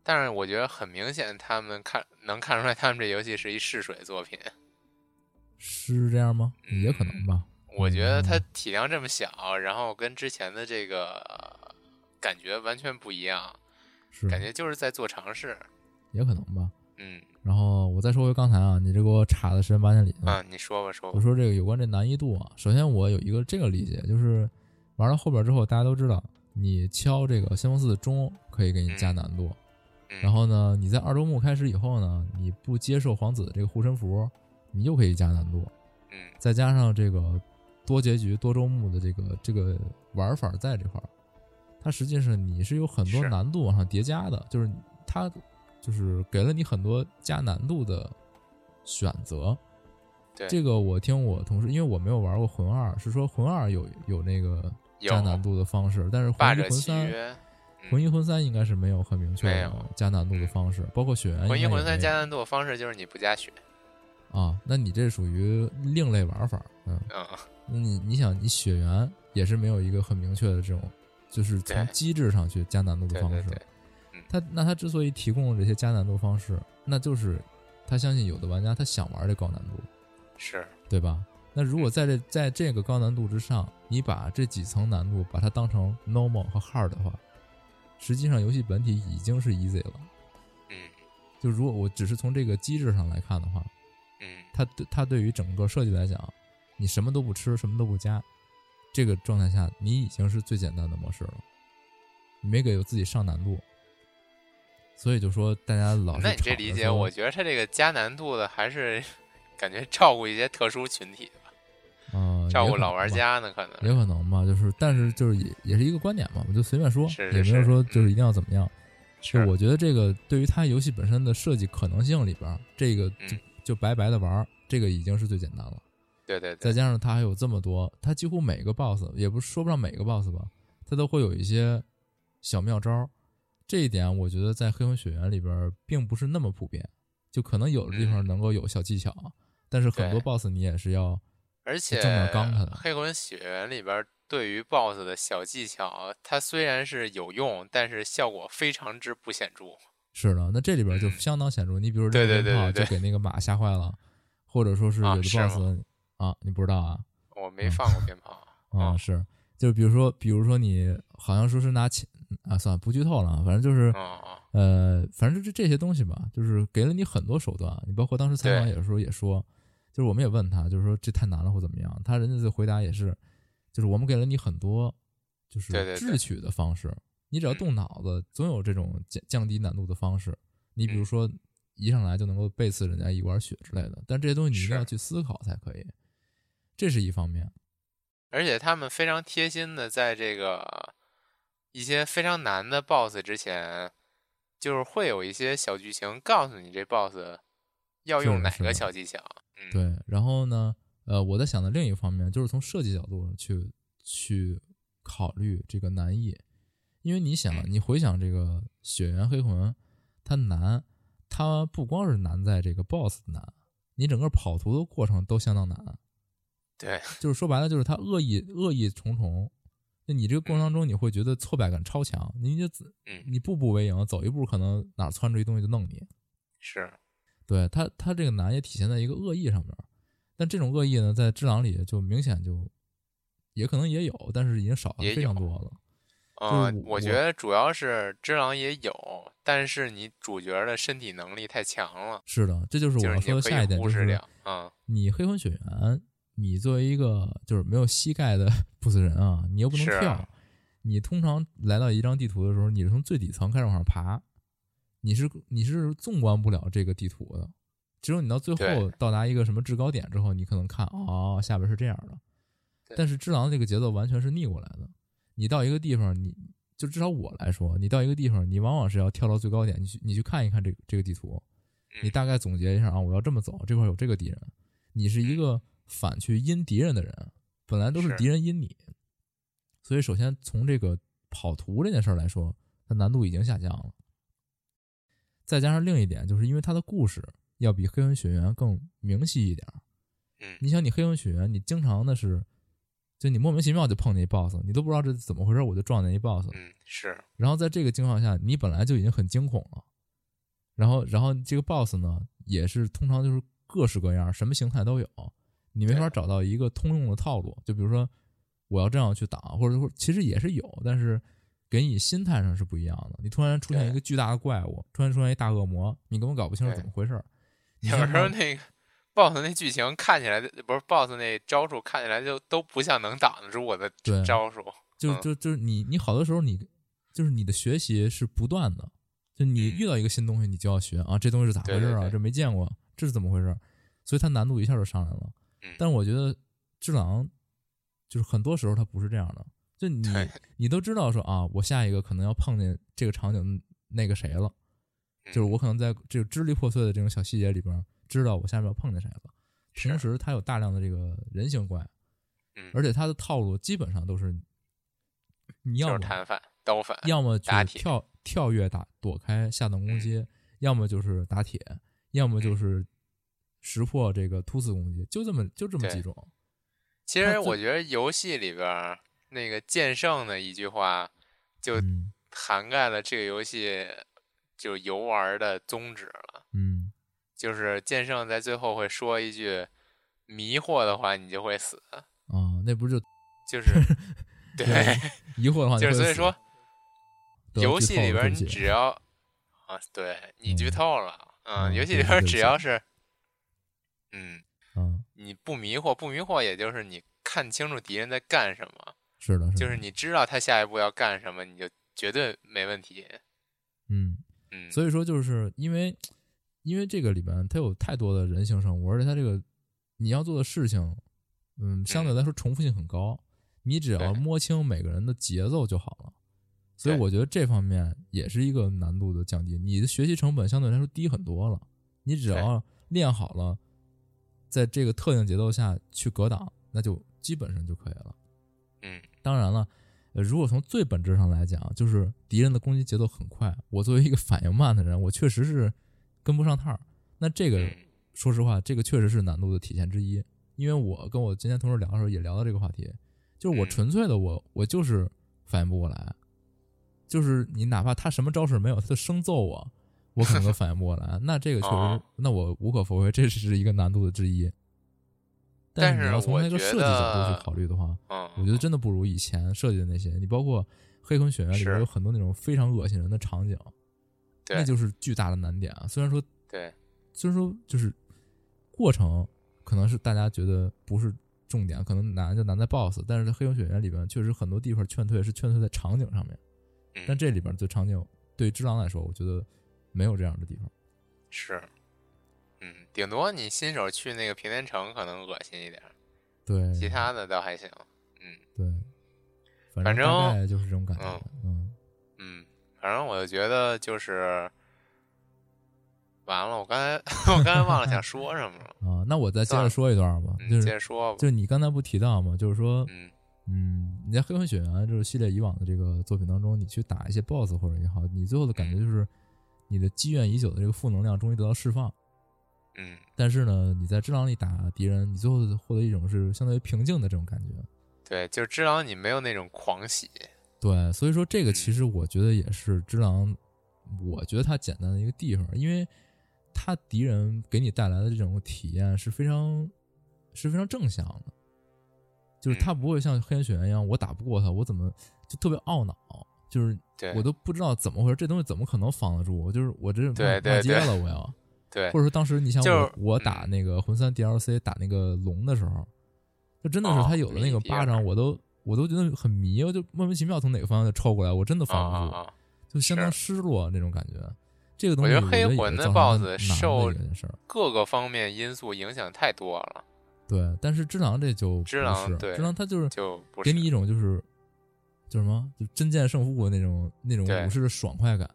Speaker 2: 但是我觉得很明显，他们看能看出来，他们这游戏是一试水作品。
Speaker 1: 是这样吗？
Speaker 2: 嗯
Speaker 1: 也可能吧。
Speaker 2: 我觉得
Speaker 1: 嗯
Speaker 2: 它体量这么小，然后跟之前的这个呃感觉完全不一样，
Speaker 1: 是，
Speaker 2: 感觉就是在做尝试。
Speaker 1: 也可能吧。
Speaker 2: 嗯
Speaker 1: 然后我再说回刚才啊，你这给我查的十天八天里头，
Speaker 2: 啊，你说吧，说
Speaker 1: 我
Speaker 2: 吧。
Speaker 1: 说这个有关这难易度啊，首先我有一个这个理解，就是玩到后边之后，大家都知道，你敲这个先锋四的钟可以给你加难度，
Speaker 2: 嗯
Speaker 1: 然后呢，你在二周目开始以后呢，你不接受皇子的这个护身符，你又可以加难度，
Speaker 2: 嗯
Speaker 1: 再加上这个多结局多周目的这个这个玩法在这块儿，它实际上你是有很多
Speaker 2: 是
Speaker 1: 难度往上叠加的，就是它就是给了你很多加难度的选择。
Speaker 2: 对
Speaker 1: 这个我听我同事，因为我没有玩过魂二，是说魂二有有那个
Speaker 2: 有
Speaker 1: 加难度的方式，但是
Speaker 2: 霸
Speaker 1: 魂
Speaker 2: 者
Speaker 1: 一魂
Speaker 2: 契
Speaker 1: 三。
Speaker 2: 约，嗯
Speaker 1: 魂一魂三应该是没有很明确
Speaker 2: 没
Speaker 1: 的
Speaker 2: 有嗯
Speaker 1: 加难度的方式，包括血缘
Speaker 2: 魂一
Speaker 1: 应该也
Speaker 2: 魂三
Speaker 1: 没
Speaker 2: 加
Speaker 1: 有
Speaker 2: 难度的方式就是你不加血。
Speaker 1: 啊，那你这属于另类玩法，嗯，
Speaker 2: 嗯，
Speaker 1: 那你你想，你血缘也是没有一个很明确的这种，就是从
Speaker 2: 对
Speaker 1: 机制上去加难度的
Speaker 2: 对
Speaker 1: 方
Speaker 2: 对
Speaker 1: 式。
Speaker 2: 对，嗯
Speaker 1: 他那他之所以提供了这些加难度方式，那就是他相信有的玩家他想玩这高难度，
Speaker 2: 是
Speaker 1: 对吧？那如
Speaker 2: 嗯
Speaker 1: 果在这在这个高难度之上，你把这几层难度把它当成 normal 和 hard 的话，实际上游戏本体已经是 easy 了。
Speaker 2: 嗯
Speaker 1: 就如果我只是从这个机制上来看的话，
Speaker 2: 嗯
Speaker 1: 它对它对于整个设计来讲，你什么都不吃，什么都不加，这个状态下你已经是最简单的模式了，你没给自己上难度，所以就说大家老是
Speaker 2: 那你这
Speaker 1: 吵着
Speaker 2: 理解，
Speaker 1: 说
Speaker 2: 我觉得他这个加难度的还是 (laughs) 感觉照顾一些特殊群体吧，
Speaker 1: 嗯、
Speaker 2: 照
Speaker 1: 也
Speaker 2: 顾
Speaker 1: 可
Speaker 2: 老
Speaker 1: 能
Speaker 2: 玩
Speaker 1: 吧
Speaker 2: 家呢，可
Speaker 1: 也
Speaker 2: 能
Speaker 1: 可能吧，就是，但是就是也也是一个观点嘛，我就随便说，
Speaker 2: 是
Speaker 1: 也
Speaker 2: 是
Speaker 1: 没有
Speaker 2: 是嗯
Speaker 1: 说就是一定要怎么样。就是我觉得这个对于它游戏本身的设计可能性里边儿，这个就、
Speaker 2: 嗯
Speaker 1: 就白白的玩儿，这个已经是最简单了。
Speaker 2: 对对
Speaker 1: 再
Speaker 2: 对，
Speaker 1: 加上它还有这么多，它几乎每个 BOSS 也不是说不上每个 BOSS 吧，它都会有一些小妙招儿。这一点我觉得在《黑魂血缘》里边儿并不是那么普遍，就可能有的地方
Speaker 2: 嗯
Speaker 1: 能够有小技巧，但是很多
Speaker 2: 对
Speaker 1: BOSS 你也是要
Speaker 2: 而且
Speaker 1: 正面刚他的
Speaker 2: 黑魂血缘里边对于 BOSS 的小技巧，它虽然是有用，但是效果非常之不显著。
Speaker 1: 是的，那这里边就相当显著。你比如说
Speaker 2: 嗯对
Speaker 1: 扔
Speaker 2: 对对
Speaker 1: 鞭炮
Speaker 2: 对
Speaker 1: 就
Speaker 2: 对
Speaker 1: 给那个马吓坏了，或者说是有
Speaker 2: 啊
Speaker 1: 的
Speaker 2: 是吗
Speaker 1: boss 啊，你不知道啊
Speaker 2: 我没放过鞭炮，
Speaker 1: 啊
Speaker 2: 嗯
Speaker 1: 是，就是比如说，比如说你好像说是拿钱啊，算了不剧透了，啊，反正就是
Speaker 2: 嗯嗯，
Speaker 1: 呃，反正就是这些东西吧，就是给了你很多手段。你包括当时采访
Speaker 2: 对
Speaker 1: 也说也说，就是我们也问他，就是说这太难了或怎么样，他人家的回答也是，就是我们给了你很多就是
Speaker 2: 对对对
Speaker 1: 智取的方式，你只要动脑子，总有这种降降低难度的方式。你比如
Speaker 2: 嗯
Speaker 1: 说一上来就能够背刺人家一管血之类的，但这些东西你一
Speaker 2: 是
Speaker 1: 定要去思考才可以，这是一方面。
Speaker 2: 而且他们非常贴心的在这个一些非常难的 BOSS 之前，就是会有一些小剧情告诉你这 BOSS 要
Speaker 1: 是
Speaker 2: 用
Speaker 1: 的
Speaker 2: 哪
Speaker 1: 是
Speaker 2: 个
Speaker 1: 的
Speaker 2: 小技巧。嗯，
Speaker 1: 对，然后呢，呃，我在想的另一方面就是从设计角度去去考虑这个难易，因为你想，
Speaker 2: 嗯
Speaker 1: 你回想这个《血缘黑魂》，它难，它不光是难在这个 BOSS 难，你整个跑图的过程都相当难，
Speaker 2: 对，
Speaker 1: 就是说白了，就是它恶意恶意重重。那你这个过程当中，你会觉得挫败感超强，你就自
Speaker 2: 嗯，
Speaker 1: 你步步为营，走一步可能哪儿窜出一东西就弄你，
Speaker 2: 是，
Speaker 1: 对他，他这个难也体现在一个恶意上面儿，但这种恶意呢，在《只狼》里就明显就，也可能也有，但是已经少了
Speaker 2: 也
Speaker 1: 非常
Speaker 2: 有
Speaker 1: 多了。
Speaker 2: 呃
Speaker 1: 我，
Speaker 2: 我觉得主要是只狼也有，但是你主角的身体能力太强了，
Speaker 1: 是的，这就是我
Speaker 2: 就是
Speaker 1: 要
Speaker 2: 你
Speaker 1: 说的
Speaker 2: 可
Speaker 1: 下一
Speaker 2: 以
Speaker 1: 点，
Speaker 2: 忽
Speaker 1: 就
Speaker 2: 视
Speaker 1: 是
Speaker 2: 掉。嗯，
Speaker 1: 你黑魂血缘，你作为一个就是没有膝盖的 (laughs) 不死人啊，你又不能
Speaker 2: 是
Speaker 1: 跳，你通常来到一张地图的时候，你是从最底层开始往上爬，你是你是纵观不了这个地图的，只有你到最后
Speaker 2: 对
Speaker 1: 到达一个什么制高点之后，你可能看哦，下边是这样的。
Speaker 2: 对
Speaker 1: 但是只狼的这个节奏完全是逆过来的，你到一个地方，你就至少我来说，你到一个地方，你往往是要跳到最高点，你去你去看一看这个这个地图，你
Speaker 2: 嗯
Speaker 1: 大概总结一下啊，我要这么走，这块有这个敌人，你是一个反去阴敌人的人，本来都是
Speaker 2: 嗯是
Speaker 1: 敌人阴你，所以首先从这个跑图这件事儿来说，它难度已经下降了。再加上另一点，就是因为它的故事要比《黑魂血缘》更明晰一点儿。
Speaker 2: 嗯，
Speaker 1: 你想，你《黑魂血缘》，你经常的是，就你莫名其妙就碰见一 BOSS，你都不知道这怎么回事，我就撞见一 BOSS。
Speaker 2: 嗯，是，
Speaker 1: 然后在这个情况下，你本来就已经很惊恐了，然后然后这个 boss 呢，也是通常就是各式各样，什么形态都有，你没法
Speaker 2: 对
Speaker 1: 找到一个通用的套路。就比如说，我要这样去挡，或者说其实也是有，但是给你心态上是不一样的。你突然出现
Speaker 2: 对
Speaker 1: 一个巨大的怪物，突然出现一大恶魔，你根本搞不清楚
Speaker 2: 对
Speaker 1: 怎么回事儿。你
Speaker 2: 有
Speaker 1: 像
Speaker 2: 时候
Speaker 1: 那
Speaker 2: 那个 BOSS 那剧情看起来就不是 BOSS 那招数看起来就都不像能挡得住我的
Speaker 1: 对
Speaker 2: 招数。
Speaker 1: 就
Speaker 2: 嗯
Speaker 1: 就就是你你好多时候你就是你的学习是不断的，就你
Speaker 2: 嗯
Speaker 1: 遇到一个新东西你就要学啊，这东西是咋回
Speaker 2: 对
Speaker 1: 事
Speaker 2: 对
Speaker 1: 啊？
Speaker 2: 对
Speaker 1: 这没见过，这是怎么回事？所以它难度一下就上来了
Speaker 2: 嗯。
Speaker 1: 但我觉得《只狼》就是很多时候它不是这样的，就你
Speaker 2: 对
Speaker 1: 你都知道说啊，我下一个可能要碰见这个场景那个谁了，就是
Speaker 2: 嗯
Speaker 1: 我可能在这个支离破碎的这种小细节里边知道我下面要碰见谁了。
Speaker 2: 是
Speaker 1: 平时它有大量的这个人形怪，
Speaker 2: 嗯
Speaker 1: 而且它的套路基本上都是你
Speaker 2: 就
Speaker 1: 要
Speaker 2: 是
Speaker 1: 么
Speaker 2: 弹反、刀反，
Speaker 1: 要么
Speaker 2: 打
Speaker 1: 去
Speaker 2: 铁嗯
Speaker 1: 跳跳跃打躲开下等攻击，要么就是打铁，要么就是识破这个突刺攻击，就这么就这么
Speaker 2: 对
Speaker 1: 几种。
Speaker 2: 其
Speaker 1: 它
Speaker 2: 实
Speaker 1: 最
Speaker 2: 我觉得游戏里边儿那个剑圣的一句话，就
Speaker 1: 嗯
Speaker 2: 涵盖了这个游戏就游玩儿的宗旨了。
Speaker 1: 嗯，
Speaker 2: 就是剑圣在最后会说一句：“迷惑的话，你就会死。
Speaker 1: 啊，那不是就”
Speaker 2: 就是，
Speaker 1: (laughs)
Speaker 2: 对，
Speaker 1: 疑惑的话
Speaker 2: 就是
Speaker 1: 会
Speaker 2: 所以
Speaker 1: 死
Speaker 2: 说，
Speaker 1: 得
Speaker 2: 游
Speaker 1: 剧
Speaker 2: 戏
Speaker 1: 透
Speaker 2: 里
Speaker 1: 了
Speaker 2: 边儿你
Speaker 1: 对不起
Speaker 2: 只要啊，对你剧
Speaker 1: 嗯
Speaker 2: 透了，嗯，
Speaker 1: 嗯
Speaker 2: 游戏
Speaker 1: 对
Speaker 2: 里
Speaker 1: 不
Speaker 2: 边儿
Speaker 1: 起对不
Speaker 2: 只
Speaker 1: 起
Speaker 2: 要是，嗯，
Speaker 1: 嗯，
Speaker 2: 你不迷惑，不迷惑，也就是你看清楚敌人在干什么。
Speaker 1: 是的，是的，
Speaker 2: 就是你知道他下一步要干什么，你就绝对没问题。
Speaker 1: 嗯，
Speaker 2: 嗯，
Speaker 1: 所以说，就是因为因为这个里边它有太多的人性生物，而且它这个你要做的事情，嗯，相对来说重复性很高，你只要
Speaker 2: 对
Speaker 1: 摸清每个人的节奏就好了。所以
Speaker 2: 对
Speaker 1: 我觉得这方面也是一个难度的降低，你的学习成本相对来说低很多了。你只要练好了，在这个特定节奏下去格挡，那就基本上就可以了。
Speaker 2: 嗯
Speaker 1: 当然了，呃，如果从最本质上来讲，就是敌人的攻击节奏很快，我作为一个反应慢的人，我确实是跟不上趟儿。那这个，
Speaker 2: 嗯
Speaker 1: 说实话，这个确实是难度的体现之一。因为我跟我今天同事聊的时候也聊到这个话题，就是我
Speaker 2: 嗯
Speaker 1: 纯粹的我我就是反应不过来，就是你哪怕他什么招式没有，他就生揍我，我可能都反应不过来。那这个确实，
Speaker 2: 哦
Speaker 1: 那我无可否认，这是一个难度的之一。但
Speaker 2: 但
Speaker 1: 是你
Speaker 2: 是
Speaker 1: 要从
Speaker 2: 我
Speaker 1: 那个
Speaker 2: 觉
Speaker 1: 设计角度
Speaker 2: 得
Speaker 1: 去考虑的话，
Speaker 2: 嗯，
Speaker 1: 我觉得真的不如以前设计的那些。你包括《黑魂血缘》里边
Speaker 2: 是
Speaker 1: 有很多那种非常恶心人的场景，那
Speaker 2: 对
Speaker 1: 就是巨大的难点啊。虽然说，
Speaker 2: 对
Speaker 1: 虽然说就是过程可能是大家觉得不是重点，可能难就难在 BOSS，但是《黑魂血缘》里边确实很多地方劝退是劝退在场景上面，
Speaker 2: 嗯
Speaker 1: 但这里边对场景对之狼来说，我觉得没有这样的地方。
Speaker 2: 是，嗯，顶多你新手去那个平田城可能恶心一点儿，
Speaker 1: 对，
Speaker 2: 其他的倒还行。
Speaker 1: 对，反
Speaker 2: 反
Speaker 1: 正大
Speaker 2: 正
Speaker 1: 概就是这种感觉。嗯，
Speaker 2: 嗯，反正我就觉得就是完了，我刚才 (laughs) 我刚才忘了想说什
Speaker 1: (laughs)
Speaker 2: 么了，
Speaker 1: 啊，那我再接
Speaker 2: 算
Speaker 1: 着
Speaker 2: 了
Speaker 1: 说一段吧，
Speaker 2: 嗯，
Speaker 1: 就
Speaker 2: 接
Speaker 1: 是
Speaker 2: 着说吧
Speaker 1: 就。是你刚才不提到嘛，就是说，
Speaker 2: 嗯
Speaker 1: 嗯，你在《黑魂血缘》这个系列以往的这个作品当中，你去打一些 BOSS 或者也好，你最后的感觉就是你的积怨已久的这个负能量终于得到释放。
Speaker 2: 嗯，
Speaker 1: 但是呢，你在智狼里打敌人，你最后获得一种是相当于平静的这种感觉。
Speaker 2: 对，就知道你没有那种狂喜。
Speaker 1: 对，所以说这个其实我觉得也是只狼，我觉得它简单的一个地方，因为它敌人给你带来的这种体验是非常是非常正向的，就是它不会像黑暗血缘一样，我打不过他，我怎么就特别懊恼，就是
Speaker 2: 对
Speaker 1: 我都不知道怎么回事，这东西怎么可能防得住？就是我这
Speaker 2: 对
Speaker 1: 骂
Speaker 2: 对
Speaker 1: 骂街
Speaker 2: 对
Speaker 1: 了，我要。
Speaker 2: 对
Speaker 1: 或，者说当时你像我、
Speaker 2: 就是嗯
Speaker 1: 我打那个魂三 DLC 打那个龙的时候，就真的是
Speaker 2: 哦
Speaker 1: 他有的那个
Speaker 2: 迷
Speaker 1: 巴掌，
Speaker 2: 迷
Speaker 1: 我都我都觉得很迷，我就莫名其妙从哪个方向就抽过来，我真的
Speaker 2: 啊啊
Speaker 1: 防不住，
Speaker 2: 啊！
Speaker 1: 就相当失落那种感觉。这个东西
Speaker 2: 我
Speaker 1: 我
Speaker 2: 觉得黑魂
Speaker 1: 的
Speaker 2: 的 BOSS 受
Speaker 1: 这件事儿，
Speaker 2: 各个方面因素影响太多了，
Speaker 1: 对，但是只狼这就
Speaker 2: 只
Speaker 1: 不
Speaker 2: 狼
Speaker 1: 是
Speaker 2: 对
Speaker 1: 只狼他就是
Speaker 2: 就不是
Speaker 1: 给你一种就是就是什么，就真剑胜负那种那种
Speaker 2: 对
Speaker 1: 武士的爽快感。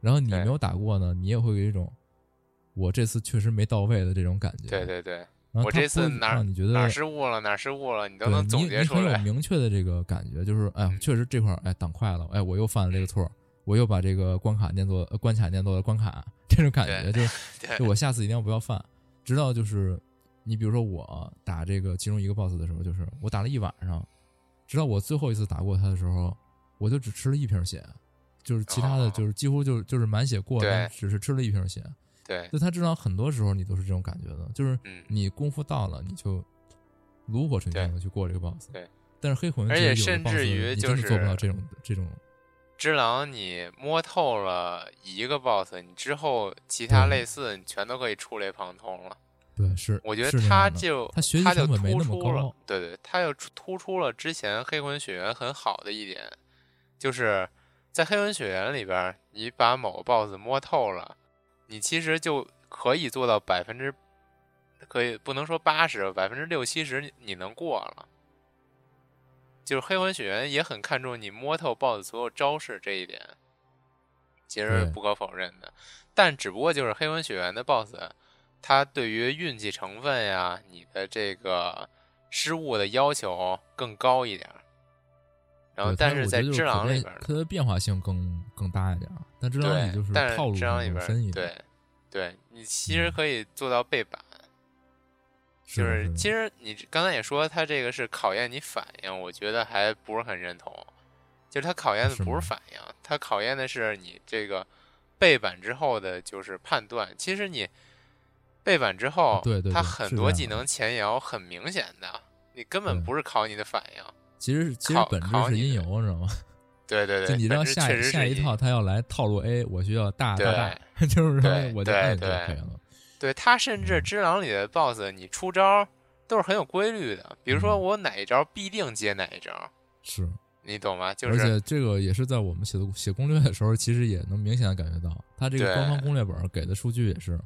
Speaker 1: 然后你
Speaker 2: 对
Speaker 1: 没有打过呢，你也会有一种我这次确实没到位的这种感觉。
Speaker 2: 对对对，
Speaker 1: 然后
Speaker 2: 我
Speaker 1: 它
Speaker 2: 这
Speaker 1: 不
Speaker 2: 次
Speaker 1: 会
Speaker 2: 哪儿
Speaker 1: 让你觉得
Speaker 2: 哪儿失误了哪儿失误了，你都
Speaker 1: 对
Speaker 2: 能总结出
Speaker 1: 你你很有
Speaker 2: 来。嗯
Speaker 1: 明确的这个感觉，就是哎，确实这块儿哎挡快了，哎，我又犯了这个错儿，我又把这个关卡念作呃关卡念作了关卡，这种感觉
Speaker 2: 对
Speaker 1: 就是
Speaker 2: 对
Speaker 1: 就我下次一定要不要犯，直到就是你比如说我打这个其中一个 boss 的时候，就是我打了一晚上，直到我最后一次打过他的时候，我就只吃了一瓶血，就是其他的
Speaker 2: 哦
Speaker 1: 就是几乎就是就是满血过，
Speaker 2: 对
Speaker 1: 但只是吃了一瓶血，
Speaker 2: 对，
Speaker 1: 就他知道很多时候你都是这种感觉的，就是
Speaker 2: 嗯
Speaker 1: 你功夫到了，你就炉火纯青的去过这个 boss。
Speaker 2: 对，
Speaker 1: 但是黑魂
Speaker 2: 而
Speaker 1: 其
Speaker 2: 且
Speaker 1: 实有的
Speaker 2: 甚
Speaker 1: boss
Speaker 2: 至于
Speaker 1: 你
Speaker 2: 就
Speaker 1: 真的做不
Speaker 2: 是
Speaker 1: 到这种这种，
Speaker 2: 只狼你摸透了一个 boss，你之后其他
Speaker 1: 对
Speaker 2: 类似你全都可以触类旁通了。
Speaker 1: 对是。
Speaker 2: 我觉得
Speaker 1: 是那
Speaker 2: 他
Speaker 1: 样的
Speaker 2: 就
Speaker 1: 他学习
Speaker 2: 他就
Speaker 1: 成本没
Speaker 2: 突
Speaker 1: 那么
Speaker 2: 出了
Speaker 1: 高，，
Speaker 2: 对对，他又出突出了之前黑魂血缘很好的一点，就是在黑魂血缘里边儿，你把某个 BOSS 摸透了，你其实就可以做到百分之，可以不能说八十，百分之六七十你能过了。就是黑魂血缘也很看重你摸透 BOSS 所有招式这一点，其实是
Speaker 1: 对
Speaker 2: 不可否认的。但只不过就是黑魂血缘的 BOSS，它对于运气成分呀、你的这个失误的要求更高一点儿。然后，
Speaker 1: 对
Speaker 2: 但
Speaker 1: 它
Speaker 2: 是
Speaker 1: 我
Speaker 2: 在
Speaker 1: 觉得就是
Speaker 2: 只狼
Speaker 1: 可
Speaker 2: 里
Speaker 1: 变
Speaker 2: 边呢，
Speaker 1: 它的变化性更更大一点儿，但只狼
Speaker 2: 对，
Speaker 1: 里就是
Speaker 2: 但是
Speaker 1: 套路
Speaker 2: 只狼里
Speaker 1: 更
Speaker 2: 边
Speaker 1: 深一
Speaker 2: 儿，
Speaker 1: 点嗯
Speaker 2: 对
Speaker 1: 儿，，
Speaker 2: 对你其实可以做到背板，
Speaker 1: 是
Speaker 2: 就
Speaker 1: 的
Speaker 2: 是
Speaker 1: 是的
Speaker 2: 其实你刚才也说它这个是考验你反应，我觉得还不是很认同，就是它考验的
Speaker 1: 是
Speaker 2: 不是
Speaker 1: 吗
Speaker 2: 反应，它考验的是你这个背板之后的就是判断。其实你背板之后，
Speaker 1: 对对
Speaker 2: 它
Speaker 1: 对
Speaker 2: 很
Speaker 1: 是这
Speaker 2: 多
Speaker 1: 样
Speaker 2: 技
Speaker 1: 的
Speaker 2: 能前摇很明显的，你根本
Speaker 1: 对
Speaker 2: 不是考你的反应。
Speaker 1: 其实是其实
Speaker 2: 考
Speaker 1: 本质
Speaker 2: 考
Speaker 1: 是
Speaker 2: 你
Speaker 1: 阴
Speaker 2: 的
Speaker 1: 柔，你知道吗？ (laughs)
Speaker 2: 对对对，
Speaker 1: 就你知
Speaker 2: 本
Speaker 1: 道
Speaker 2: 质
Speaker 1: 下
Speaker 2: 确
Speaker 1: 一
Speaker 2: 实
Speaker 1: 下
Speaker 2: 是
Speaker 1: 一套他要来套路 A，我需要大大
Speaker 2: 对
Speaker 1: 大， (laughs) 就是说
Speaker 2: 对
Speaker 1: 我就
Speaker 2: 对
Speaker 1: 按就
Speaker 2: 对
Speaker 1: 可以了。
Speaker 2: 对他甚至
Speaker 1: 嗯
Speaker 2: 只狼里的 BOSS，你出招儿都是很有规律的。比如说
Speaker 1: 嗯
Speaker 2: 我哪一招必定接哪一招，
Speaker 1: 是，
Speaker 2: 你懂吗？就
Speaker 1: 而
Speaker 2: 是
Speaker 1: 且这个也是在我们写的写攻略的时候，其实也能明显的感觉到，他这个
Speaker 2: 对
Speaker 1: 官方攻略本给的数据也是，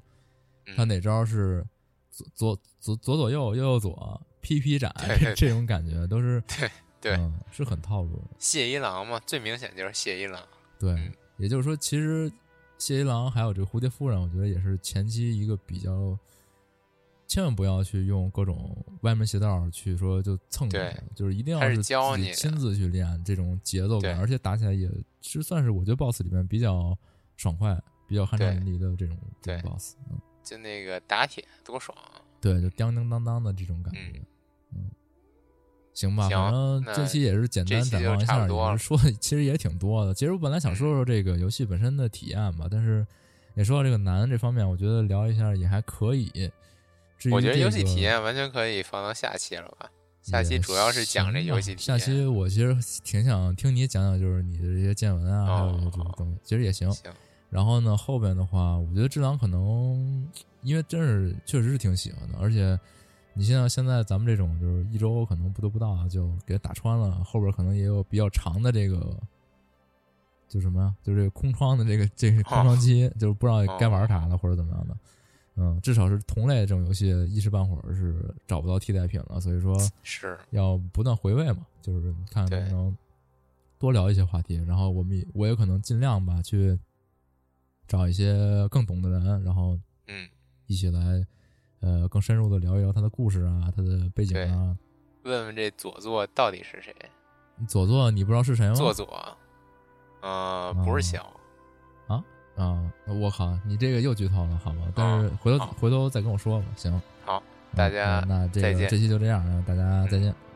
Speaker 2: 嗯
Speaker 1: 他哪招是左左左左左右右右左劈劈斩
Speaker 2: 对对
Speaker 1: 这种感觉都是
Speaker 2: 对对
Speaker 1: 嗯是很套路的。
Speaker 2: 谢一郎嘛，最明显就是谢一郎。
Speaker 1: 对，
Speaker 2: 嗯
Speaker 1: 也就是说，其实谢一郎还有这个蝴蝶夫人，我觉得也是前期一个比较，千万不要去用各种歪门邪道去说就蹭过
Speaker 2: 对
Speaker 1: 去，就是一定要
Speaker 2: 他是
Speaker 1: 是
Speaker 2: 教
Speaker 1: 自己
Speaker 2: 你的
Speaker 1: 亲自去练这种节奏感，
Speaker 2: 对
Speaker 1: 而且打起来也是算是我觉得 BOSS 里面比较爽快、比较酣畅淋漓的这种这
Speaker 2: 对
Speaker 1: 种 BOSS，嗯，
Speaker 2: 就那个打铁多爽啊，
Speaker 1: 对，就叮叮当当的这种感觉，嗯
Speaker 2: 嗯。
Speaker 1: 行吧，
Speaker 2: 行
Speaker 1: 反正
Speaker 2: 那
Speaker 1: 这期也是简单
Speaker 2: 这期
Speaker 1: 展
Speaker 2: 就
Speaker 1: 望一
Speaker 2: 差
Speaker 1: 下，
Speaker 2: 不多
Speaker 1: 也
Speaker 2: 了嗯
Speaker 1: 是说的其实也挺多的。其实我本来想说说这个游戏本身的体验吧，但是也说到这个难这方面，我觉得聊一下也还可以。至于
Speaker 2: 我觉得
Speaker 1: 嗯这
Speaker 2: 游戏体
Speaker 1: 个
Speaker 2: 验完全可以放到下期了吧？下期
Speaker 1: 也
Speaker 2: 主要是讲这
Speaker 1: 行
Speaker 2: 游
Speaker 1: 吧
Speaker 2: 戏体
Speaker 1: 下
Speaker 2: 验。
Speaker 1: 期我其实挺想听你讲讲，就是你的这些见闻啊，还有
Speaker 2: 哦
Speaker 1: 这种东西，其实也行。
Speaker 2: 行，
Speaker 1: 然后呢，后边的话，我觉得智狼可能因为真是确实是挺喜欢的，而且你像现在咱们这种就是一周可能不得不到就给它打穿了，后边可能也有比较长的这个。就什么呀？就这个空窗的这个这个空窗期，就是不知道该玩啥了或者怎么样的，嗯，至少是同类这种游戏一时半会儿是找不到替代品了，所以说
Speaker 2: 是
Speaker 1: 要不断回味嘛，就是看能不能多聊一些话题，然后我们也我也可能尽量吧去找一些更懂的人，然后
Speaker 2: 嗯，
Speaker 1: 一起来呃更深入的聊一聊他的故事啊，他的背景啊。
Speaker 2: 问问这佐佐到底是谁？
Speaker 1: 左左，你不知道是谁吗？
Speaker 2: 佐佐，呃，
Speaker 1: 哦
Speaker 2: 不是小，
Speaker 1: 嗯啊，我靠，你这个又剧透了，好吧？但是回头、
Speaker 2: 好
Speaker 1: 回头再跟我说吧，行。
Speaker 2: 哦好，大家
Speaker 1: 嗯那这
Speaker 2: 再
Speaker 1: 个
Speaker 2: 见
Speaker 1: 这期就这样啊，大家再见，嗯。